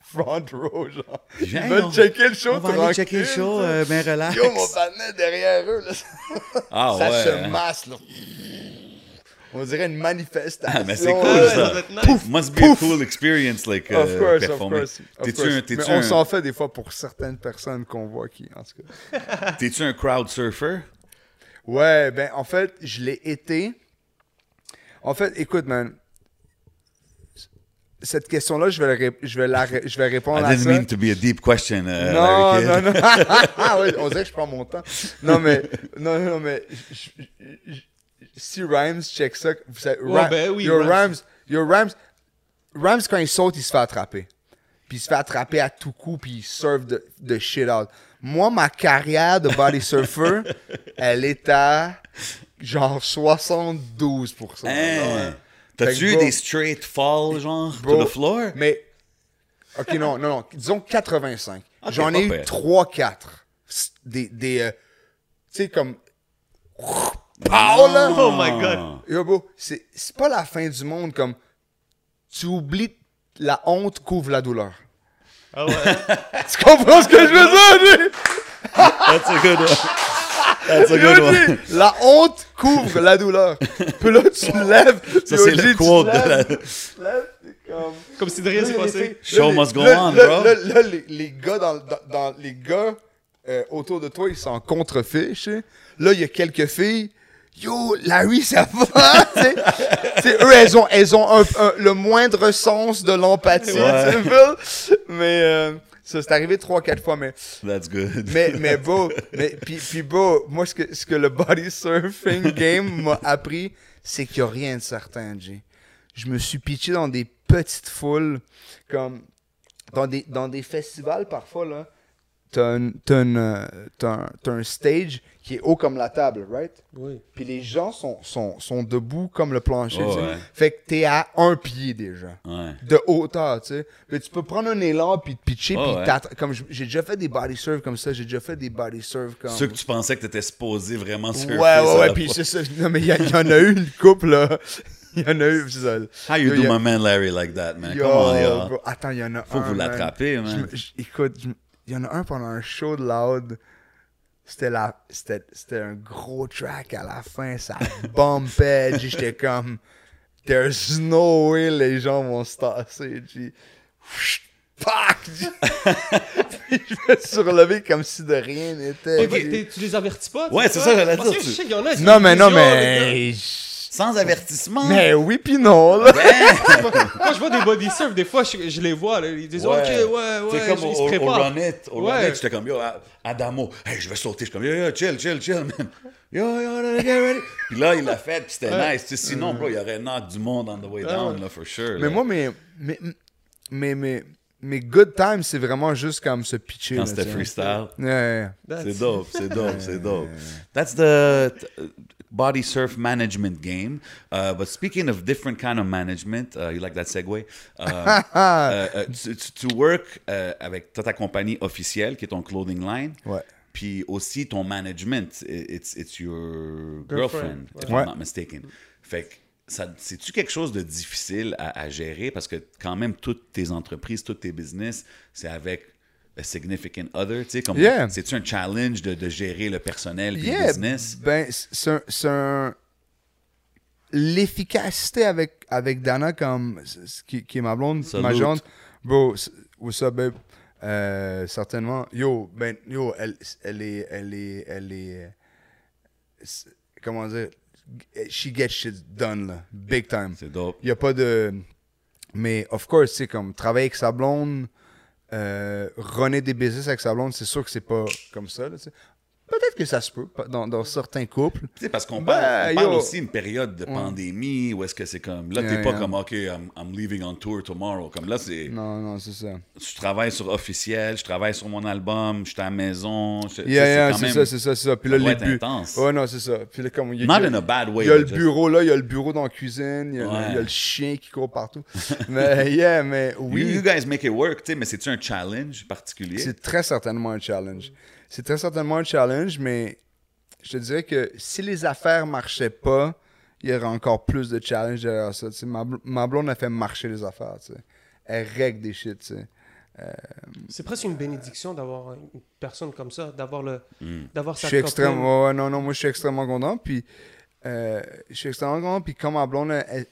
Speaker 4: front row, genre. Ils
Speaker 2: Viens,
Speaker 4: veulent
Speaker 2: on-
Speaker 4: checker le show,
Speaker 2: On va aller checker le
Speaker 4: tranquille,
Speaker 2: show,
Speaker 4: t'sais.
Speaker 2: euh, ben relax.
Speaker 4: Yo, mon panel derrière eux, là, ça,
Speaker 2: ah
Speaker 4: ça
Speaker 2: ouais.
Speaker 4: se
Speaker 2: hein.
Speaker 4: masse, là. On dirait une manifestation.
Speaker 2: Ah, mais c'est
Speaker 3: Ouais,
Speaker 2: cool
Speaker 3: ouais,
Speaker 2: ça.
Speaker 3: ça doit être nice. Pouf,
Speaker 2: Must be
Speaker 4: pouf.
Speaker 2: a cool experience, like,
Speaker 4: Of
Speaker 2: euh,
Speaker 4: course, of
Speaker 2: performer.
Speaker 4: course. of
Speaker 2: T'es-tu
Speaker 4: course.
Speaker 2: un, t'es-tu
Speaker 4: Mais on
Speaker 2: un,
Speaker 4: s'en fait des fois pour certaines personnes qu'on voit qui, en tout cas.
Speaker 2: t'es-tu un crowd surfer?
Speaker 4: Ouais, ben en fait, je l'ai été. En fait, écoute, man. Cette question-là, je vais, la ré- je vais, la ré- je vais répondre
Speaker 2: I
Speaker 4: à
Speaker 2: didn't
Speaker 4: ça.
Speaker 2: mean to be a deep question, euh,
Speaker 4: Non,
Speaker 2: Larry Kidd.
Speaker 4: non, non. Ah ouais, on dirait que je prends mon temps. Non, mais, non, non, mais je- je- je- si Rhymes check ça, vous savez,
Speaker 3: Ouais,
Speaker 4: Rhy-
Speaker 3: ben oui,
Speaker 4: your
Speaker 3: Rhymes.
Speaker 4: Rhymes, your Rhymes, Rhymes, quand il saute, il se fait attraper. Puis il se fait attraper à tout coup, puis il surfe de, de shit out. Moi, ma carrière de body surfer, elle est à genre 72%.
Speaker 2: Hein?
Speaker 4: Ouais.
Speaker 2: T'as-tu
Speaker 4: Fait
Speaker 2: eu
Speaker 4: que,
Speaker 2: des straight falls, genre,
Speaker 4: Bro,
Speaker 2: to the floor?
Speaker 4: Mais. Ok, non, non, non. Disons 85.
Speaker 2: Ok,
Speaker 4: J'en ai
Speaker 2: Ah, pas
Speaker 4: eu
Speaker 2: pire.
Speaker 4: 3-4. Des. des euh, tu sais, comme. Pow, là!
Speaker 3: Oh my god.
Speaker 4: Yo, bro, c'est c'est pas la fin du monde. Comme. Tu oublies la honte couvre la douleur.
Speaker 3: Ah ouais.
Speaker 4: Tu comprends ce que je veux dire? lui?
Speaker 2: That's a good one. That's a
Speaker 4: Yo,
Speaker 2: good one.
Speaker 4: lui, La honte couvre la douleur. Puis là, tu te lèves.
Speaker 2: Ça,
Speaker 4: yo,
Speaker 2: c'est
Speaker 4: lui,
Speaker 2: le
Speaker 4: tu te
Speaker 2: quote de
Speaker 4: lèves,
Speaker 2: la-
Speaker 4: tu te lèves, t'es comme.
Speaker 3: Comme si de rien s'est passé.
Speaker 2: Show
Speaker 4: les-
Speaker 2: must go
Speaker 4: là,
Speaker 2: on,
Speaker 4: là,
Speaker 2: bro.
Speaker 4: Là, là, les, les gars, dans, dans- dans- les gars euh, autour de toi, ils s'en contrefichent. hein. Là, il y a quelques filles. Yo, Larry, ça va? tu sais. Tu sais, eux, elles ont, elles ont un- un- le moindre sens de l'empathie.
Speaker 2: Ouais.
Speaker 4: tu sais, Mais euh, ça, c'est arrivé trois, quatre fois. Mais
Speaker 2: That's good.
Speaker 4: mais, mais beau, mais, puis, puis beau, moi, ce que, ce que le body surfing game m'a appris, c'est qu'il n'y a rien de certain, Jay. Je me suis pitché dans des petites foules, comme dans des, dans des festivals parfois, là. T'as une- t'as une, euh, t'as un, t'as un stage qui est haut comme la table, right?
Speaker 3: Oui.
Speaker 4: Puis les gens sont, sont, sont debout comme le plancher.
Speaker 2: Oh,
Speaker 4: tu sais.
Speaker 2: ouais.
Speaker 4: Fait que t'es à un pied déjà
Speaker 2: Ouais.
Speaker 4: de hauteur, tu sais. Mais tu peux prendre un élan puis te pitcher
Speaker 2: Ah
Speaker 4: puis
Speaker 2: ouais.
Speaker 4: t'attra- comme je- j'ai déjà fait des body serve comme ça, j'ai déjà fait des body serve comme
Speaker 2: Ceux que tu pensais que t'étais supposé vraiment surfer.
Speaker 4: Ouais, ouais,
Speaker 2: ça
Speaker 4: ouais,
Speaker 2: l'a
Speaker 4: puis
Speaker 2: pas-
Speaker 4: c'est ça. Non mais il y, a- il y en a eu une couple là. Il y en a eu, c'est ça.
Speaker 2: How you
Speaker 4: Yo,
Speaker 2: do
Speaker 4: y a-
Speaker 2: my man Larry like that, man?
Speaker 4: Yo,
Speaker 2: Come on, y'all.
Speaker 4: bro, attends, il y en a
Speaker 2: Faut
Speaker 4: un.
Speaker 2: que vous
Speaker 4: man.
Speaker 2: l'attrapez,
Speaker 4: Je
Speaker 2: man.
Speaker 4: me- je- écoute, je me- il y en a un pendant un show de loud. C'était la c'était c'était un gros track à la fin, ça bumpait, G, j'étais comme there's no way les gens vont se tasser, G. Whoosh, Pac! G. Puis je me suis relevé comme si de rien n'était.
Speaker 3: Ok,
Speaker 4: G.
Speaker 3: t'es- tu les avertis pas?
Speaker 2: Ouais, c'est ça, j'allais
Speaker 3: Parce
Speaker 2: dire,
Speaker 3: que
Speaker 2: tu-
Speaker 3: je sais qu'il y en a, ils ont
Speaker 4: Non mais
Speaker 3: une
Speaker 4: non
Speaker 3: vision, les gars.
Speaker 4: mais
Speaker 2: Sans avertissement.
Speaker 4: mais oui puis non là.
Speaker 3: Quand je vois des body surf, des fois, je, je les vois, là, ils disent OK, ouais, ouais,
Speaker 2: C'est comme
Speaker 3: je-
Speaker 2: au,
Speaker 3: ils
Speaker 2: au-
Speaker 3: se
Speaker 2: au
Speaker 3: préparent.
Speaker 2: Run It. Au
Speaker 3: Ouais.
Speaker 2: Run It, j'étais comme, yo, à- Adamo, hey, je vais sauter. Je suis comme, yo, yo, chill, chill, chill, man. Yo, yo, là, get ready. Puis là, il l'a fait, puis c'était nice. Tu sais, sinon, bro, il y aurait knock du monde on the way down, là, for sure.
Speaker 4: Mais
Speaker 2: là.
Speaker 4: moi, mes, mes, mes, mes, mes good times, c'est vraiment juste comme se pitcher.
Speaker 2: quand
Speaker 4: là,
Speaker 2: c'était
Speaker 4: tu sais.
Speaker 2: freestyle.
Speaker 4: Ouais, ouais,
Speaker 3: That's-
Speaker 2: C'est dope, c'est dope, c'est dope. That's the uh, body surf management game. Uh, but speaking of different kind of management, uh, you like that segue? Uh, uh, uh, tu, tu- tu work uh, avec t'as ta compagnie officielle qui est ton clothing line.
Speaker 4: Ouais.
Speaker 2: Puis aussi ton management, i- it's, it's your girlfriend,
Speaker 3: Girlfriend,
Speaker 2: if
Speaker 4: ouais.
Speaker 2: I'm not mistaken. Fait que ça- c'est-tu quelque chose de difficile à, à gérer? Parce que quand même, toutes tes entreprises, tous tes business, c'est avec a significant other, tu sais, comme
Speaker 4: Yeah.
Speaker 2: c'est-tu un challenge de, de gérer le personnel et
Speaker 4: Yeah,
Speaker 2: le business?
Speaker 4: Ben, c'est un- c'est un- L'efficacité avec, avec Dana, comme, c- c- qui, qui est ma blonde,
Speaker 2: Salute.
Speaker 4: ma blonde, bro, c- what's up, babe? Euh, certainement. Yo, ben, yo, elle, elle est, elle est, elle est, c'est- comment dire, she gets shit done, là, big time.
Speaker 2: C'est dope.
Speaker 4: Il n'y a pas de. Mais, of course, c'est comme travailler avec sa blonde, euh, runner des business avec sa blonde, c'est sûr que c'est pas comme ça. là, tu sais. Peut-être que ça se peut pas- dans, dans certains couples.
Speaker 2: Tu sais, parce qu'on
Speaker 4: Ben,
Speaker 2: parle, on parle
Speaker 4: yo. Mm.
Speaker 2: aussi une période de pandémie où est-ce que c'est comme, là, t'es
Speaker 4: Yeah,
Speaker 2: pas
Speaker 4: yeah.
Speaker 2: comme, OK, I'm, I'm leaving on tour tomorrow. Comme là, c'est,
Speaker 4: Non, non, c'est ça.
Speaker 2: je travaille sur officiel, je travaille sur mon album, je suis à la maison. Je, tu sais,
Speaker 4: Yeah, yeah,
Speaker 2: quand
Speaker 4: c'est
Speaker 2: même-
Speaker 4: ça, c'est ça, c'est ça. Puis
Speaker 2: ça
Speaker 4: là,
Speaker 2: doit
Speaker 4: les
Speaker 2: être
Speaker 4: buts.
Speaker 2: intense.
Speaker 4: Ouais, non, c'est ça. Puis là, comme. il y a-
Speaker 2: Not
Speaker 4: il y a-
Speaker 2: in a bad way.
Speaker 4: Il y a
Speaker 2: but
Speaker 4: le
Speaker 2: just-
Speaker 4: bureau là, il y a le bureau dans la cuisine, il y a,
Speaker 2: Ouais.
Speaker 4: il y a le chien qui court partout. mais yeah, mais
Speaker 2: You,
Speaker 4: oui.
Speaker 2: you guys make it work, tu sais, mais c'est-tu un challenge particulier?
Speaker 4: C'est très certainement un challenge. C'est très certainement un challenge, mais je te dirais que si les affaires marchaient pas, il y aurait encore plus de challenge derrière ça. tu sais. Ma, bl- ma blonde a fait marcher les affaires. tu sais. Elle règle des shit. tu sais.
Speaker 3: C'est presque une bénédiction d'avoir une personne comme ça, d'avoir le,
Speaker 2: Hmm.
Speaker 3: d'avoir
Speaker 4: Je
Speaker 3: sa
Speaker 4: suis
Speaker 3: copine.
Speaker 4: extrêmement. ouais, non, non, moi, je suis extrêmement content. Puis, euh, je suis extrêmement content. Puis, quand ma blonde, elle, elle-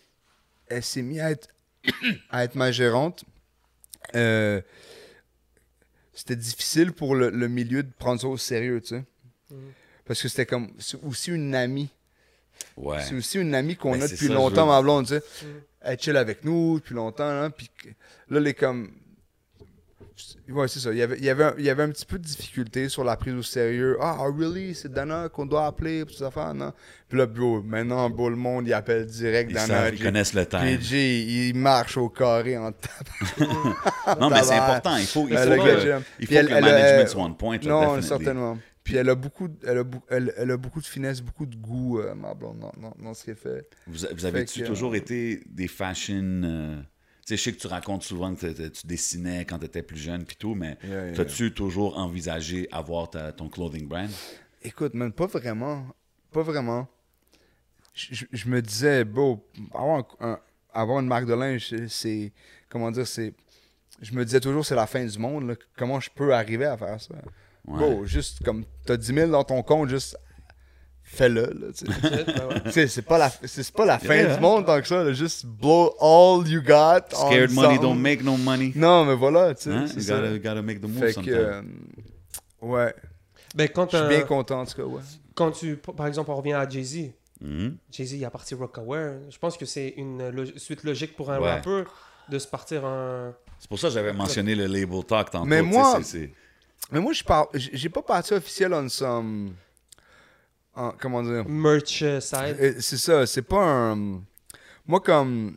Speaker 4: elle s'est mise à être, à être ma gérante, euh, c'était difficile pour le, le milieu de prendre ça au sérieux, tu sais.
Speaker 3: Mm.
Speaker 4: Parce que c'était comme. C'est aussi une amie.
Speaker 2: Ouais.
Speaker 4: C'est aussi une amie qu'on
Speaker 2: Ben,
Speaker 4: a
Speaker 2: c'est
Speaker 4: depuis
Speaker 2: ça, je
Speaker 4: longtemps,
Speaker 2: veux-
Speaker 4: ma blonde, tu sais. Elle chill avec nous depuis longtemps, là. Puis que- là, elle est comme. Ouais, c'est ça. Il y, avait, il, y avait un, il y avait un petit peu de difficulté sur la prise au sérieux. Ah, ah, really? C'est Dana qu'on doit appeler pour ces affaires, non? Puis là, bro, maintenant, beau le monde, il appelle direct
Speaker 2: Ils,
Speaker 4: Dana.
Speaker 2: savent, ils
Speaker 4: J-
Speaker 2: connaissent hein. le time.
Speaker 4: JJ, il marche au carré en temps.
Speaker 2: Non, mais c'est
Speaker 4: tabarnak.
Speaker 2: important. Il faut, il
Speaker 4: Euh,
Speaker 2: faut
Speaker 4: le gars,
Speaker 2: que,
Speaker 4: j'aime.
Speaker 2: il faut
Speaker 4: Puis elle-
Speaker 2: que le
Speaker 4: elle,
Speaker 2: management
Speaker 4: euh,
Speaker 2: soit on point. là,
Speaker 4: Non,
Speaker 2: definitely.
Speaker 4: certainement. Puis elle a beaucoup, de- elle a, bou- elle, elle a beaucoup de finesse, beaucoup de goût, euh, ma blonde, dans, dans- dans ce qu'elle fait.
Speaker 2: Vous, vous avez-tu
Speaker 4: Fait que, euh,
Speaker 2: toujours été des fashion. euh, tu sais, je sais que tu racontes souvent que t'étais- tu dessinais quand tu étais plus jeune puis tout, mais
Speaker 4: Yeah, yeah.
Speaker 2: t'as-tu toujours envisagé avoir ta- ton clothing brand?
Speaker 4: Écoute, man, pas vraiment. Pas vraiment. Je, je- je me disais, beau, avoir, un- un- avoir une marque de linge, c'est- c'est. Comment dire, c'est. Je me disais toujours, c'est la fin du monde. là. Comment je peux arriver à faire ça?
Speaker 2: Ouais.
Speaker 4: Beau, juste comme t'as 10 000 dans ton compte, juste fais-le. là, tu sais.
Speaker 3: Ben ouais.
Speaker 4: Tu sais, c'est pas la, c'est c'est pas la fin
Speaker 2: Yeah.
Speaker 4: du monde tant que ça. là. Juste blow all you got. on
Speaker 2: Scared money
Speaker 4: something.
Speaker 2: don't make no money.
Speaker 4: Non, mais voilà, tu sais.
Speaker 2: Hein?
Speaker 4: c'est
Speaker 2: You
Speaker 4: ça.
Speaker 2: gotta, gotta make the move
Speaker 4: Fait que.
Speaker 2: sometimes.
Speaker 4: euh, ouais,
Speaker 3: Ben, quand,
Speaker 4: je suis
Speaker 3: euh,
Speaker 4: bien content en tout cas, ouais.
Speaker 3: quand tu, par exemple, on revient à Jay-Z,
Speaker 4: Mm-hmm.
Speaker 2: Mhm.
Speaker 3: Jay-Z il a parti Rockaware. Je pense que c'est une lo- suite logique pour un
Speaker 2: Ouais.
Speaker 3: rappeur de se partir un.
Speaker 2: C'est pour ça que j'avais mentionné le label talk tantôt.
Speaker 4: Mais
Speaker 2: tu sais,
Speaker 4: moi-
Speaker 2: c'est- c'est-
Speaker 4: Mais moi, je parle. j- J'ai pas parti officiel on some. en- comment dire
Speaker 3: merch euh, side.
Speaker 4: Euh, C'est ça, c'est pas un. Moi, comme.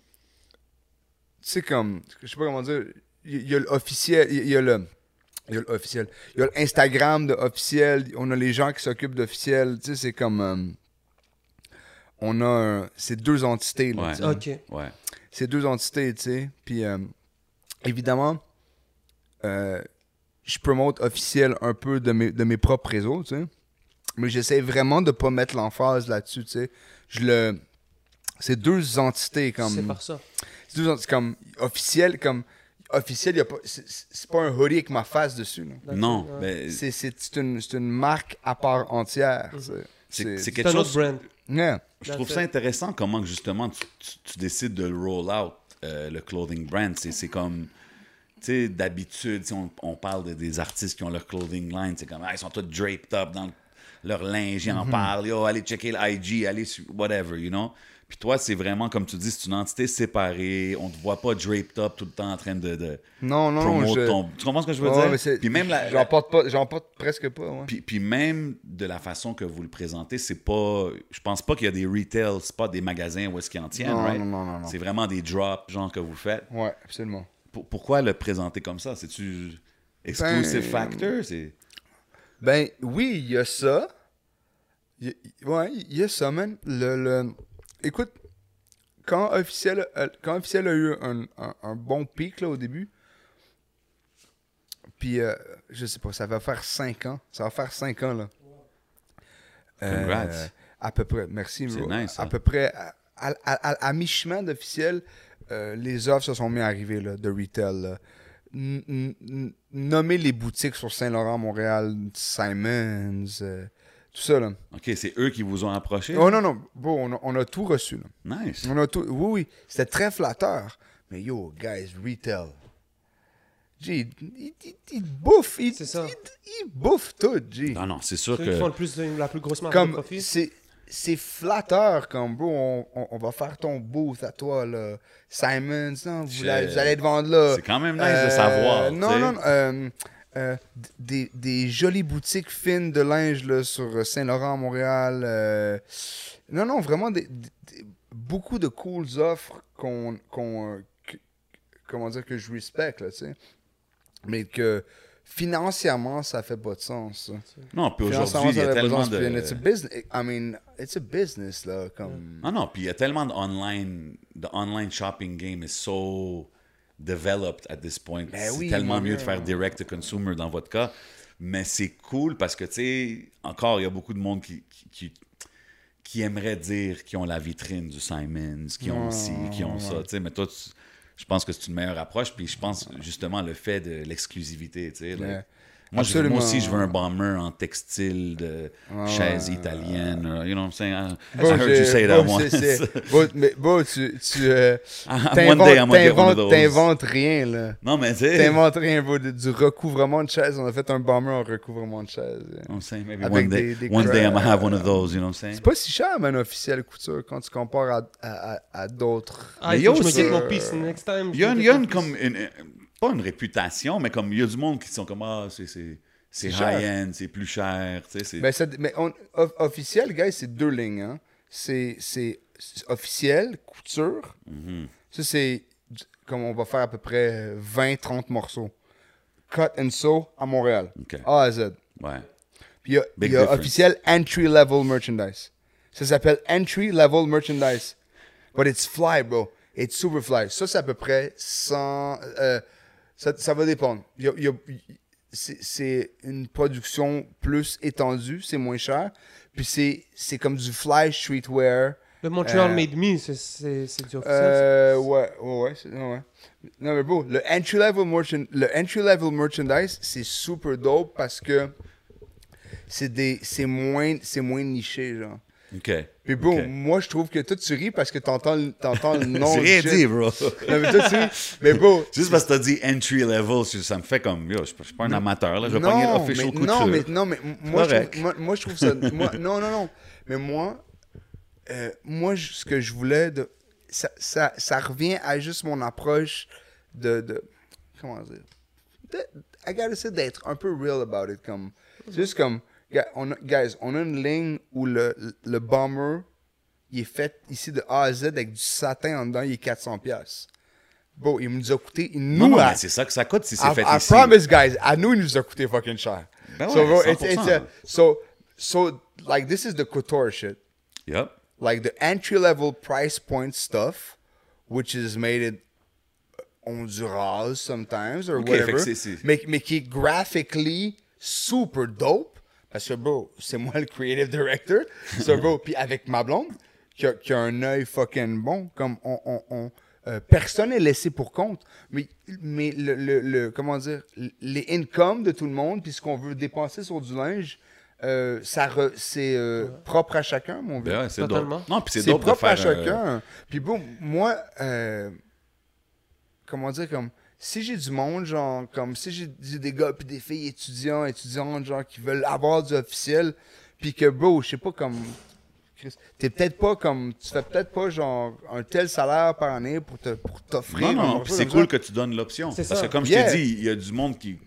Speaker 4: Tu sais, comme. Je sais pas comment dire. Il y, a l'officiel. Il y a le. Il y a l'officiel. Il y a l'Instagram de officiel. On a les gens qui s'occupent d'officiel. Tu sais, c'est comme. euh, on a. un- C'est deux entités, là.
Speaker 2: Ouais.
Speaker 4: tu sais.
Speaker 3: Ok.
Speaker 2: Ouais.
Speaker 4: C'est deux entités, tu sais. Puis, euh, évidemment, euh, je promote officiel un peu de mes, de mes propres réseaux, tu sais. Mais j'essaie vraiment de pas mettre l'emphase là-dessus, tu sais. Je le... C'est deux entités, comme...
Speaker 3: C'est par ça.
Speaker 4: C'est deux entités, comme... Officiel, comme... Officiel, y a pas... c'est- C'est pas un hoodie avec ma face dessus, là.
Speaker 3: D'accord,
Speaker 2: Non,
Speaker 3: ouais.
Speaker 2: mais c'est
Speaker 4: C'est- C'est c'est une, c'est une marque à part entière, tu sais.
Speaker 2: Mm-hmm. c'est- c'est
Speaker 3: C'est
Speaker 2: quelque
Speaker 3: un autre
Speaker 2: chose.
Speaker 3: brand.
Speaker 4: Yeah.
Speaker 2: Je trouve ça intéressant comment que justement tu, tu- tu décides de le roll out euh, le clothing brand. C'est c'est comme, tu sais, d'habitude, si on, on parle de- des artistes qui ont leur clothing line, c'est comme, ah, ils sont tous draped up dans leur linge, ils en
Speaker 4: Mm-hmm.
Speaker 2: parlent, yo, allez checker l'IG, allez sur whatever, you know. Puis toi, c'est vraiment, comme tu dis, c'est une entité séparée, on te voit pas draped up tout le temps en train de, de
Speaker 4: Non, non, non,
Speaker 2: promouvoir
Speaker 4: je...
Speaker 2: ton. Tu comprends ce que je veux
Speaker 4: Ouais, mais c'est-
Speaker 2: dire? Puis même la-
Speaker 4: J'en porte pas... J'en porte presque pas, ouais.
Speaker 2: puis, puis même de la façon que vous le présentez, c'est pas. Je pense pas qu'il y a des retail, c'est pas des magasins où est-ce qu'ils en tiennent,
Speaker 4: Non,
Speaker 2: right?
Speaker 4: non, non, non, non.
Speaker 2: C'est vraiment des drops, genre que vous faites.
Speaker 4: Ouais, absolument.
Speaker 2: Pour- pourquoi le présenter comme ça? C'est-tu exclusive
Speaker 4: Ben,
Speaker 2: factor? C'est...
Speaker 4: Ben oui, il y a ça. Y- y- ouais, il y a ça, man. Le, le- Écoute, quand officiel, euh, quand officiel a eu un, un- un bon pic là, au début, puis euh, je sais pas, ça va faire 5 ans. Ça va faire 5 ans, là. Euh,
Speaker 2: Congrats.
Speaker 4: à peu près, merci.
Speaker 2: C'est
Speaker 4: bro.
Speaker 2: nice, hein. ça.
Speaker 4: À peu près, à, à- à- à mi-chemin d'officiel, euh, les offres se sont mis à arriver là, de retail. là. N- n- n- nommer les boutiques sur Saint-Laurent, Montréal, Simons, euh, tout ça. Là.
Speaker 2: OK, c'est eux qui vous ont approché?
Speaker 4: Oh non, non, bon, on, a, on a tout reçu. là.
Speaker 2: Nice.
Speaker 4: On a tout, oui, oui, c'était très flatteur. Mais yo, guys, retail. G, il, il- il bouffe, il,
Speaker 3: C'est ça.
Speaker 4: il, il bouffe tout, G
Speaker 2: Non, non, c'est sûr
Speaker 3: Ceux qui
Speaker 2: que.
Speaker 3: font le plus, la plus grosse marque de
Speaker 4: comme
Speaker 3: profit.
Speaker 4: c'est c'est flatteur comme bro on, on- on va faire ton booth à toi là Simons non, vous,
Speaker 2: Shit.
Speaker 4: la- vous allez te vendre là Euh,
Speaker 2: C'est quand même nice de savoir, tu
Speaker 4: non
Speaker 2: sais.
Speaker 4: non euh, euh, d- des, des jolies boutiques fines de linge là, sur Saint-Laurent Montréal euh, non non vraiment des, des- des- beaucoup de cool offres qu'on qu'on, euh, que- comment dire que je respecte là tu sais mais que financièrement ça fait pas de sens ça.
Speaker 2: Non, puis
Speaker 4: Puis
Speaker 2: aujourd'hui, il
Speaker 4: ensemble,
Speaker 2: y
Speaker 4: ça
Speaker 2: a
Speaker 4: avait
Speaker 2: tellement
Speaker 4: besoin, puis It's a
Speaker 2: de.
Speaker 4: business. I mean, it's a business, là, comme...
Speaker 2: Ah Non, non, puis il y a tellement de online. The online shopping game is so developed at this point.
Speaker 4: Ben
Speaker 2: c'est
Speaker 4: oui,
Speaker 2: tellement
Speaker 4: mon
Speaker 2: mieux de
Speaker 4: Dieu.
Speaker 2: faire direct to consumer dans votre cas. Mais c'est cool parce que, tu sais, encore, il y a beaucoup de monde qui, qui, qui, qui aimeraient dire qu'ils ont la vitrine du Simons, qui ont ci,
Speaker 4: Ah,
Speaker 2: qui ont ça. tu sais, Mais toi, tu- je pense que c'est une meilleure approche. Puis je pense justement le fait de l'exclusivité. tu sais, like,
Speaker 4: Ouais.
Speaker 2: Moi, je- moi
Speaker 4: Absolument.
Speaker 2: aussi, je veux un bomber en textile de chaise italienne. uh, You know what I'm saying? I, I
Speaker 4: Bro,
Speaker 2: heard
Speaker 4: j'ai-
Speaker 2: you say
Speaker 4: bro,
Speaker 2: that
Speaker 4: c'est-
Speaker 2: once.
Speaker 4: c'est- bro, mais bro, tu, tu euh,
Speaker 2: One day, I'm
Speaker 4: t'inventes,
Speaker 2: gonna get one of
Speaker 4: t'inventes,
Speaker 2: those.
Speaker 4: t'inventes rien, là.
Speaker 2: Non, mais tu sais,
Speaker 4: T'inventes rien, bro. Du, du recouvrement de chaise, on a fait un bomber en recouvrement de chaise.
Speaker 2: you know what I'm saying? Maybe
Speaker 4: Avec
Speaker 2: one day,
Speaker 4: des- des
Speaker 2: one day, I'm gonna
Speaker 4: creux,
Speaker 2: have one of those. You know what I'm saying?
Speaker 4: C'est pas si cher, man, officiel couture, quand tu compares à, à, à, à d'autres.
Speaker 3: Ah, il
Speaker 2: yo,
Speaker 3: faut que je me
Speaker 2: c'est-
Speaker 3: guette mon piece next time.
Speaker 2: Il y a,
Speaker 3: je
Speaker 2: une,
Speaker 3: me
Speaker 2: il y a
Speaker 3: guette
Speaker 2: une
Speaker 3: mon
Speaker 2: comme une- une- pas une réputation, mais comme il y a du monde qui sont comme ah c'est c'est c'est
Speaker 4: C'est cher.
Speaker 2: high end, c'est plus cher, tu sais. c'est-
Speaker 4: Mais, Ben, ça- mais on- of- officiel, guys, c'est deux lignes. Hein. C'est, c'est, c'est officiel, couture.
Speaker 2: Mhm.
Speaker 4: Ça, c'est du- comme on va faire à peu près 20-30 morceaux. Cut and sew à Montréal.
Speaker 2: Ok.
Speaker 4: A à Z.
Speaker 2: Ouais.
Speaker 4: Puis il y a,
Speaker 2: Big
Speaker 4: il y a
Speaker 2: difference.
Speaker 4: officiel entry level merchandise. Ça s'appelle entry level merchandise. But it's fly, bro. It's super fly. Ça, c'est à peu près 100. euh, ça, ça va dépendre. Il y a- il y a- c'est- c'est une production plus étendue, c'est moins cher. Puis c'est- c'est comme du fly streetwear.
Speaker 3: Le Montreal
Speaker 4: Euh,
Speaker 3: Made Me, c'est- c'est c'est du officiel.
Speaker 4: Euh,
Speaker 3: ça.
Speaker 4: ouais, ouais, ouais, c'est- ouais. Non, mais bro, le entry-level merchan- le entry-level merchandise, c'est super dope parce que c'est des- c'est moins, c'est moins niché, genre.
Speaker 2: Ok.
Speaker 4: Puis bro,
Speaker 2: Ok.
Speaker 4: moi, je trouve que toi, tu ris parce que t'entends le- t'entends le nom
Speaker 2: C'est
Speaker 4: du
Speaker 2: rien
Speaker 4: shit.
Speaker 2: dit, bro.
Speaker 4: Non, mais toi, tu ris. Mais bro...
Speaker 2: Juste parce que t'as dit entry level, c'est- ça me fait comme yo, je je suis pas un amateur là, je vais pogner
Speaker 4: Non,
Speaker 2: l'official
Speaker 4: mais,
Speaker 2: couture.
Speaker 4: non, mais, non, mais m- moi, je
Speaker 2: Correct.
Speaker 4: trouve, moi, moi, je trouve ça... moi- non, non, non. Mais moi, euh, moi je- ce que je voulais, de, ça, ça, ça revient à juste mon approche de... de comment dire? de- I gotta say d'être un peu real about it. Comme, c'est juste comme... ga- On a, guys, on a une ligne où le, le bomber, il est fait ici de A à Z avec du satin en dedans, il est 400$. piastres. Bon, il nous a coûté... Il nous
Speaker 2: Non, non,
Speaker 4: a-
Speaker 2: mais c'est ça que ça coûte si c'est
Speaker 4: I,
Speaker 2: fait
Speaker 4: I
Speaker 2: ici.
Speaker 4: promise, guys. I knew il nous a coûté fucking cher.
Speaker 2: Ben
Speaker 4: so,
Speaker 2: ouais,
Speaker 4: bro, it's, it's
Speaker 2: 100%.
Speaker 4: a, so, so, like, this is the couture shit.
Speaker 2: Yup.
Speaker 4: Like, the entry-level price point stuff, which is made it Honduras sometimes or
Speaker 2: Ok, fait
Speaker 4: whatever,
Speaker 2: que c'est- c'est-
Speaker 4: mais, mais qui est graphically super dope. Parce que, bro, c'est moi le creative director. So, bro, puis avec ma blonde, qui a, qui a un œil fucking bon, comme on... on, on- euh, personne n'est laissé pour compte. Mais, mais le, le- le- Comment dire? Les incomes de tout le monde, puis ce qu'on veut dépenser sur du linge, euh, ça re- c'est euh, propre à chacun, mon vieux.
Speaker 2: Ben ouais, c'est
Speaker 3: Totalement.
Speaker 2: dope. Non, puis c'est
Speaker 4: C'est
Speaker 2: dope de
Speaker 4: propre à
Speaker 2: faire. euh,
Speaker 4: chacun. Puis bon, moi, euh, comment dire, comme si j'ai du monde, genre, comme si j'ai j'ai des gars puis des filles étudiants, étudiantes, genre, qui veulent avoir du officiel, puis que, bro, je sais pas, comme, Chris, t'es peut-être pas comme, tu fais peut-être pas, genre, un tel salaire par année pour te- pour
Speaker 2: Non,
Speaker 4: t'offrir. un
Speaker 2: non,
Speaker 4: morceau
Speaker 2: puis c'est
Speaker 4: comme
Speaker 2: cool
Speaker 4: ça.
Speaker 2: que tu donnes l'option.
Speaker 3: C'est
Speaker 2: Parce
Speaker 3: ça.
Speaker 2: que comme
Speaker 4: Yeah.
Speaker 2: je t'ai dit, il y a du monde qui,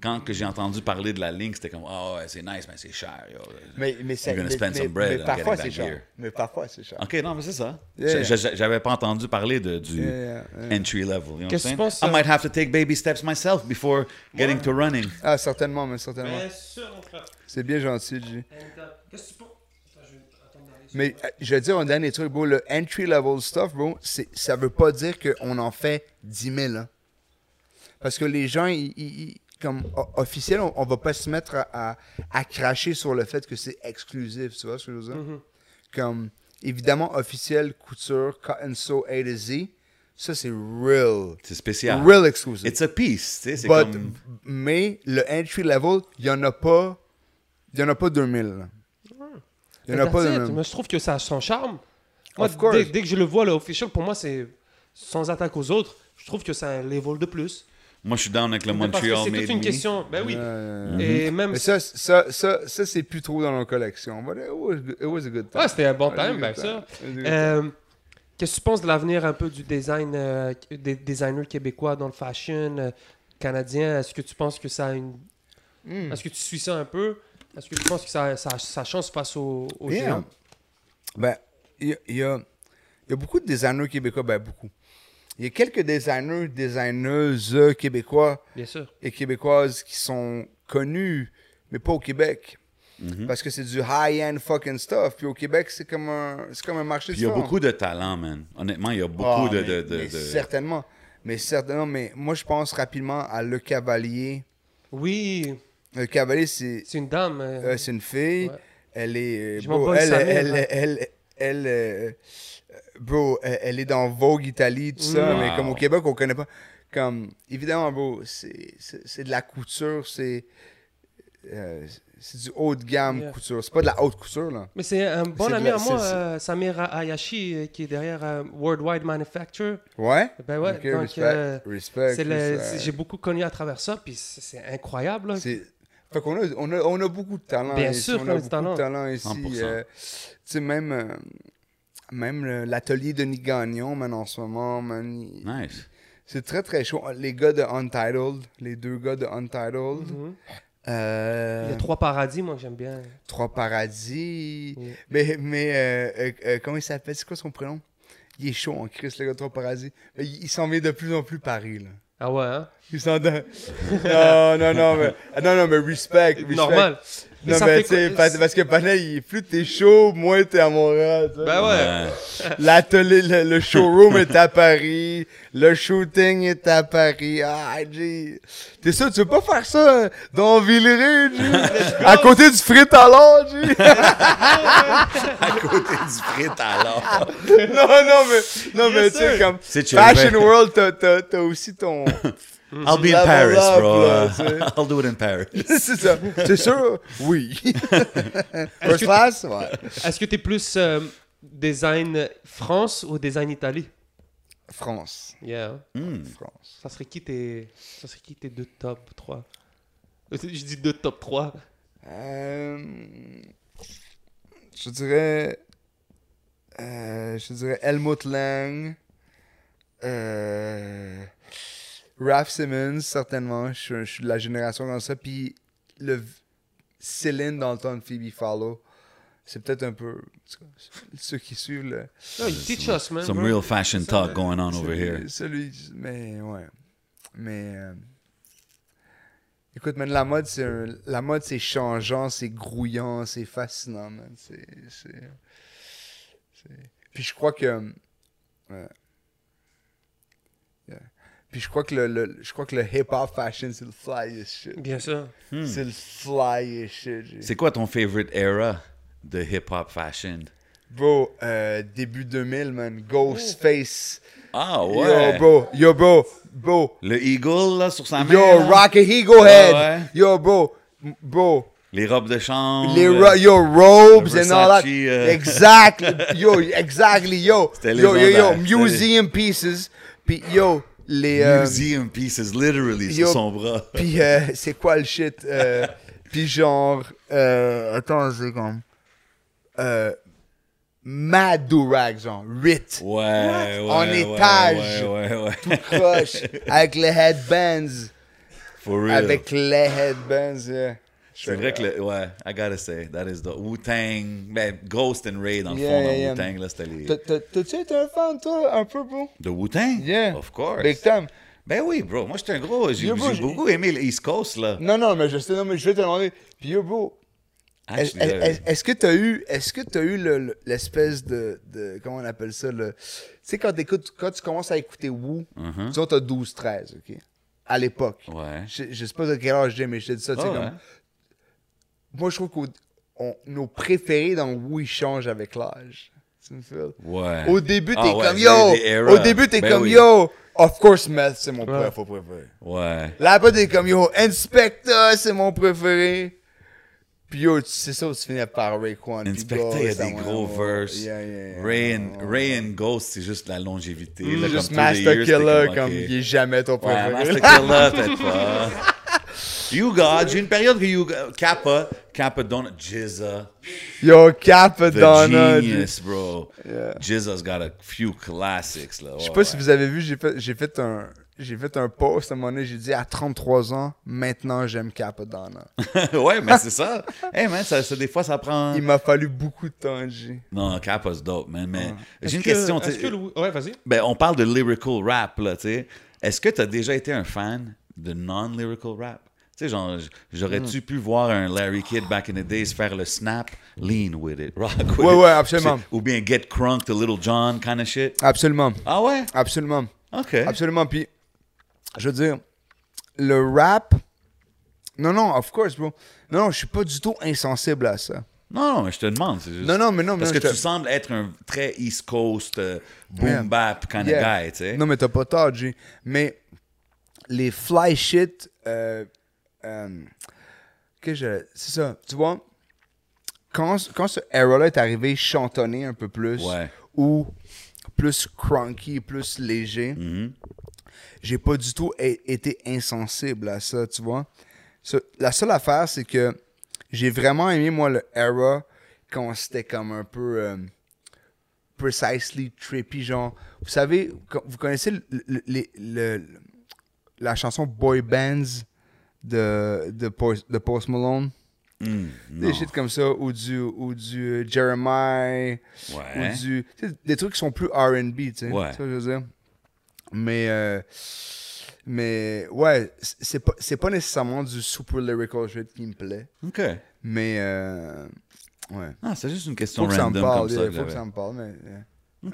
Speaker 2: quand que j'ai entendu parler de la ligne, c'était comme, ah ouais, c'est nice, mais c'est cher. yo.
Speaker 4: Mais, mais, ça-
Speaker 2: You're gonna
Speaker 4: mais-
Speaker 2: spend
Speaker 4: mais-
Speaker 2: some bread
Speaker 4: mais
Speaker 2: on getting
Speaker 4: parfois, c'est
Speaker 2: back
Speaker 4: cher.
Speaker 2: here.
Speaker 4: Mais parfois, c'est cher.
Speaker 2: OK, non, mais c'est ça.
Speaker 4: Yeah.
Speaker 2: J'a- j'a- J'avais pas entendu parler de, du
Speaker 4: Yeah, yeah,
Speaker 2: entry level. you know what I'm
Speaker 3: Qu'est-ce que tu
Speaker 2: saying?
Speaker 3: penses,
Speaker 2: I
Speaker 3: euh,
Speaker 2: might have to take baby steps myself before getting to running.
Speaker 4: Ah, certainement, mais certainement.
Speaker 3: Bien sûr, mon frère.
Speaker 4: C'est bien gentil, G.
Speaker 3: Qu'est-ce que tu penses Attends, je vais attendre d'aller sur-
Speaker 4: Mais euh, je vais dire un dernier truc, bro. Le entry-level stuff, bro, c'est- ça veut pas dire qu'on en fait 10 000. hein. Parce que les gens, ils, ils- ils- comme o- officiel, on, on va pas se mettre à, à, à cracher sur le fait que c'est exclusif. Tu vois ce que je veux dire?
Speaker 3: Mm-hmm.
Speaker 4: Comme, évidemment, officiel, couture, cut and sew, A to Z, ça, c'est real.
Speaker 2: C'est spécial.
Speaker 4: Real exclusif.
Speaker 2: It's a piece, tu sais, c'est
Speaker 4: But-
Speaker 2: comme...
Speaker 4: Mais le entry level, il n'y en a pas. Il y en a pas 2000. Il n'y en a
Speaker 3: Mais
Speaker 4: pas
Speaker 3: that's it,
Speaker 4: 2000.
Speaker 3: Mais je trouve que ça a son charme. Moi,
Speaker 4: Of course.
Speaker 3: dès, dès que je le vois, le official, pour moi, c'est sans attaque aux autres. Je trouve que ça a un level de plus.
Speaker 2: Moi, je suis down avec le
Speaker 3: Mais parce que
Speaker 2: Montreal
Speaker 3: c'est
Speaker 2: Made
Speaker 3: toute une
Speaker 2: Me.
Speaker 3: question. Ben oui.
Speaker 4: Euh,
Speaker 3: Et même.
Speaker 4: Mais ça, ça, ça, ça c'est plus trop dans nos collections. But it was, it was a good time.
Speaker 3: Ouais, c'était un bon
Speaker 4: It was a
Speaker 3: time, ben
Speaker 4: good
Speaker 3: ça.
Speaker 4: It was a good time.
Speaker 3: Euh, Qu'est-ce que tu penses de l'avenir un peu du design euh, des designers québécois dans le fashion euh, canadien Est-ce que tu penses que ça a une.
Speaker 4: Mm.
Speaker 3: Est-ce que tu suis ça un peu Est-ce que tu penses que ça, ça, ça chance face aux, aux
Speaker 4: Yeah.
Speaker 3: géants
Speaker 4: Ben, il y, a- il y a- il y a beaucoup de designers québécois, ben beaucoup. Il y a quelques designers, designeuses euh, québécois
Speaker 3: Bien sûr.
Speaker 4: et québécoises qui sont connus, mais pas au Québec.
Speaker 2: Mhm.
Speaker 4: Parce que c'est du high-end fucking stuff. Puis au Québec, c'est comme un, c'est comme un marché
Speaker 2: Puis il y a
Speaker 4: différent.
Speaker 2: beaucoup de talent, man. Honnêtement, il y a
Speaker 4: Ah,
Speaker 2: beaucoup de...
Speaker 4: mais-
Speaker 2: de, de-
Speaker 4: mais
Speaker 2: de-
Speaker 4: Certainement. Mais certainement, mais moi, je pense rapidement à Le Cavalier.
Speaker 3: Oui,
Speaker 4: Le Cavalier, c'est
Speaker 3: c'est une dame. euh,
Speaker 4: euh, c'est une fille.
Speaker 3: Ouais.
Speaker 4: Elle est. euh,
Speaker 3: Je m'en
Speaker 4: Bro,
Speaker 3: bats
Speaker 4: elle,
Speaker 3: sa
Speaker 4: elle,
Speaker 3: mère,
Speaker 4: elle,
Speaker 3: hein.
Speaker 4: elle, elle, euh, bro, elle, elle est dans Vogue Italie, tout ça,
Speaker 2: Mm.
Speaker 4: mais comme au
Speaker 2: Wow.
Speaker 4: Québec, on connaît pas. Comme, évidemment, bro, c'est c'est- c'est de la couture, c'est. euh, c'est du haut de gamme
Speaker 3: Yeah.
Speaker 4: couture. C'est pas de la haute couture, là.
Speaker 3: Mais c'est un bon
Speaker 4: C'est de
Speaker 3: ami
Speaker 4: la-
Speaker 3: à moi,
Speaker 4: c'est- c'est-
Speaker 3: euh, Samir Ayashi, euh, qui est derrière euh, Worldwide Manufacture.
Speaker 4: Ouais?
Speaker 3: Ben ouais,
Speaker 4: Ok,
Speaker 3: donc
Speaker 4: respect.
Speaker 3: euh,
Speaker 4: respect.
Speaker 3: c'est le-
Speaker 4: ça-
Speaker 3: c'est- j'ai beaucoup connu à travers ça, puis c'est c'est incroyable. là.
Speaker 4: C'est- Fait qu'on a, on a, on a beaucoup de talent
Speaker 3: Bien
Speaker 4: ici.
Speaker 3: sûr
Speaker 4: on
Speaker 3: qu'on a
Speaker 4: a
Speaker 3: du
Speaker 4: beaucoup
Speaker 3: talent.
Speaker 4: de talent ici.
Speaker 2: 100%.
Speaker 4: euh, tu sais, même, euh, même le- l'atelier de Nick Gagnon, man, en ce moment, man, il-
Speaker 2: Nice.
Speaker 4: c'est très, très chaud. Les gars de Untitled, les deux gars de Untitled,
Speaker 3: Mhm.
Speaker 4: euh,
Speaker 3: Il y a trois paradis, moi, que j'aime bien.
Speaker 4: Trois Paradis.
Speaker 3: Yeah.
Speaker 4: Mais, mais euh, euh, euh, comment il s'appelle? C'est quoi son prénom? Il est chaud en Christ, le gars de Trois Paradis. Mais il il s'en vient de plus en plus Paris, là.
Speaker 3: Ah ouais, hein?
Speaker 4: Il s'en donne- Non, non, non, mais, ah, non, non, mais respect, respect.
Speaker 3: Normal. Mais
Speaker 4: Non,
Speaker 3: ça
Speaker 4: mais
Speaker 3: fait
Speaker 4: tu sais,
Speaker 3: quoi-
Speaker 4: parce, parce que Panay, il- plus t'es chaud, moins t'es à Montréal. tu sais.
Speaker 2: Bah.
Speaker 3: Ben ouais.
Speaker 2: Ouais.
Speaker 4: L'atelier, le, le showroom est à Paris. Le shooting est à Paris. Ah, G. T'es sûr, tu veux pas faire ça euh, dans Villeray, G? à côté du frit à l'or, G?
Speaker 2: à côté du frit alors.
Speaker 4: non, non, mais, non, mais
Speaker 3: Yes,
Speaker 4: tu sais,
Speaker 3: sir.
Speaker 4: comme
Speaker 2: C'est chill,
Speaker 4: Fashion
Speaker 2: ben.
Speaker 4: World, t'as- t'as t'as aussi ton.
Speaker 2: I'll be in
Speaker 4: Level
Speaker 2: Paris,
Speaker 4: up,
Speaker 2: bro.
Speaker 4: là, tu sais.
Speaker 2: I'll do it in Paris.
Speaker 4: C'est ça. T'es sûr? Oui. First class? Ouais.
Speaker 3: Est-ce que t'es plus euh, design France ou design Italie?
Speaker 4: France.
Speaker 3: Yeah. hein?
Speaker 2: Hmm.
Speaker 4: France.
Speaker 3: Ça serait qui tes, ça serait qui tes deux top 3? Je dis deux top 3.
Speaker 4: Euh, je dirais. euh, je dirais Helmut Lang. Euh, Raph Simmons, certainement. Je, suis- je suis de la génération comme ça. Puis le v- Céline dans le temps de Phoebe Follow. C'est peut-être un peu. en tout cas, Ceux qui suivent le.
Speaker 3: Oh, you teach us, man.
Speaker 2: Some
Speaker 3: bro.
Speaker 2: real fashion talk going on over
Speaker 4: celui,
Speaker 2: here.
Speaker 4: celui- Mais ouais. Mais. euh, Écoute, man, la mode, c'est un- la mode, c'est changeant, c'est grouillant, c'est fascinant, man. C'est, c'est- c'est- Puis je crois que. ouais. Yeah. Puis je crois que le, le- je crois que le hip-hop fashion, c'est le flyest shit.
Speaker 3: Bien sûr.
Speaker 2: Hmm.
Speaker 4: C'est le flyest shit. j'ai-
Speaker 2: C'est quoi ton favorite era de hip-hop fashion?
Speaker 4: Bro, euh, début 2000, man, Ghostface.
Speaker 2: Ah
Speaker 4: Yo,
Speaker 2: ouais!
Speaker 4: bro, yo, bro, bro.
Speaker 2: Le Eagle, là, sur sa main.
Speaker 4: Yo,
Speaker 2: là.
Speaker 4: Rocky Eagle
Speaker 2: Ouais,
Speaker 4: Head.
Speaker 2: ouais.
Speaker 4: Yo, bro. M- Bro.
Speaker 2: Les robes de chambre.
Speaker 4: Les
Speaker 2: euh,
Speaker 4: ro- yo, robes
Speaker 2: le
Speaker 4: and all that.
Speaker 2: Versace, euh.
Speaker 4: Exactly. Yo, exactly. Yo.
Speaker 2: C'était
Speaker 4: Yo, yo, yo.
Speaker 2: légendaire, c'était-
Speaker 4: Museum pieces. Puis, yo, les. euh,
Speaker 2: Museum pieces, literally,
Speaker 4: yo.
Speaker 2: sur son bras.
Speaker 4: Puis, euh, c'est quoi le shit? euh, Puis, genre. euh, attends, c'est comme. Euh, Mad Durag, genre. Rit.
Speaker 2: Ouais, ouais,
Speaker 4: En
Speaker 2: ouais,
Speaker 4: étage.
Speaker 2: Ouais, ouais, ouais.
Speaker 4: Crush. avec les headbands.
Speaker 2: For real.
Speaker 4: Avec les headbands, yeah.
Speaker 2: C'est vrai que le. Ouais, I gotta say, that is the Wu-Tang. Ben, Ghost and Ray, dans le
Speaker 4: Yeah,
Speaker 2: fond,
Speaker 4: yeah, yeah.
Speaker 2: dans Wu-Tang, là, c'était les.
Speaker 4: T'as- t'as- T'as-tu été un fan, toi, un peu, bro?
Speaker 2: De Wu-Tang?
Speaker 4: Yeah.
Speaker 2: Of course.
Speaker 4: Big time.
Speaker 2: Ben oui, bro. Moi, j'étais un gros. J'ai
Speaker 4: Yo, bro,
Speaker 2: j'ai
Speaker 4: j'ai-
Speaker 2: beaucoup aimé l'East Coast, là.
Speaker 4: Non, non, mais je sais, non, mais je vais te demander. Puis yo, bro, est-
Speaker 2: Actually, euh,
Speaker 4: est- est- est-ce que t'as eu, est-ce que t'as eu le- le- l'espèce de, de- comment on appelle ça, le, tu sais, quand t'écoutes, quand tu commences à écouter Wu,
Speaker 2: Mhm.
Speaker 4: disons t'as 12, 13, ok? À l'époque.
Speaker 2: Ouais.
Speaker 4: Je, je sais pas de quel âge j'ai, mais je te dis ça, tu sais,
Speaker 2: Ah,
Speaker 4: comme,
Speaker 2: ouais.
Speaker 4: moi, je trouve que nos préférés dans Wu, ils changent avec l'âge. Tu me feel?
Speaker 2: Ouais.
Speaker 4: Au début, t'es
Speaker 2: Ah ouais,
Speaker 4: comme,
Speaker 2: des-
Speaker 4: yo!
Speaker 2: des eras.
Speaker 4: Au début, t'es
Speaker 2: Ben
Speaker 4: comme,
Speaker 2: oui.
Speaker 4: yo! Of course, Meth, c'est mon
Speaker 3: Ouais.
Speaker 4: préf- préféré.
Speaker 2: Ouais.
Speaker 4: Là, après, t'es comme, yo, Inspector, c'est mon préféré. Puis yo, tu- c'est ça, tu finis par Rayquan. puis
Speaker 2: Inspector, il y a
Speaker 4: Ghost,
Speaker 2: des
Speaker 4: ah,
Speaker 2: gros
Speaker 4: ouais,
Speaker 2: verses.
Speaker 4: yeah, yeah, yeah.
Speaker 2: Ray, and, Ray and Ghost, c'est juste la longévité. là, comme
Speaker 4: Juste
Speaker 2: tous les
Speaker 4: Master
Speaker 2: years,
Speaker 4: Killer,
Speaker 2: t'es
Speaker 4: comme,
Speaker 2: ok.
Speaker 4: il est jamais ton
Speaker 2: Ouais,
Speaker 4: préféré.
Speaker 2: Master Killer, peut-être pas. Yuga, j'ai une période que Yuga. Kappa, Kappa Donut, Jizza.
Speaker 4: Yo,
Speaker 2: The
Speaker 4: Capadonna. Je
Speaker 2: genius, bro. Jizza's got a few classics, là.
Speaker 4: je sais
Speaker 2: Ouais,
Speaker 4: pas si
Speaker 2: ouais.
Speaker 4: vous avez vu, j'ai fait, j'ai fait un. J'ai fait un post à un moment donné, j'ai dit à 33 ans, maintenant j'aime Capadonna.
Speaker 2: ouais, mais c'est ça. Hey, man, ça, ça- des fois, ça prend.
Speaker 4: Il m'a fallu beaucoup de temps, G.
Speaker 2: Non, Kappa's dope, man. Mais
Speaker 3: Est-ce
Speaker 2: j'ai une
Speaker 3: que-
Speaker 2: question. tu
Speaker 3: Est-ce
Speaker 2: sais.
Speaker 3: que le... Ouais, vas-y.
Speaker 2: Ben, on parle de lyrical rap, là, tu sais. Est-ce que tu as déjà été un fan de non-lyrical rap? Tu sais, genre, j-
Speaker 4: Hmm.
Speaker 2: j'aurais-tu pu voir un Larry Kidd back in the days faire le snap, lean with it, rock with
Speaker 4: Ouais,
Speaker 2: it?
Speaker 4: ouais, absolument.
Speaker 2: Ou bien get crunk to Little John kind of shit?
Speaker 4: Absolument.
Speaker 2: Ah ouais?
Speaker 4: Absolument.
Speaker 2: OK.
Speaker 4: Absolument. Puis, je veux dire, le rap. Non, non, of course, bro. Non, non, je suis pas du tout insensible à ça.
Speaker 2: Non, non, mais je te demande. c'est juste-
Speaker 4: Non, non, mais non, mais
Speaker 2: Parce
Speaker 4: non,
Speaker 2: que
Speaker 4: je te-
Speaker 2: tu sembles être un très East Coast, euh, boom
Speaker 4: Yeah.
Speaker 2: bap kind of
Speaker 4: Yeah.
Speaker 2: guy, tu sais.
Speaker 4: Non, mais t'as pas tort, G. Mais les fly shit. euh, euh, que je. C'est ça. Tu vois, quand, quand ce era-là est arrivé chantonné un peu plus,
Speaker 2: Ouais.
Speaker 4: ou plus cranky, plus léger, j'ai pas du tout é- été insensible à ça, tu vois. Ça- la seule affaire, c'est que j'ai vraiment aimé, moi, le era quand c'était comme un peu. euh, precisely trippy, genre. Vous savez, co- vous connaissez le- le- les- le- le- la chanson Boy Bands de, de, Post, de Post Malone?
Speaker 2: Mm,
Speaker 4: des shit comme ça, ou du, ou du euh, Jeremiah,
Speaker 2: Ouais.
Speaker 4: ou du. tu sais, des trucs qui sont plus RB, tu sais.
Speaker 2: Hein? Ouais.
Speaker 4: Tu vois, je veux dire. Mais. euh, mais ouais, c- c'est pas, c'est pas nécessairement du super lyrical shit qui me plaît,
Speaker 2: OK.
Speaker 4: mais. euh, ouais.
Speaker 2: Ah, c'est juste une question
Speaker 4: Faut que ça
Speaker 2: random
Speaker 4: me parle,
Speaker 2: comme ça.
Speaker 4: yeah,
Speaker 2: que
Speaker 4: faut que
Speaker 2: j'avais.
Speaker 4: ça me parle, mais. euh,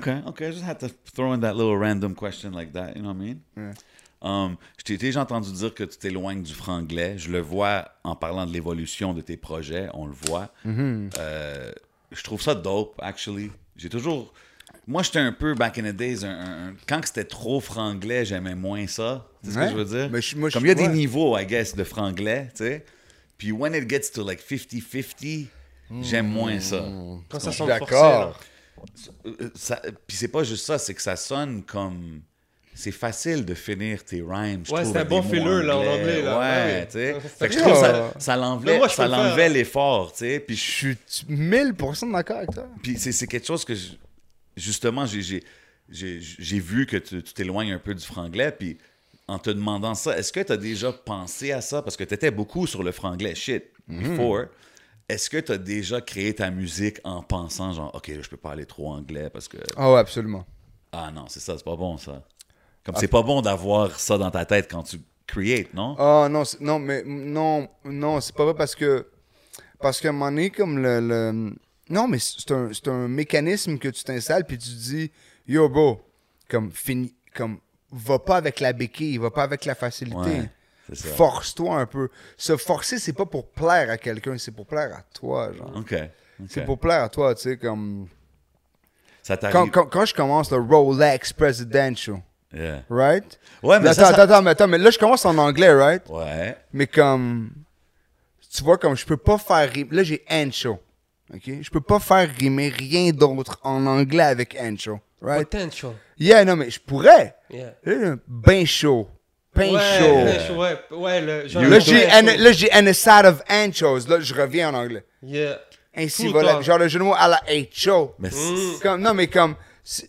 Speaker 4: yeah.
Speaker 2: OK, OK. I just had to throw in that little random question like that, you know what I mean? Um, je t'ai déjà entendu dire que tu t'éloignes du franglais. Je le vois en parlant de l'évolution de tes projets, on le voit.
Speaker 4: Mm-hmm.
Speaker 2: Euh, je trouve ça dope, actually. J'ai toujours... Moi, j'étais un peu, back in the days, un- un- un- quand c'était trop franglais, j'aimais moins ça. Tu sais ce
Speaker 4: Ouais.
Speaker 2: que je veux dire?
Speaker 4: Mais je- moi, je-
Speaker 2: Comme il y a des
Speaker 4: ouais.
Speaker 2: niveaux, I guess, de franglais, tu sais. Puis when it gets to like 50-50, j'aime moins ça.
Speaker 4: Mm.
Speaker 3: Quand ça
Speaker 4: Je suis
Speaker 3: sonne forcé,
Speaker 4: d'accord.
Speaker 3: là.
Speaker 2: Euh, ça- Puis c'est pas juste ça, c'est que ça sonne comme. C'est facile de finir tes rhymes. je
Speaker 3: Ouais,
Speaker 2: trouve,
Speaker 3: c'est un
Speaker 2: avec
Speaker 3: bon
Speaker 2: des mots
Speaker 3: filler, là, en anglais, là.
Speaker 2: Ouais,
Speaker 3: Ouais, oui.
Speaker 2: tu sais.
Speaker 3: Ça
Speaker 2: Fait que je
Speaker 4: fait
Speaker 2: trouve
Speaker 4: ça.
Speaker 2: ça, ça l'enlevait,
Speaker 3: Mais moi, je peux
Speaker 2: ça
Speaker 3: le faire.
Speaker 2: l'enlevait l'effort, tu sais. Puis,
Speaker 4: Je
Speaker 2: je-
Speaker 4: suis 1000% d'accord avec toi.
Speaker 2: puis c'est, c'est quelque chose que, je- justement, j'ai, j'ai, j'ai, j'ai vu que tu, tu t'éloignes un peu du franglais. Puis en te demandant ça, est-ce que tu as déjà pensé à ça? Parce que tu étais beaucoup sur le franglais, shit, before. Est-ce que tu as déjà créé ta musique en pensant, genre, OK, là, je peux pas aller trop anglais parce que.
Speaker 4: Ah ouais, absolument.
Speaker 2: Ah non, c'est ça, c'est pas bon ça.
Speaker 4: Ah,
Speaker 2: Comme c'est pas bon d'avoir ça dans ta tête quand tu creates, non?
Speaker 4: Ah non, c'est- non, mais non, non, c'est pas vrai parce que. Parce qu'à un moment donné, comme le. le- non, mais c'est un, c'est un mécanisme que tu t'installes puis tu dis Yo, bro, comme, fini, comme, va pas avec la béquille, va pas avec la facilité.
Speaker 2: Ouais, c'est ça.
Speaker 4: Force-toi un peu. Se forcer, c'est pas pour plaire à quelqu'un, c'est pour plaire à toi, genre.
Speaker 2: OK. ok.
Speaker 4: C'est pour plaire à toi, tu sais, comme.
Speaker 2: Ça
Speaker 4: Quand,
Speaker 2: t'arrive.
Speaker 4: quand, quand je commence le Rolex Presidential,
Speaker 2: Yeah.
Speaker 4: right?
Speaker 2: Ouais, mais
Speaker 4: attends,
Speaker 2: ça, ça-
Speaker 4: attends, mais attends, mais là, je commence en anglais, right?
Speaker 2: Ouais.
Speaker 4: Mais comme. Tu vois, comme je peux pas faire. rim- Là, j'ai Ancho. OK? Je peux pas faire rimer rien d'autre en anglais avec Ancho. Right?
Speaker 3: Potential.
Speaker 4: Yeah, non, mais je pourrais.
Speaker 3: Yeah.
Speaker 4: Là, Ben chaud. Ben
Speaker 3: ouais,
Speaker 4: chaud.
Speaker 3: ben chaud, ouais, ouais, le, genre,
Speaker 4: Là, j'ai
Speaker 3: ben
Speaker 4: an-
Speaker 3: chaud.
Speaker 4: là, j'ai an aside of Anchos. Là, je reviens en anglais.
Speaker 3: Yeah.
Speaker 4: Ainsi,
Speaker 3: Tout
Speaker 4: voilà.
Speaker 3: tard.
Speaker 4: Genre le jeu de mots à la H.O.
Speaker 2: Mais
Speaker 3: Mm.
Speaker 2: c'est-
Speaker 4: Comme, non, mais comme. c'est-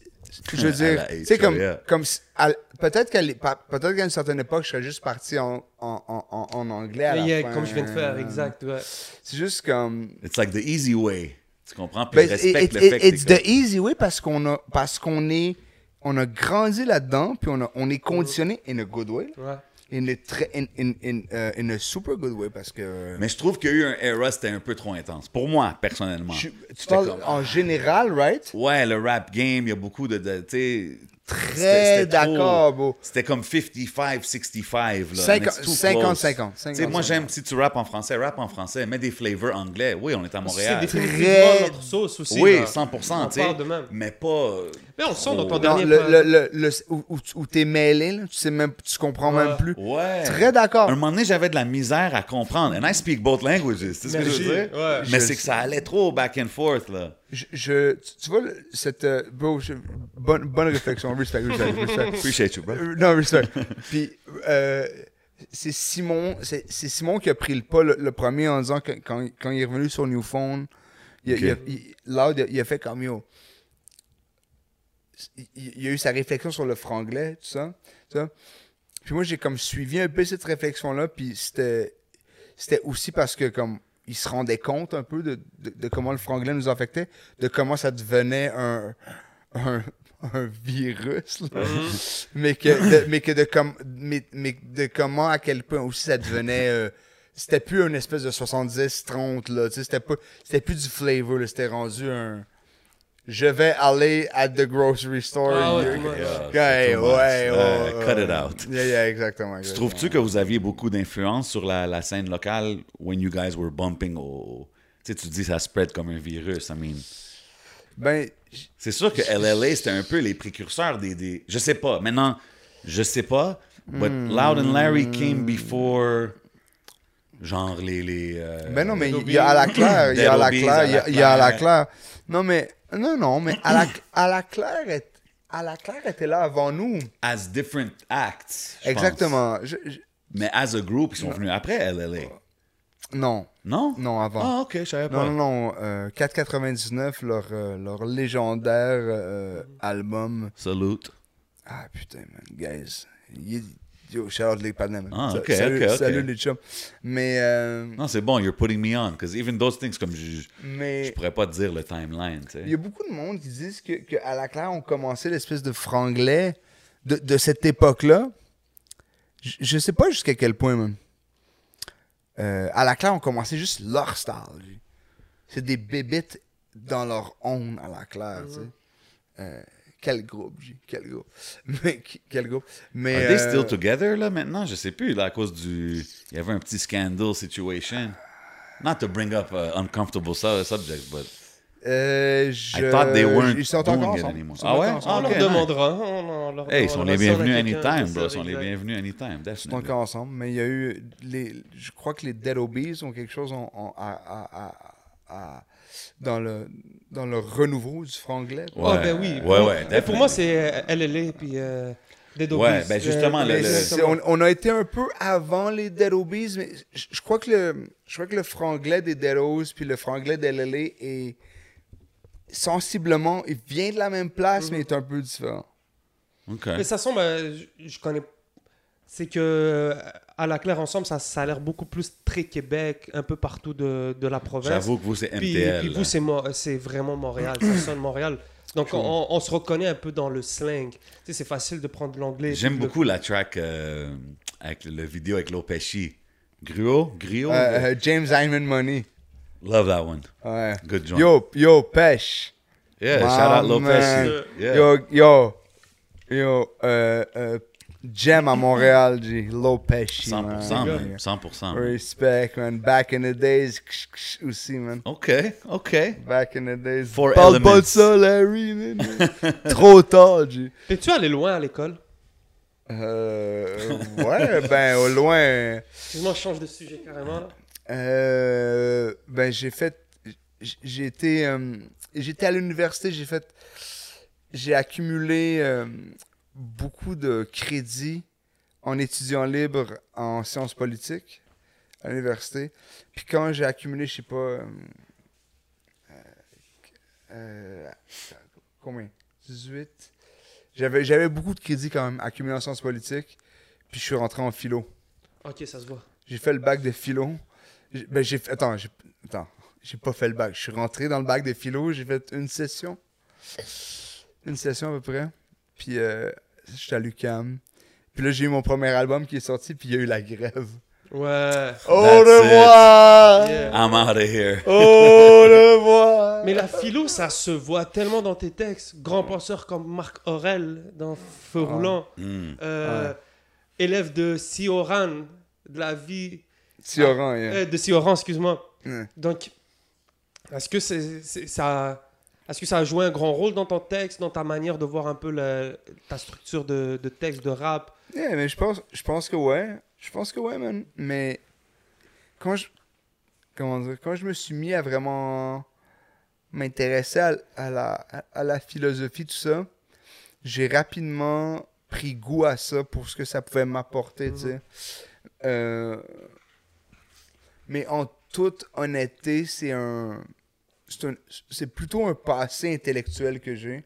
Speaker 4: Je veux dire,
Speaker 2: À la
Speaker 4: tu sais, comme.
Speaker 2: H.O.,
Speaker 4: comme si- à- Peut-être qu'à l'é- pa- peut-être qu'à une certaine époque, je serais juste parti en, en, en, en- en anglais. à
Speaker 3: Mais
Speaker 4: la
Speaker 3: yeah,
Speaker 4: fin.
Speaker 3: comme je viens de faire, exact, ouais.
Speaker 4: C'est juste comme.
Speaker 2: it's like the easy way. Tu comprends? Puis
Speaker 4: Ben,
Speaker 2: je
Speaker 4: it-
Speaker 2: respecte
Speaker 4: it-
Speaker 2: le
Speaker 4: it-
Speaker 2: fait
Speaker 4: it's
Speaker 2: que t'es
Speaker 4: the easy way parce qu'on a parce qu'on est on a grandi là-dedans puis on, a- on est conditionné in a good way. là.
Speaker 3: Ouais.
Speaker 4: In a très- in, in, in, euh, in a super good way parce que
Speaker 2: comme- Mais je trouve qu'il y a eu un era, c'était un peu trop intense. Pour moi, personnellement.
Speaker 4: Je- tu
Speaker 2: J'étais
Speaker 4: parles
Speaker 2: comme,
Speaker 4: en général, right?
Speaker 2: Ouais, le rap game, il y a beaucoup de. de tu sais, c'était-
Speaker 4: Très
Speaker 2: c'était trop-
Speaker 4: d'accord, bro.
Speaker 2: C'était comme 55-65. là.
Speaker 4: Cinquan-
Speaker 2: It's too close.
Speaker 4: 50-50,
Speaker 2: Tu sais, moi, j'aime si tu rappes en français, rap en français, mets des flavors anglais. Oui, on est à
Speaker 3: C'est
Speaker 2: Montréal.
Speaker 4: Très-
Speaker 3: définitivement notre sauce aussi.
Speaker 2: Oui,
Speaker 3: là.
Speaker 2: 100%,
Speaker 3: On
Speaker 2: tu sais.
Speaker 3: parle de même.
Speaker 2: Mais pas.
Speaker 3: Mais on le sent dans
Speaker 2: Oh.
Speaker 3: ton
Speaker 4: Non,
Speaker 3: dernier...
Speaker 4: le,
Speaker 3: pas-
Speaker 4: le, le, le- où, où tu- où t'es mêlé, là, tu sais même tu comprends même
Speaker 3: Ouais.
Speaker 4: plus.
Speaker 2: Ouais.
Speaker 4: Très d'accord.
Speaker 2: Un moment donné, j'avais de la misère à comprendre. And I speak both languages. Tu sais ce que je veux
Speaker 3: Merci.
Speaker 2: dire?
Speaker 3: Ouais. Ah,
Speaker 2: Mais
Speaker 4: Je-
Speaker 2: c'est que ça allait trop back and forth, là.
Speaker 4: Je, je- tu, tu vois le- cette euh, bro, je- bonne bonne réflexion, respect, respect, respect.
Speaker 2: Appreciate you, bro.
Speaker 4: Euh, non, respect. Puis, euh, c'est Simon, c'est c'est Simon qui a pris le pas le, le premier en disant que quand, quand il est revenu sur New Phone, il, a-
Speaker 2: Ok.
Speaker 4: il a- il- Loud, il a- il a fait comme yo. Il, il a eu sa réflexion sur le franglais, tout ça. tout ça. Puis moi, j'ai comme suivi un peu cette réflexion-là, puis c'était c'était aussi parce que comme il se rendait compte un peu de, de- de comment le franglais nous affectait, de comment ça devenait un, un, un virus, là.
Speaker 3: Mm-hmm.
Speaker 4: mais que de, mais que de comme mais, mais de comment à quel point aussi ça devenait euh, c'était plus une espèce de 70 30 là, tu sais, c'était pas c'était plus du flavor, là, c'était rendu un je vais aller à the grocery store.
Speaker 3: Ah ouais,
Speaker 4: Yeah,
Speaker 3: ouais,
Speaker 2: yeah,
Speaker 4: ouais,
Speaker 2: c'est
Speaker 4: ouais,
Speaker 2: too much.
Speaker 4: ouais,
Speaker 2: Euh,
Speaker 4: ouais,
Speaker 2: cut
Speaker 4: ouais.
Speaker 2: it out.
Speaker 4: Yeah, yeah, exactement.
Speaker 2: Tu
Speaker 4: exactement.
Speaker 2: trouves-tu que vous aviez beaucoup d'influence sur la, la scène locale when you guys were bumping au. Tu sais, tu dis ça spread comme un virus. I mean,
Speaker 4: Ben, j-
Speaker 2: c'est sûr que LLA, c'était un peu les précurseurs des, des- Je sais pas. Maintenant, je sais pas. But
Speaker 4: Hmm.
Speaker 2: Loud and Larry came before. Genre les. les euh,
Speaker 4: ben non, mais il y a à la claire, il y a à la
Speaker 2: Dead
Speaker 4: claire, il y a-
Speaker 2: Obies,
Speaker 4: il y a à la claire. Non, mais, non, non, mais à la, à la claire, est- à la claire était là avant nous.
Speaker 2: As different acts. je pense.
Speaker 4: Exactement. Je- je-
Speaker 2: Mais as a group, ils sont venus après LLA.
Speaker 4: non,
Speaker 2: Non?
Speaker 4: non, avant.
Speaker 2: Ah, ok, je savais pas.
Speaker 4: Non, non, non. euh, 499, leur, euh, leur légendaire euh, album.
Speaker 2: Salute.
Speaker 4: Ah putain, man, guys. Y- Yo, shout out les Panama.
Speaker 2: Ah,
Speaker 4: Sa-
Speaker 2: ok,
Speaker 4: salut,
Speaker 2: ok, ok.
Speaker 4: salut les chums. Mais, euh,
Speaker 2: Non, c'est bon, you're putting me on. Because even those things, comme je, je- je
Speaker 4: mais
Speaker 2: pourrais pas te dire le timeline, tu
Speaker 4: il y a
Speaker 2: sais.
Speaker 4: beaucoup de monde qui disent que, que à la claire, on commençait l'espèce de franglais de, de cette époque-là. J- Je sais pas jusqu'à quel point, man. Euh, à la claire, on commençait juste leur style. lui. C'est des bébites dans leur own à la claire, tu sais. Euh, quel groupe, J, quel groupe. Mais, qui- quel groupe. Mais,
Speaker 2: Are Ah, they
Speaker 4: euh,
Speaker 2: still together, là, maintenant? Je sais plus, là, à cause du... Il y avait un petit scandal situation. Not to bring up uh, uncomfortable su- subjects, but...
Speaker 4: Euh, je...
Speaker 2: I thought they weren't
Speaker 4: Ils sont
Speaker 2: doing
Speaker 4: encore
Speaker 2: it
Speaker 4: ensemble.
Speaker 2: anymore.
Speaker 4: Ils sont
Speaker 2: Ah ouais?
Speaker 4: encore ensemble.
Speaker 2: Ah,
Speaker 3: On leur
Speaker 2: ok,
Speaker 3: demandera. on- on leur
Speaker 2: Hey, ils sont
Speaker 3: demandera
Speaker 2: les
Speaker 3: si on a
Speaker 2: bienvenus
Speaker 3: quelqu'un,
Speaker 2: anytime,
Speaker 3: c'est
Speaker 2: bro.
Speaker 3: ça,
Speaker 2: Ils sont les
Speaker 3: exact.
Speaker 2: bienvenus anytime,
Speaker 4: Ils sont
Speaker 2: definitely.
Speaker 4: encore ensemble. Mais il y a eu... Les... Je crois que les Dead Obies ont quelque chose en- en- à- à- à- à- dans, le... dans le renouveau du franglais.
Speaker 2: Ouais.
Speaker 3: Ah, ben oui.
Speaker 2: Ouais,
Speaker 3: Pour-
Speaker 2: ouais,
Speaker 3: mais pour
Speaker 2: definitely.
Speaker 3: moi, c'est euh, LLA puis euh, Dead Obies.
Speaker 2: Ouais, ben justement,
Speaker 3: Euh,
Speaker 2: le-
Speaker 4: Mais
Speaker 2: le-
Speaker 4: c'est- on, on a été un peu avant les Dead Obies, mais je je crois que le, je crois que le franglais des Dead O's puis le franglais d'LLA est sensiblement, il vient de la même place, mais est un peu différent.
Speaker 2: OK.
Speaker 3: Mais ça semble, euh, je, je connais. C'est que euh, à la claire ensemble, ça, ça a l'air beaucoup plus très Québec, un peu partout de, de la province.
Speaker 2: J'avoue que vous, c'est
Speaker 3: Puis,
Speaker 2: MTL.
Speaker 3: puis
Speaker 2: là.
Speaker 3: vous, c'est Mo- c'est vraiment Montréal, ça sonne Montréal. Donc on, on se reconnaît un peu dans le slang. Tu sais, c'est facile de prendre l'anglais.
Speaker 2: J'aime
Speaker 3: puis le-
Speaker 2: beaucoup la track euh, avec le, le vidéo avec Lopeshi. Gruau? Griot?
Speaker 4: Euh, euh, James Hyman Money.
Speaker 2: Love that one.
Speaker 4: Ouais.
Speaker 2: Good joint.
Speaker 4: Yo, yo, pêche.
Speaker 2: Yeah, shout out
Speaker 4: Maman.
Speaker 2: Lopeshi. Yeah.
Speaker 4: Yo, yo, yo, euh, euh, Gem à Montréal, G. Lopeshi, man.
Speaker 2: 100%, man. 100%. man.
Speaker 4: Respect, man. Back in the days, ksh, ksh, aussi, man.
Speaker 2: OK, OK.
Speaker 4: Back in the days.
Speaker 2: Four
Speaker 4: Parle pas de
Speaker 2: elements.
Speaker 4: ça, Larry, man. Trop tard, G.
Speaker 3: T'es-tu allé loin à l'école
Speaker 4: Euh, ouais, ben, au loin.
Speaker 3: Excuse-moi, je change de sujet carrément. là.
Speaker 4: Euh, ben, j'ai fait. j- J'ai été. euh, J'étais à l'université, j'ai fait. J'ai accumulé euh, beaucoup de crédits en étudiant libre en sciences politiques à l'université. Puis quand j'ai accumulé, je sais pas. euh, euh, combien 18. J'avais j'avais beaucoup de crédits quand même accumulés en sciences politiques. Puis je suis rentré en philo.
Speaker 3: Ok, ça se voit.
Speaker 4: J'ai fait le bac de philo. J'ai- Ben, j'ai fait... Attends, j'ai... Attends, j'ai pas fait le bac. Je suis rentré dans le bac de philo, j'ai fait une session. Une session à peu près. Puis euh, j'étais à l'UQAM. Puis là, j'ai eu mon premier album qui est sorti, puis il y a eu la grève.
Speaker 3: Ouais.
Speaker 4: Au
Speaker 2: That's it.
Speaker 4: revoir!
Speaker 3: Yeah.
Speaker 2: I'm out of here.
Speaker 4: Au revoir!
Speaker 3: Mais la philo, ça se voit tellement dans tes textes. Grand penseur comme Marc Aurel dans Feu roulant.
Speaker 2: Mm.
Speaker 3: Euh, Élève de Sioran, de la vie
Speaker 4: Tioran, yeah.
Speaker 3: Euh, de Sioran, excuse-moi.
Speaker 4: Mm.
Speaker 3: Donc, est-ce que c'est, c'est- ça, est-ce que ça a joué un grand rôle dans ton texte, dans ta manière de voir un peu la- ta structure de, de texte, de rap
Speaker 4: Yeah, mais je pense, je pense que ouais. Je pense que ouais, man. Mais quand je, comment dire, quand je me suis mis à vraiment m'intéresser à, à la, à- à la philosophie, tout ça, j'ai rapidement pris goût à ça pour ce que ça pouvait m'apporter, tu sais. Euh, mais en toute honnêteté, c'est un, c'est un- c'est plutôt un passé intellectuel que j'ai.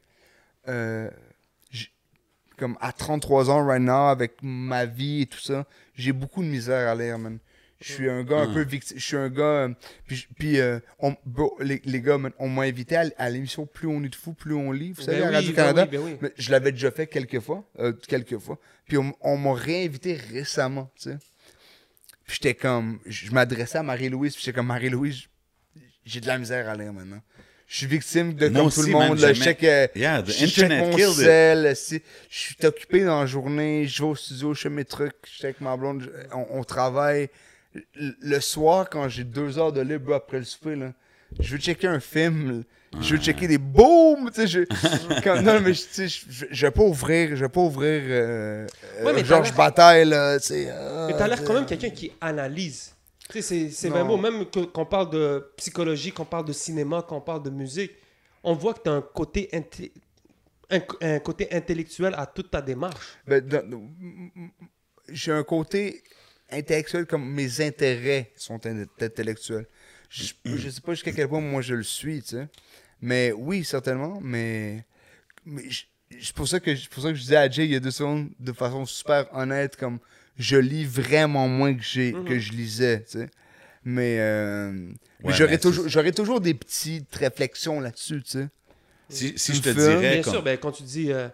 Speaker 4: Euh, comme à 33 ans right now avec ma vie et tout ça, j'ai beaucoup de misère à l'air, man. Je suis un gars un peu victime. Je suis un gars. euh, puis, je- puis, euh, on- bro, les, les gars, man, on m'a invité à, à l'émission Plus on est de fou, plus on lit. Vous savez,
Speaker 3: Ben
Speaker 4: à
Speaker 3: oui,
Speaker 4: Radio-Canada.
Speaker 3: ben oui, ben oui.
Speaker 4: Mais je l'avais déjà fait quelques fois. euh, quelques fois. Puis on, on m'a réinvité récemment, tu sais. Puis j'étais comme. Je m'adressais à Marie-Louise. Puis j'étais comme Marie-Louise, j'ai de la misère à l'air maintenant. Je suis victime de
Speaker 2: Moi
Speaker 4: comme
Speaker 2: aussi,
Speaker 4: tout le
Speaker 2: man,
Speaker 4: monde. là, je
Speaker 2: jamais-
Speaker 4: check, euh,
Speaker 2: Yeah, the
Speaker 4: je check
Speaker 2: internet
Speaker 4: mon
Speaker 2: killed it.
Speaker 4: sel, si- Je suis occupé dans la journée, je vais au studio, je fais mes trucs, je suis avec ma blonde, je- on, on travaille. Le le soir, quand j'ai deux heures de libre après le souper, là, je veux checker un film, je veux checker des boums, tu sais, je, comme, non, mais je, tu sais, je, je vais pas ouvrir, je vais pas ouvrir, euh, euh,
Speaker 3: Ouais, mais t'as
Speaker 4: Georges
Speaker 3: l'air-
Speaker 4: Bataille, là, tu sais. ah,
Speaker 3: Mais t'as l'air
Speaker 4: tu
Speaker 3: quand
Speaker 4: sais.
Speaker 3: même quelqu'un qui analyse. Tu sais, c'est- c'est
Speaker 4: Non.
Speaker 3: vraiment, même que- qu'on parle de psychologie, qu'on parle de cinéma, qu'on parle de musique, on voit que t'as un côté, inte- un, un côté intellectuel à toute ta démarche.
Speaker 4: Ben, dans- m- m- m- j'ai un côté intellectuel comme mes intérêts sont in- intellectuels. Je, je sais pas jusqu'à quel point moi je le suis, tu sais. Mais oui, certainement, mais, mais je- c'est pour ça que c'est pour ça que je disais à Jay il y a deux secondes de façon super honnête comme je lis vraiment moins que j'ai que je lisais, tu sais. Mais, euh, mais
Speaker 5: Mhm. Ouais,
Speaker 4: j'aurais
Speaker 5: mais
Speaker 4: toujours j'aurais toujours des petites réflexions là-dessus, tu sais.
Speaker 5: Si, si
Speaker 4: Tu
Speaker 5: je te
Speaker 4: le fais?
Speaker 5: dirais
Speaker 3: Bien
Speaker 5: comme-
Speaker 3: sûr, ben, quand tu dis euh,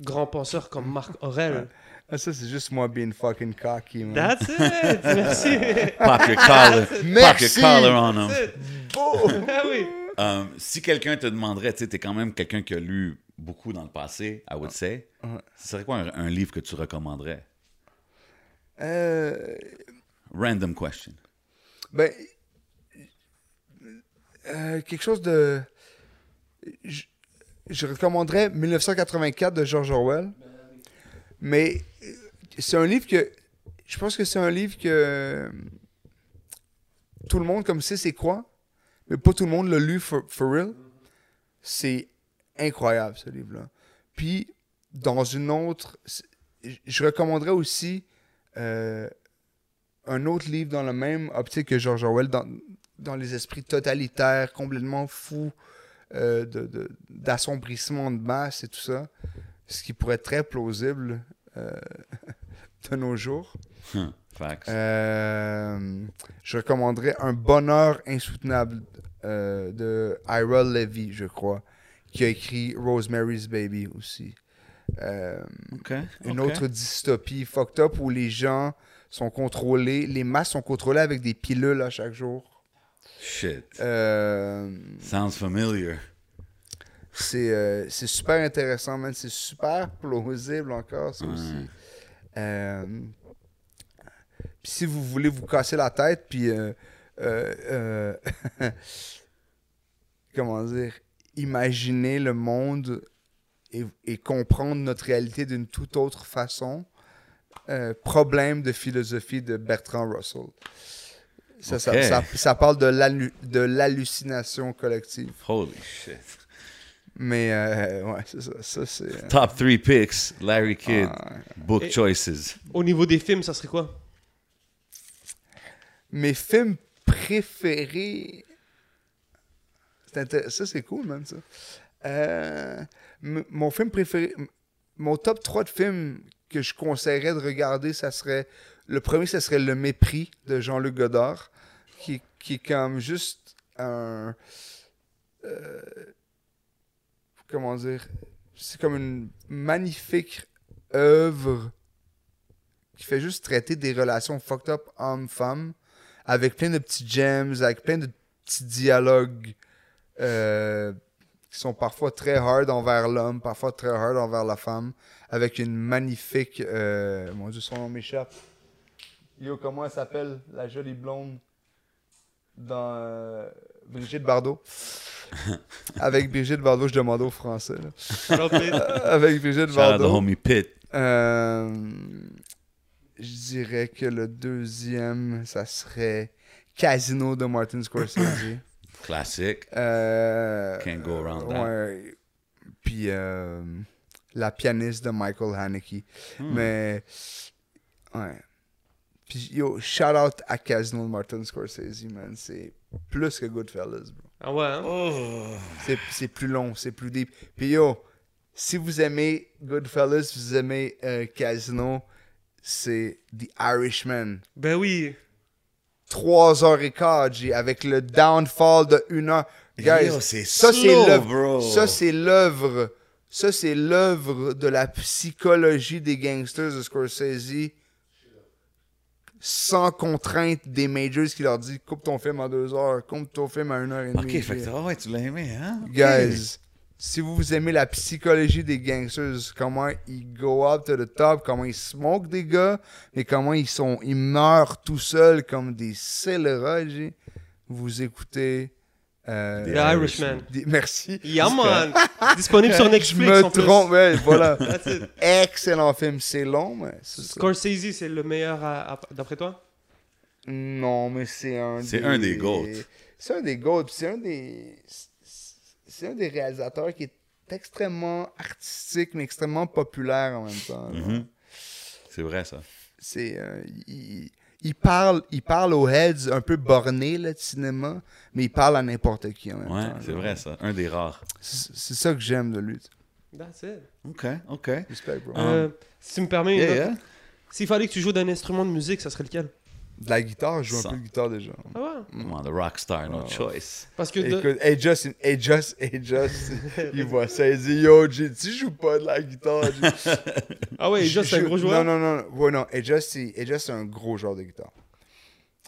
Speaker 3: grand penseur comme Marc Aurel,
Speaker 4: Ah, ça c'est juste moi being fucking cocky, man.
Speaker 3: that's it, merci.
Speaker 5: pop your collar, pop your
Speaker 4: Merci.
Speaker 5: collar on him.
Speaker 4: Oh!
Speaker 3: ah oui.
Speaker 5: Um, si quelqu'un te demanderait, tu sais, t'es quand même quelqu'un qui a lu beaucoup dans le passé, I would say.
Speaker 4: Ah,
Speaker 5: Ce serait quoi un, un livre que tu recommanderais?
Speaker 4: Euh,
Speaker 5: Random question.
Speaker 4: Ben. euh, quelque chose de. Je, je recommanderais 1984 de George Orwell. Mais euh, c'est un livre que. Je pense que c'est un livre que. euh, Tout le monde, comme sait, c'est quoi. Mais pas tout le monde l'a lu for, for real. C'est incroyable, ce livre-là. Puis, dans une autre. c'est- je- Je recommanderais aussi. euh, un autre livre dans la même optique que George Orwell, dans, dans les esprits totalitaires, complètement fous, euh, de- de- d'assombrissement de, masse et tout ça, ce qui pourrait être très plausible euh, de nos jours.
Speaker 5: Huh, Facts.
Speaker 4: Euh, je recommanderais Un bonheur insoutenable euh, de Ira Levy, je crois, qui a écrit Rosemary's Baby aussi. Euh,
Speaker 5: OK.
Speaker 4: une
Speaker 5: OK.
Speaker 4: autre dystopie fucked up où les gens sont contrôlés, les masses sont contrôlées avec des pilules à chaque jour.
Speaker 5: Shit.
Speaker 4: Euh,
Speaker 5: Sounds familiar.
Speaker 4: c'est euh, c'est super intéressant, man. C'est super plausible encore, ça aussi. Euh, puis si vous voulez vous casser la tête, puis. euh, euh, euh, comment dire Imaginer le monde et, et comprendre notre réalité d'une toute autre façon. Euh, problème de philosophie de Bertrand Russell. Ça, ça-
Speaker 5: Ok.
Speaker 4: ça, ça parle de l'hallu- de l'hallucination collective.
Speaker 5: Holy shit.
Speaker 4: Mais euh, ouais, c'est ça. Ça, c'est. euh,
Speaker 5: Top three picks, Larry Kidd,
Speaker 4: ah,
Speaker 5: book
Speaker 3: Et-
Speaker 5: choices.
Speaker 3: Au niveau des films, ça serait quoi
Speaker 4: mes films préférés. C'est intér- Ça, c'est cool, man, ça. Euh, m- mon film préféré. m- Mon top 3 de films que je conseillerais de regarder, ça serait. Le premier, ça serait Le Mépris de Jean-Luc Godard, qui, qui est comme juste un. euh, comment dire C'est comme une magnifique œuvre qui fait juste traiter des relations fucked up homme-femme avec plein de petits gems, avec plein de petits dialogues euh, qui sont parfois très hard envers l'homme, parfois très hard envers la femme, avec une magnifique. euh, mon dieu, son nom m'échappe. Yo, comment elle s'appelle La jolie blonde dans euh, Brigitte Bardot. avec Brigitte Bardot, je demande aux Français. là.
Speaker 3: Alors, peut-être-
Speaker 4: Euh, avec Brigitte
Speaker 5: Shout out the
Speaker 4: Bardot.
Speaker 5: homie Pitt.
Speaker 4: Euh, je dirais que le deuxième, ça serait Casino de Martin Scorsese.
Speaker 5: Classic.
Speaker 4: Euh,
Speaker 5: Can't go around that.
Speaker 4: ouais. Puis euh, La pianiste de Michael Haneke.
Speaker 5: Hmm.
Speaker 4: Mais, ouais. Puis, yo, shout out à Casino de Martin Scorsese, man. C'est plus que Goodfellas, bro.
Speaker 3: Ah ouais, hein?
Speaker 4: C'est- C'est plus long, c'est plus deep. Puis yo, si vous aimez Goodfellas, si vous aimez euh, Casino, c'est The Irishman.
Speaker 3: Ben oui.
Speaker 4: 3 heures et quart, G, avec le downfall de 1 heure. Guys,
Speaker 5: Yo, c'est
Speaker 4: ça c'est
Speaker 5: slow,
Speaker 4: l'œuvre.
Speaker 5: bro.
Speaker 4: Ça c'est l'œuvre. Ça c'est l'œuvre de la psychologie des gangsters de Scorsese sans contrainte des majors qui leur dit coupe ton film en 2 heures, coupe ton film à 1 heure et demie.
Speaker 5: OK,
Speaker 4: G.
Speaker 5: fait que ah ouais, tu l'as aimé, hein? OK.
Speaker 4: Guys, si vous aimez la psychologie des gangsters, comment ils go up to the top, comment ils smoke des gars, et comment ils sont, ils meurent tout seuls comme des scélérats, j'ai- vous écoutez Euh,
Speaker 2: Des-
Speaker 3: The Irishman.
Speaker 4: des- merci.
Speaker 3: Yeah, man. Disponible euh, sur
Speaker 4: Je
Speaker 3: Netflix.
Speaker 4: me
Speaker 3: en plus.
Speaker 4: trompe, ouais, voilà.
Speaker 3: That's it.
Speaker 4: Excellent film, c'est long, mais c'est ça.
Speaker 3: Scorsese, c'est le meilleur euh, à- à- d'après toi
Speaker 4: Non, mais c'est un
Speaker 2: C'est un des goats.
Speaker 4: C'est un des GOAT. C'est un des. C'est un des réalisateurs qui est extrêmement artistique, mais extrêmement populaire en même temps. là.
Speaker 2: Mhm. C'est vrai, ça.
Speaker 4: C'est. euh, il, il- il parle, il parle aux heads un peu bornés, là, de cinéma, mais il parle à n'importe qui en même
Speaker 2: Ouais,
Speaker 4: temps.
Speaker 2: c'est
Speaker 4: là.
Speaker 2: vrai, ça. Un des rares.
Speaker 4: C'est c'est ça que j'aime de lui.
Speaker 3: That's it.
Speaker 2: OK, OK.
Speaker 4: Respect, bro.
Speaker 3: Euh, si tu me permets, une
Speaker 2: Yeah,
Speaker 3: autre-
Speaker 2: yeah.
Speaker 3: s'il fallait que tu joues d'un instrument de musique, ça serait lequel
Speaker 4: De la guitare, je joue
Speaker 2: ça.
Speaker 4: un peu de guitare déjà.
Speaker 3: Ah ouais
Speaker 2: Mm. Come on, the rock star,
Speaker 4: Oh,
Speaker 2: no choice.
Speaker 3: Parce que de-
Speaker 4: Écoute, hey Just, hey Just, hey Just, il voit ça, il dit Yo, Jay, tu joues pas de la guitare. Jay.
Speaker 3: ah ouais,
Speaker 4: Je-
Speaker 3: juste un
Speaker 4: je-
Speaker 3: gros joueur.
Speaker 4: Non, non, non. Ouais, non. Edgest, c'est Edgest, c'est un gros joueur de guitare.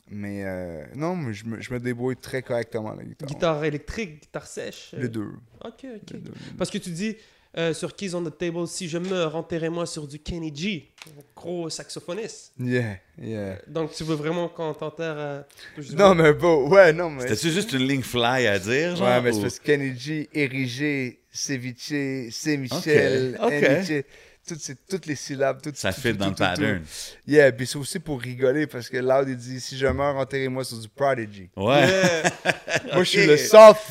Speaker 4: Mais euh, non, mais je me, je me débrouille très correctement à la guitare.
Speaker 3: Guitare électrique, guitare sèche. euh,
Speaker 4: Les deux.
Speaker 3: Ok, ok.
Speaker 4: Les deux.
Speaker 3: Parce que tu dis euh, sur Keys on the Table, si je meurs, enterrez-moi sur du Kenny G, gros saxophoniste.
Speaker 4: Yeah, yeah.
Speaker 3: Donc tu veux vraiment qu'on t'enterre. euh, je-
Speaker 4: Non, mais beau. Ouais, non, mais.
Speaker 2: C'était-tu juste une ligne fly à dire, genre?
Speaker 4: Ouais, mais
Speaker 2: ou-
Speaker 4: c'est parce que Kennedy, Érigé, Ceviche, Saint-Michel,
Speaker 2: Ok, ok.
Speaker 4: Enrique, toutes, ces- toutes les syllabes, toutes
Speaker 2: Ça
Speaker 4: tout,
Speaker 2: fit
Speaker 4: tout,
Speaker 2: dans le
Speaker 4: tout, tout,
Speaker 2: pattern.
Speaker 4: tout. Yeah, puis c'est aussi pour rigoler parce que Loud, il dit si je meurs, enterrez-moi sur du Prodigy.
Speaker 2: Ouais.
Speaker 4: Moi, je suis le soft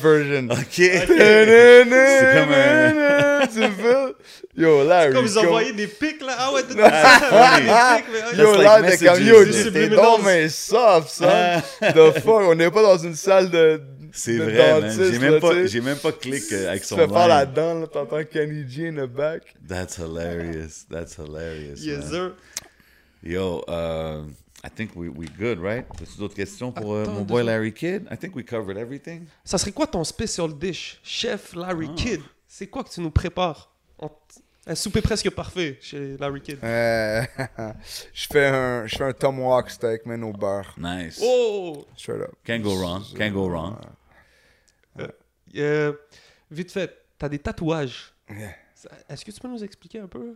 Speaker 4: version.
Speaker 2: OK.
Speaker 4: C'est
Speaker 2: comme un-
Speaker 4: Tu veux? Yo, là,
Speaker 3: Comme vous
Speaker 4: Rico.
Speaker 3: envoyez des pics là. Ah ouais, tout ça. des pics, mais ah,
Speaker 4: Yo,
Speaker 2: That's
Speaker 4: là,
Speaker 2: like
Speaker 4: t'es comme
Speaker 2: messages.
Speaker 4: yo,
Speaker 2: Du
Speaker 4: t'es
Speaker 3: subliminal. Ah.
Speaker 4: donc mais soft, son. hein. The fuck, on n'est pas dans une salle de.
Speaker 2: C'est
Speaker 4: de
Speaker 2: vrai, man.
Speaker 4: dentiste,
Speaker 2: J'ai même,
Speaker 4: là,
Speaker 2: pas-
Speaker 4: tu sais.
Speaker 2: j'ai même pas clic euh, avec
Speaker 4: Tu
Speaker 2: son
Speaker 4: te fais
Speaker 2: line.
Speaker 4: faire là-dedans, là, t'entends Kenny G in the back.
Speaker 2: That's hilarious. That's hilarious,
Speaker 3: Yes,
Speaker 2: man.
Speaker 3: sir.
Speaker 2: Yo, uh, I think we, we good, right? As-tu d'autres questions pour euh,
Speaker 3: Attends
Speaker 2: mon
Speaker 3: deux
Speaker 2: boy
Speaker 3: secondes.
Speaker 2: Larry Kidd? I think we covered everything.
Speaker 3: Ça serait quoi ton special dish, chef Larry Kidd C'est quoi que tu nous prépares On- Un souper presque parfait chez Larry Kidd.
Speaker 4: Euh, je fais un, je fais un Tom Walk steak, man, au beurre.
Speaker 2: Nice.
Speaker 3: Oh
Speaker 4: Straight up.
Speaker 2: Can't go wrong. Can't go wrong.
Speaker 3: Euh, Vite fait, t'as des tatouages.
Speaker 4: Yeah.
Speaker 3: Ça- Est-ce que tu peux nous expliquer un peu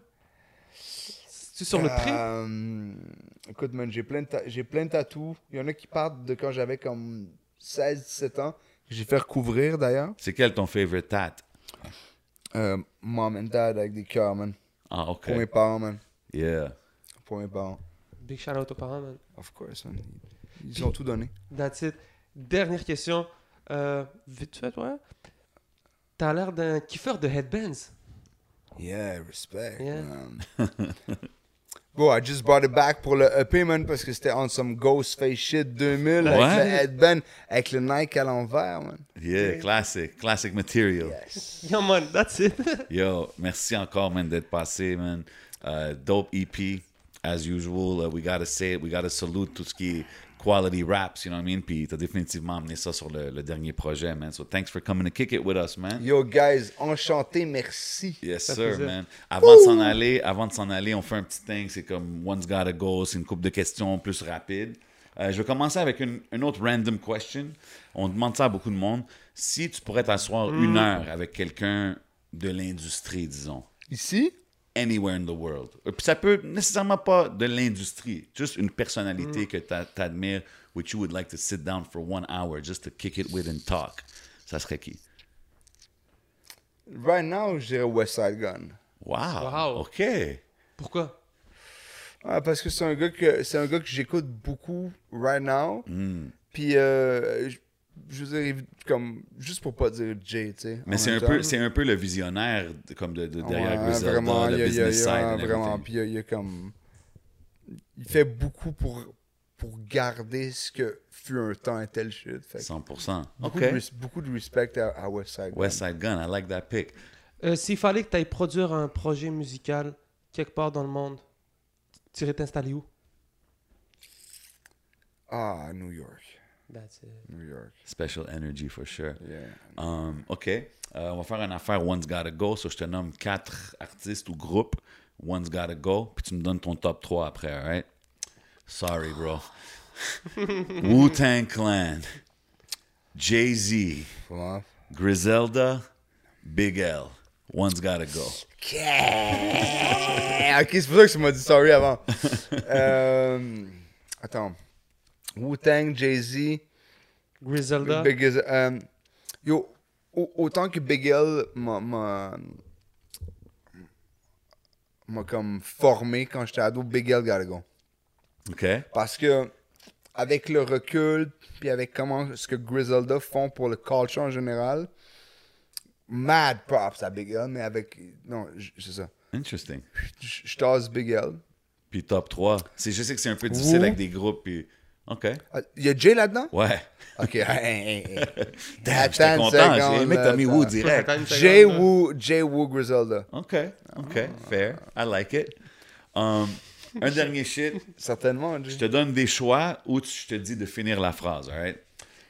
Speaker 3: C'est sur le prix
Speaker 4: Euh, écoute, man, j'ai plein, de ta- j'ai plein de tatous. Il y en a qui partent de quand j'avais comme 16-17 ans. que J'ai fait recouvrir d'ailleurs.
Speaker 2: C'est quel ton favorite tat?
Speaker 4: Euh, mom and dad avec des cœurs, man.
Speaker 2: Ah,
Speaker 4: Pour mes
Speaker 2: OK.
Speaker 4: parents, man.
Speaker 2: Yeah.
Speaker 4: Pour mes parents.
Speaker 3: Big shout out aux parents, man.
Speaker 4: Of course, man. Ils ont tout donné.
Speaker 3: That's it. Dernière question. Euh, vite fait, ouais. T'as l'air d'un kiffeur de headbands.
Speaker 4: Yeah, respect.
Speaker 3: Yeah.
Speaker 4: man. Bon, I just brought it back pour le EP, man, parce que c'était on some Ghostface shit
Speaker 2: Ouais.
Speaker 4: 2000 avec le headband, avec le Nike à l'envers, man.
Speaker 2: Yeah, classic. Classic material.
Speaker 4: Yes.
Speaker 3: Yeah, man, that's it.
Speaker 2: Yo, merci encore, man, d'être passé, man. Uh, dope EP, as usual. Uh, we gotta say it. We gotta salute tout ce qui est quality raps, you know what I mean? Puis t'as définitivement amené ça sur le, le dernier projet, man. So thanks for coming to kick it with us, man.
Speaker 4: Yo, guys, enchanté, merci.
Speaker 2: Yes,
Speaker 3: Ça
Speaker 2: sir,
Speaker 3: faisait.
Speaker 2: man. Avant de s'en aller, avant de s'en aller, on fait un petit thing. C'est comme One's Gotta Go. C'est une coupe de questions plus rapide. Euh, je vais commencer avec une, une autre random question. On demande ça à beaucoup de monde. Si tu pourrais t'asseoir une heure avec quelqu'un de l'industrie, disons,
Speaker 4: Ici,
Speaker 2: anywhere in the world. Euh, Puis ça peut nécessairement pas de l'industrie, juste une
Speaker 4: Mm.
Speaker 2: personnalité que t'a- t'admires, which you would like to sit down for one hour just to kick it with and talk. Ça serait qui?
Speaker 4: right now, je dirais West Side Gun.
Speaker 2: Wow.
Speaker 3: Wow.
Speaker 2: OK.
Speaker 3: Pourquoi
Speaker 4: Ah, parce que c'est un gars que c'est un gars que j'écoute beaucoup right now.
Speaker 2: Hmm.
Speaker 4: Puis euh, je, je veux dire comme juste pour pas dire Jay, tu sais. en
Speaker 2: Mais c'est un,
Speaker 4: même
Speaker 2: peu,
Speaker 4: temps.
Speaker 2: c'est un peu le visionnaire de- comme de, de- derrière
Speaker 4: Ouais,
Speaker 2: Griselda,
Speaker 4: vraiment,
Speaker 2: le
Speaker 4: il y a- il y a-
Speaker 2: business
Speaker 4: il y a-
Speaker 2: side and
Speaker 4: vraiment.
Speaker 2: everything.
Speaker 4: Puis il y a- il y a comme il fait beaucoup pour pour garder ce que fut un temps un tel shit. Fait que
Speaker 2: 100%.
Speaker 4: beaucoup,
Speaker 2: OK.
Speaker 4: de, res- beaucoup de respect à, à Westside.
Speaker 2: West Side Gun, I like that pick.
Speaker 3: Euh, S'il fallait que t'ailles produire un projet musical quelque part dans le monde, tu irais t'installer où
Speaker 4: Ah, New York.
Speaker 3: That's it.
Speaker 4: New York.
Speaker 2: Special energy for sure.
Speaker 4: Yeah.
Speaker 2: Um, OK. Euh, on va faire une affaire One's Gotta Go. So, je te nomme quatre artistes ou groupes. One's Gotta Go. Puis tu me donnes ton top 3 après, all right? Sorry, bro. Wu-Tang Clan. Jay-Z.
Speaker 4: Voilà.
Speaker 2: Griselda. Big L. One's Gotta Go.
Speaker 4: Ah, ok, c'est pour ça que tu m'as dit sorry avant. Euh, attends. Wu-Tang, Jay-Z,
Speaker 3: Griselda.
Speaker 4: Big Iz- euh, Yo, au- autant que Big L m'a- m'a m'a comme formé quand j'étais ado, Big L Gargon.
Speaker 2: OK.
Speaker 4: Parce que avec le recul, puis avec comment ce que Griselda font pour le culture en général, mad props à Big L, mais avec... Non, j- c'est ça.
Speaker 2: Interesting.
Speaker 4: Je je tasse Big L.
Speaker 2: Puis top 3. C'est, je sais que c'est un peu difficile avec des groupes. Puis... OK.
Speaker 4: Ah, Il y a Jay là-dedans?
Speaker 2: Ouais.
Speaker 4: Ok. hey, hey, hey.
Speaker 2: Damn, j'étais
Speaker 4: Attends une
Speaker 2: content.
Speaker 4: seconde,
Speaker 2: J'ai aimé que t'as mis
Speaker 4: là,
Speaker 2: Woo
Speaker 4: attends.
Speaker 2: direct.
Speaker 3: Attends une seconde,
Speaker 4: Jay
Speaker 3: là.
Speaker 4: Woo, Jay Woo Griselda,
Speaker 2: OK. OK. Fair. I like it. Um, un dernier shit.
Speaker 4: certainement.
Speaker 2: Je
Speaker 4: Jay.
Speaker 2: te donne des choix ou tu- je te dis de finir la phrase, all right?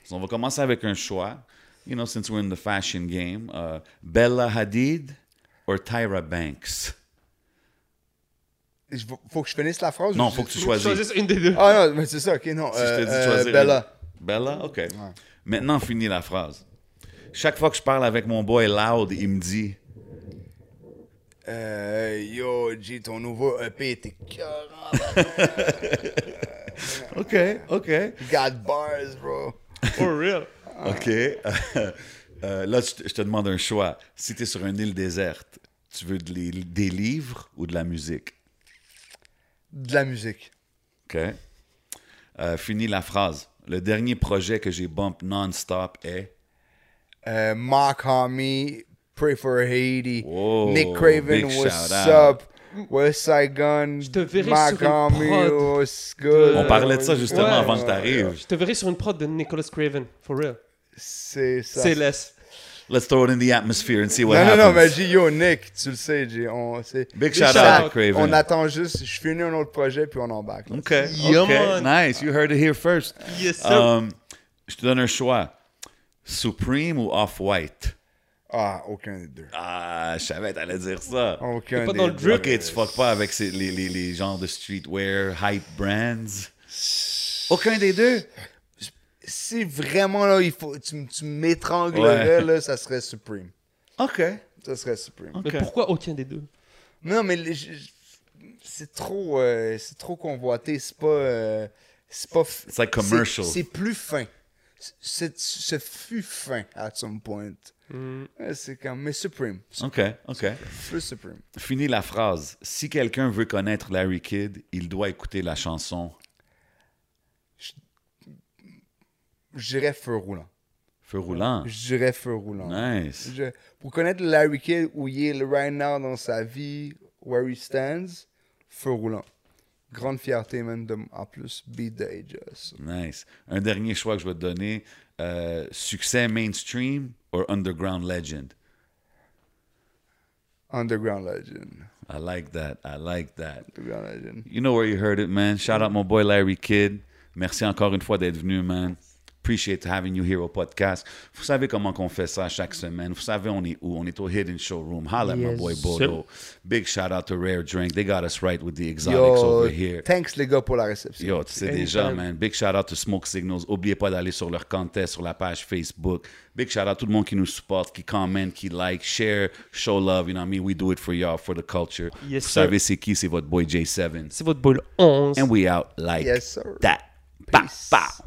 Speaker 2: So, on va commencer avec un choix. You know, since we're in the fashion game, uh, Bella Hadid or Tyra Banks?
Speaker 4: Je- Faut que je finisse la phrase. ou
Speaker 2: Non,
Speaker 4: je-
Speaker 2: faut que tu
Speaker 3: Choisis
Speaker 2: choisisses.
Speaker 3: une des deux.
Speaker 4: Ah non, mais c'est ça, ok, non.
Speaker 2: Si je te dis de
Speaker 4: euh,
Speaker 2: choisir
Speaker 4: euh,
Speaker 2: une-
Speaker 4: Bella.
Speaker 2: Bella, OK. Maintenant, finis la phrase. Chaque fois que je parle avec mon boy Loud, il me dit
Speaker 4: Euh, yo, Jay, ton nouveau E EP était carrément
Speaker 2: OK, OK.
Speaker 4: God bars, bro.
Speaker 3: For real.
Speaker 2: OK. Euh, là, je te- je te demande un choix. Si tu es sur une île déserte, tu veux de les- des livres ou de la musique?
Speaker 4: De la musique.
Speaker 2: OK. Euh, fini la phrase. Le dernier projet que j'ai bump non-stop est.
Speaker 4: Euh, Mock Homie, Pray for Haiti,
Speaker 2: Whoa,
Speaker 4: Nick Craven,
Speaker 2: big
Speaker 4: what's
Speaker 2: shout-out.
Speaker 4: up? West Side Gun,
Speaker 3: te verrai
Speaker 4: Mock
Speaker 3: sur une prod
Speaker 4: what's good?
Speaker 2: On parlait de ça justement
Speaker 3: Euh, ouais.
Speaker 2: avant que tu arrives.
Speaker 3: Je te verrai sur une prod de Nicolas Craven. For real.
Speaker 4: C'est ça.
Speaker 3: C'est less.
Speaker 2: Let's throw it in the atmosphere and see what
Speaker 4: non,
Speaker 2: happens.
Speaker 4: non, non, mais j'ai yo, Nick, tu le sais, j'ai. on- c'est-
Speaker 2: Big
Speaker 4: Big
Speaker 2: shout-out
Speaker 4: shout-out.
Speaker 2: à Craven.
Speaker 4: On attend juste, je finis un autre projet, puis on embarque. là.
Speaker 2: OK.
Speaker 3: Yeah,
Speaker 2: OK.
Speaker 3: man.
Speaker 2: Nice. You heard it here first.
Speaker 3: Yes, sir.
Speaker 2: Um, je te donne un choix. Supreme ou Off-White?
Speaker 4: Ah, aucun des deux.
Speaker 2: Ah, je savais, t'allais dire ça.
Speaker 4: Aucun
Speaker 3: T'es pas
Speaker 4: des
Speaker 3: dans le
Speaker 4: deux.
Speaker 3: drip.
Speaker 2: Ok, tu fuck pas avec ces- les, les, les genres de streetwear, hype brands. Aucun des deux?
Speaker 4: Si vraiment, là, il faut, tu, m- tu m'étranglerais,
Speaker 2: Ouais.
Speaker 4: là, ça serait Supreme.
Speaker 2: OK.
Speaker 4: Ça serait Supreme.
Speaker 3: Mais pourquoi aucun des deux
Speaker 4: Non, mais les- je- je- c'est trop, euh, c'est trop convoité. C'est pas, euh, c'est pas. f-
Speaker 2: It's like commercial.
Speaker 4: C'est c'est plus fin. C'est, ce fut fin at some point. Ouais, C'est quand mais Supreme,
Speaker 2: OK, OK.
Speaker 4: plus Supreme.
Speaker 2: Finis la phrase. Si quelqu'un veut connaître Larry Kidd, il doit écouter la chanson
Speaker 4: Je dirais feu roulant.
Speaker 2: Feu roulant.
Speaker 4: Je dirais feu roulant.
Speaker 2: Nice.
Speaker 4: Je- pour connaître Larry Kidd où il est right now dans sa vie, where he stands, feu roulant. Grande fierté, même, de, en plus, beat the ages.
Speaker 2: Nice. Un dernier choix que je vais te donner. euh, succès mainstream or underground legend?
Speaker 4: Underground legend.
Speaker 2: I like that. I like that.
Speaker 4: Underground legend.
Speaker 2: You know where you heard it, man. Shout out my boy Larry Kidd. Merci encore une fois d'être venu, man. Appreciate having you here au podcast. Vous savez comment qu'on fait ça chaque semaine. Vous savez on est où. On est au Hidden Showroom. Holla at my boy Bodo. Big shout out to Rare Drink. They got us right with the exotics over here.
Speaker 4: thanks les gars pour la réception.
Speaker 2: Yo, tu sais
Speaker 3: Anytime.
Speaker 2: déjà, man. Big shout out to Smoke Signals. Oubliez pas d'aller sur leur contest, sur la page Facebook. Big shout out à tout le monde qui nous supporte, qui commente, qui like, share, show love. You know what I mean? We do it for y'all, for the culture.
Speaker 3: Yes,
Speaker 2: Vous
Speaker 3: sir.
Speaker 2: savez c'est qui? C'est votre boy J7.
Speaker 3: C'est votre boule 11.
Speaker 2: And we out like
Speaker 4: Yes, sir.
Speaker 2: that. Pow,
Speaker 4: Peace.
Speaker 2: pow.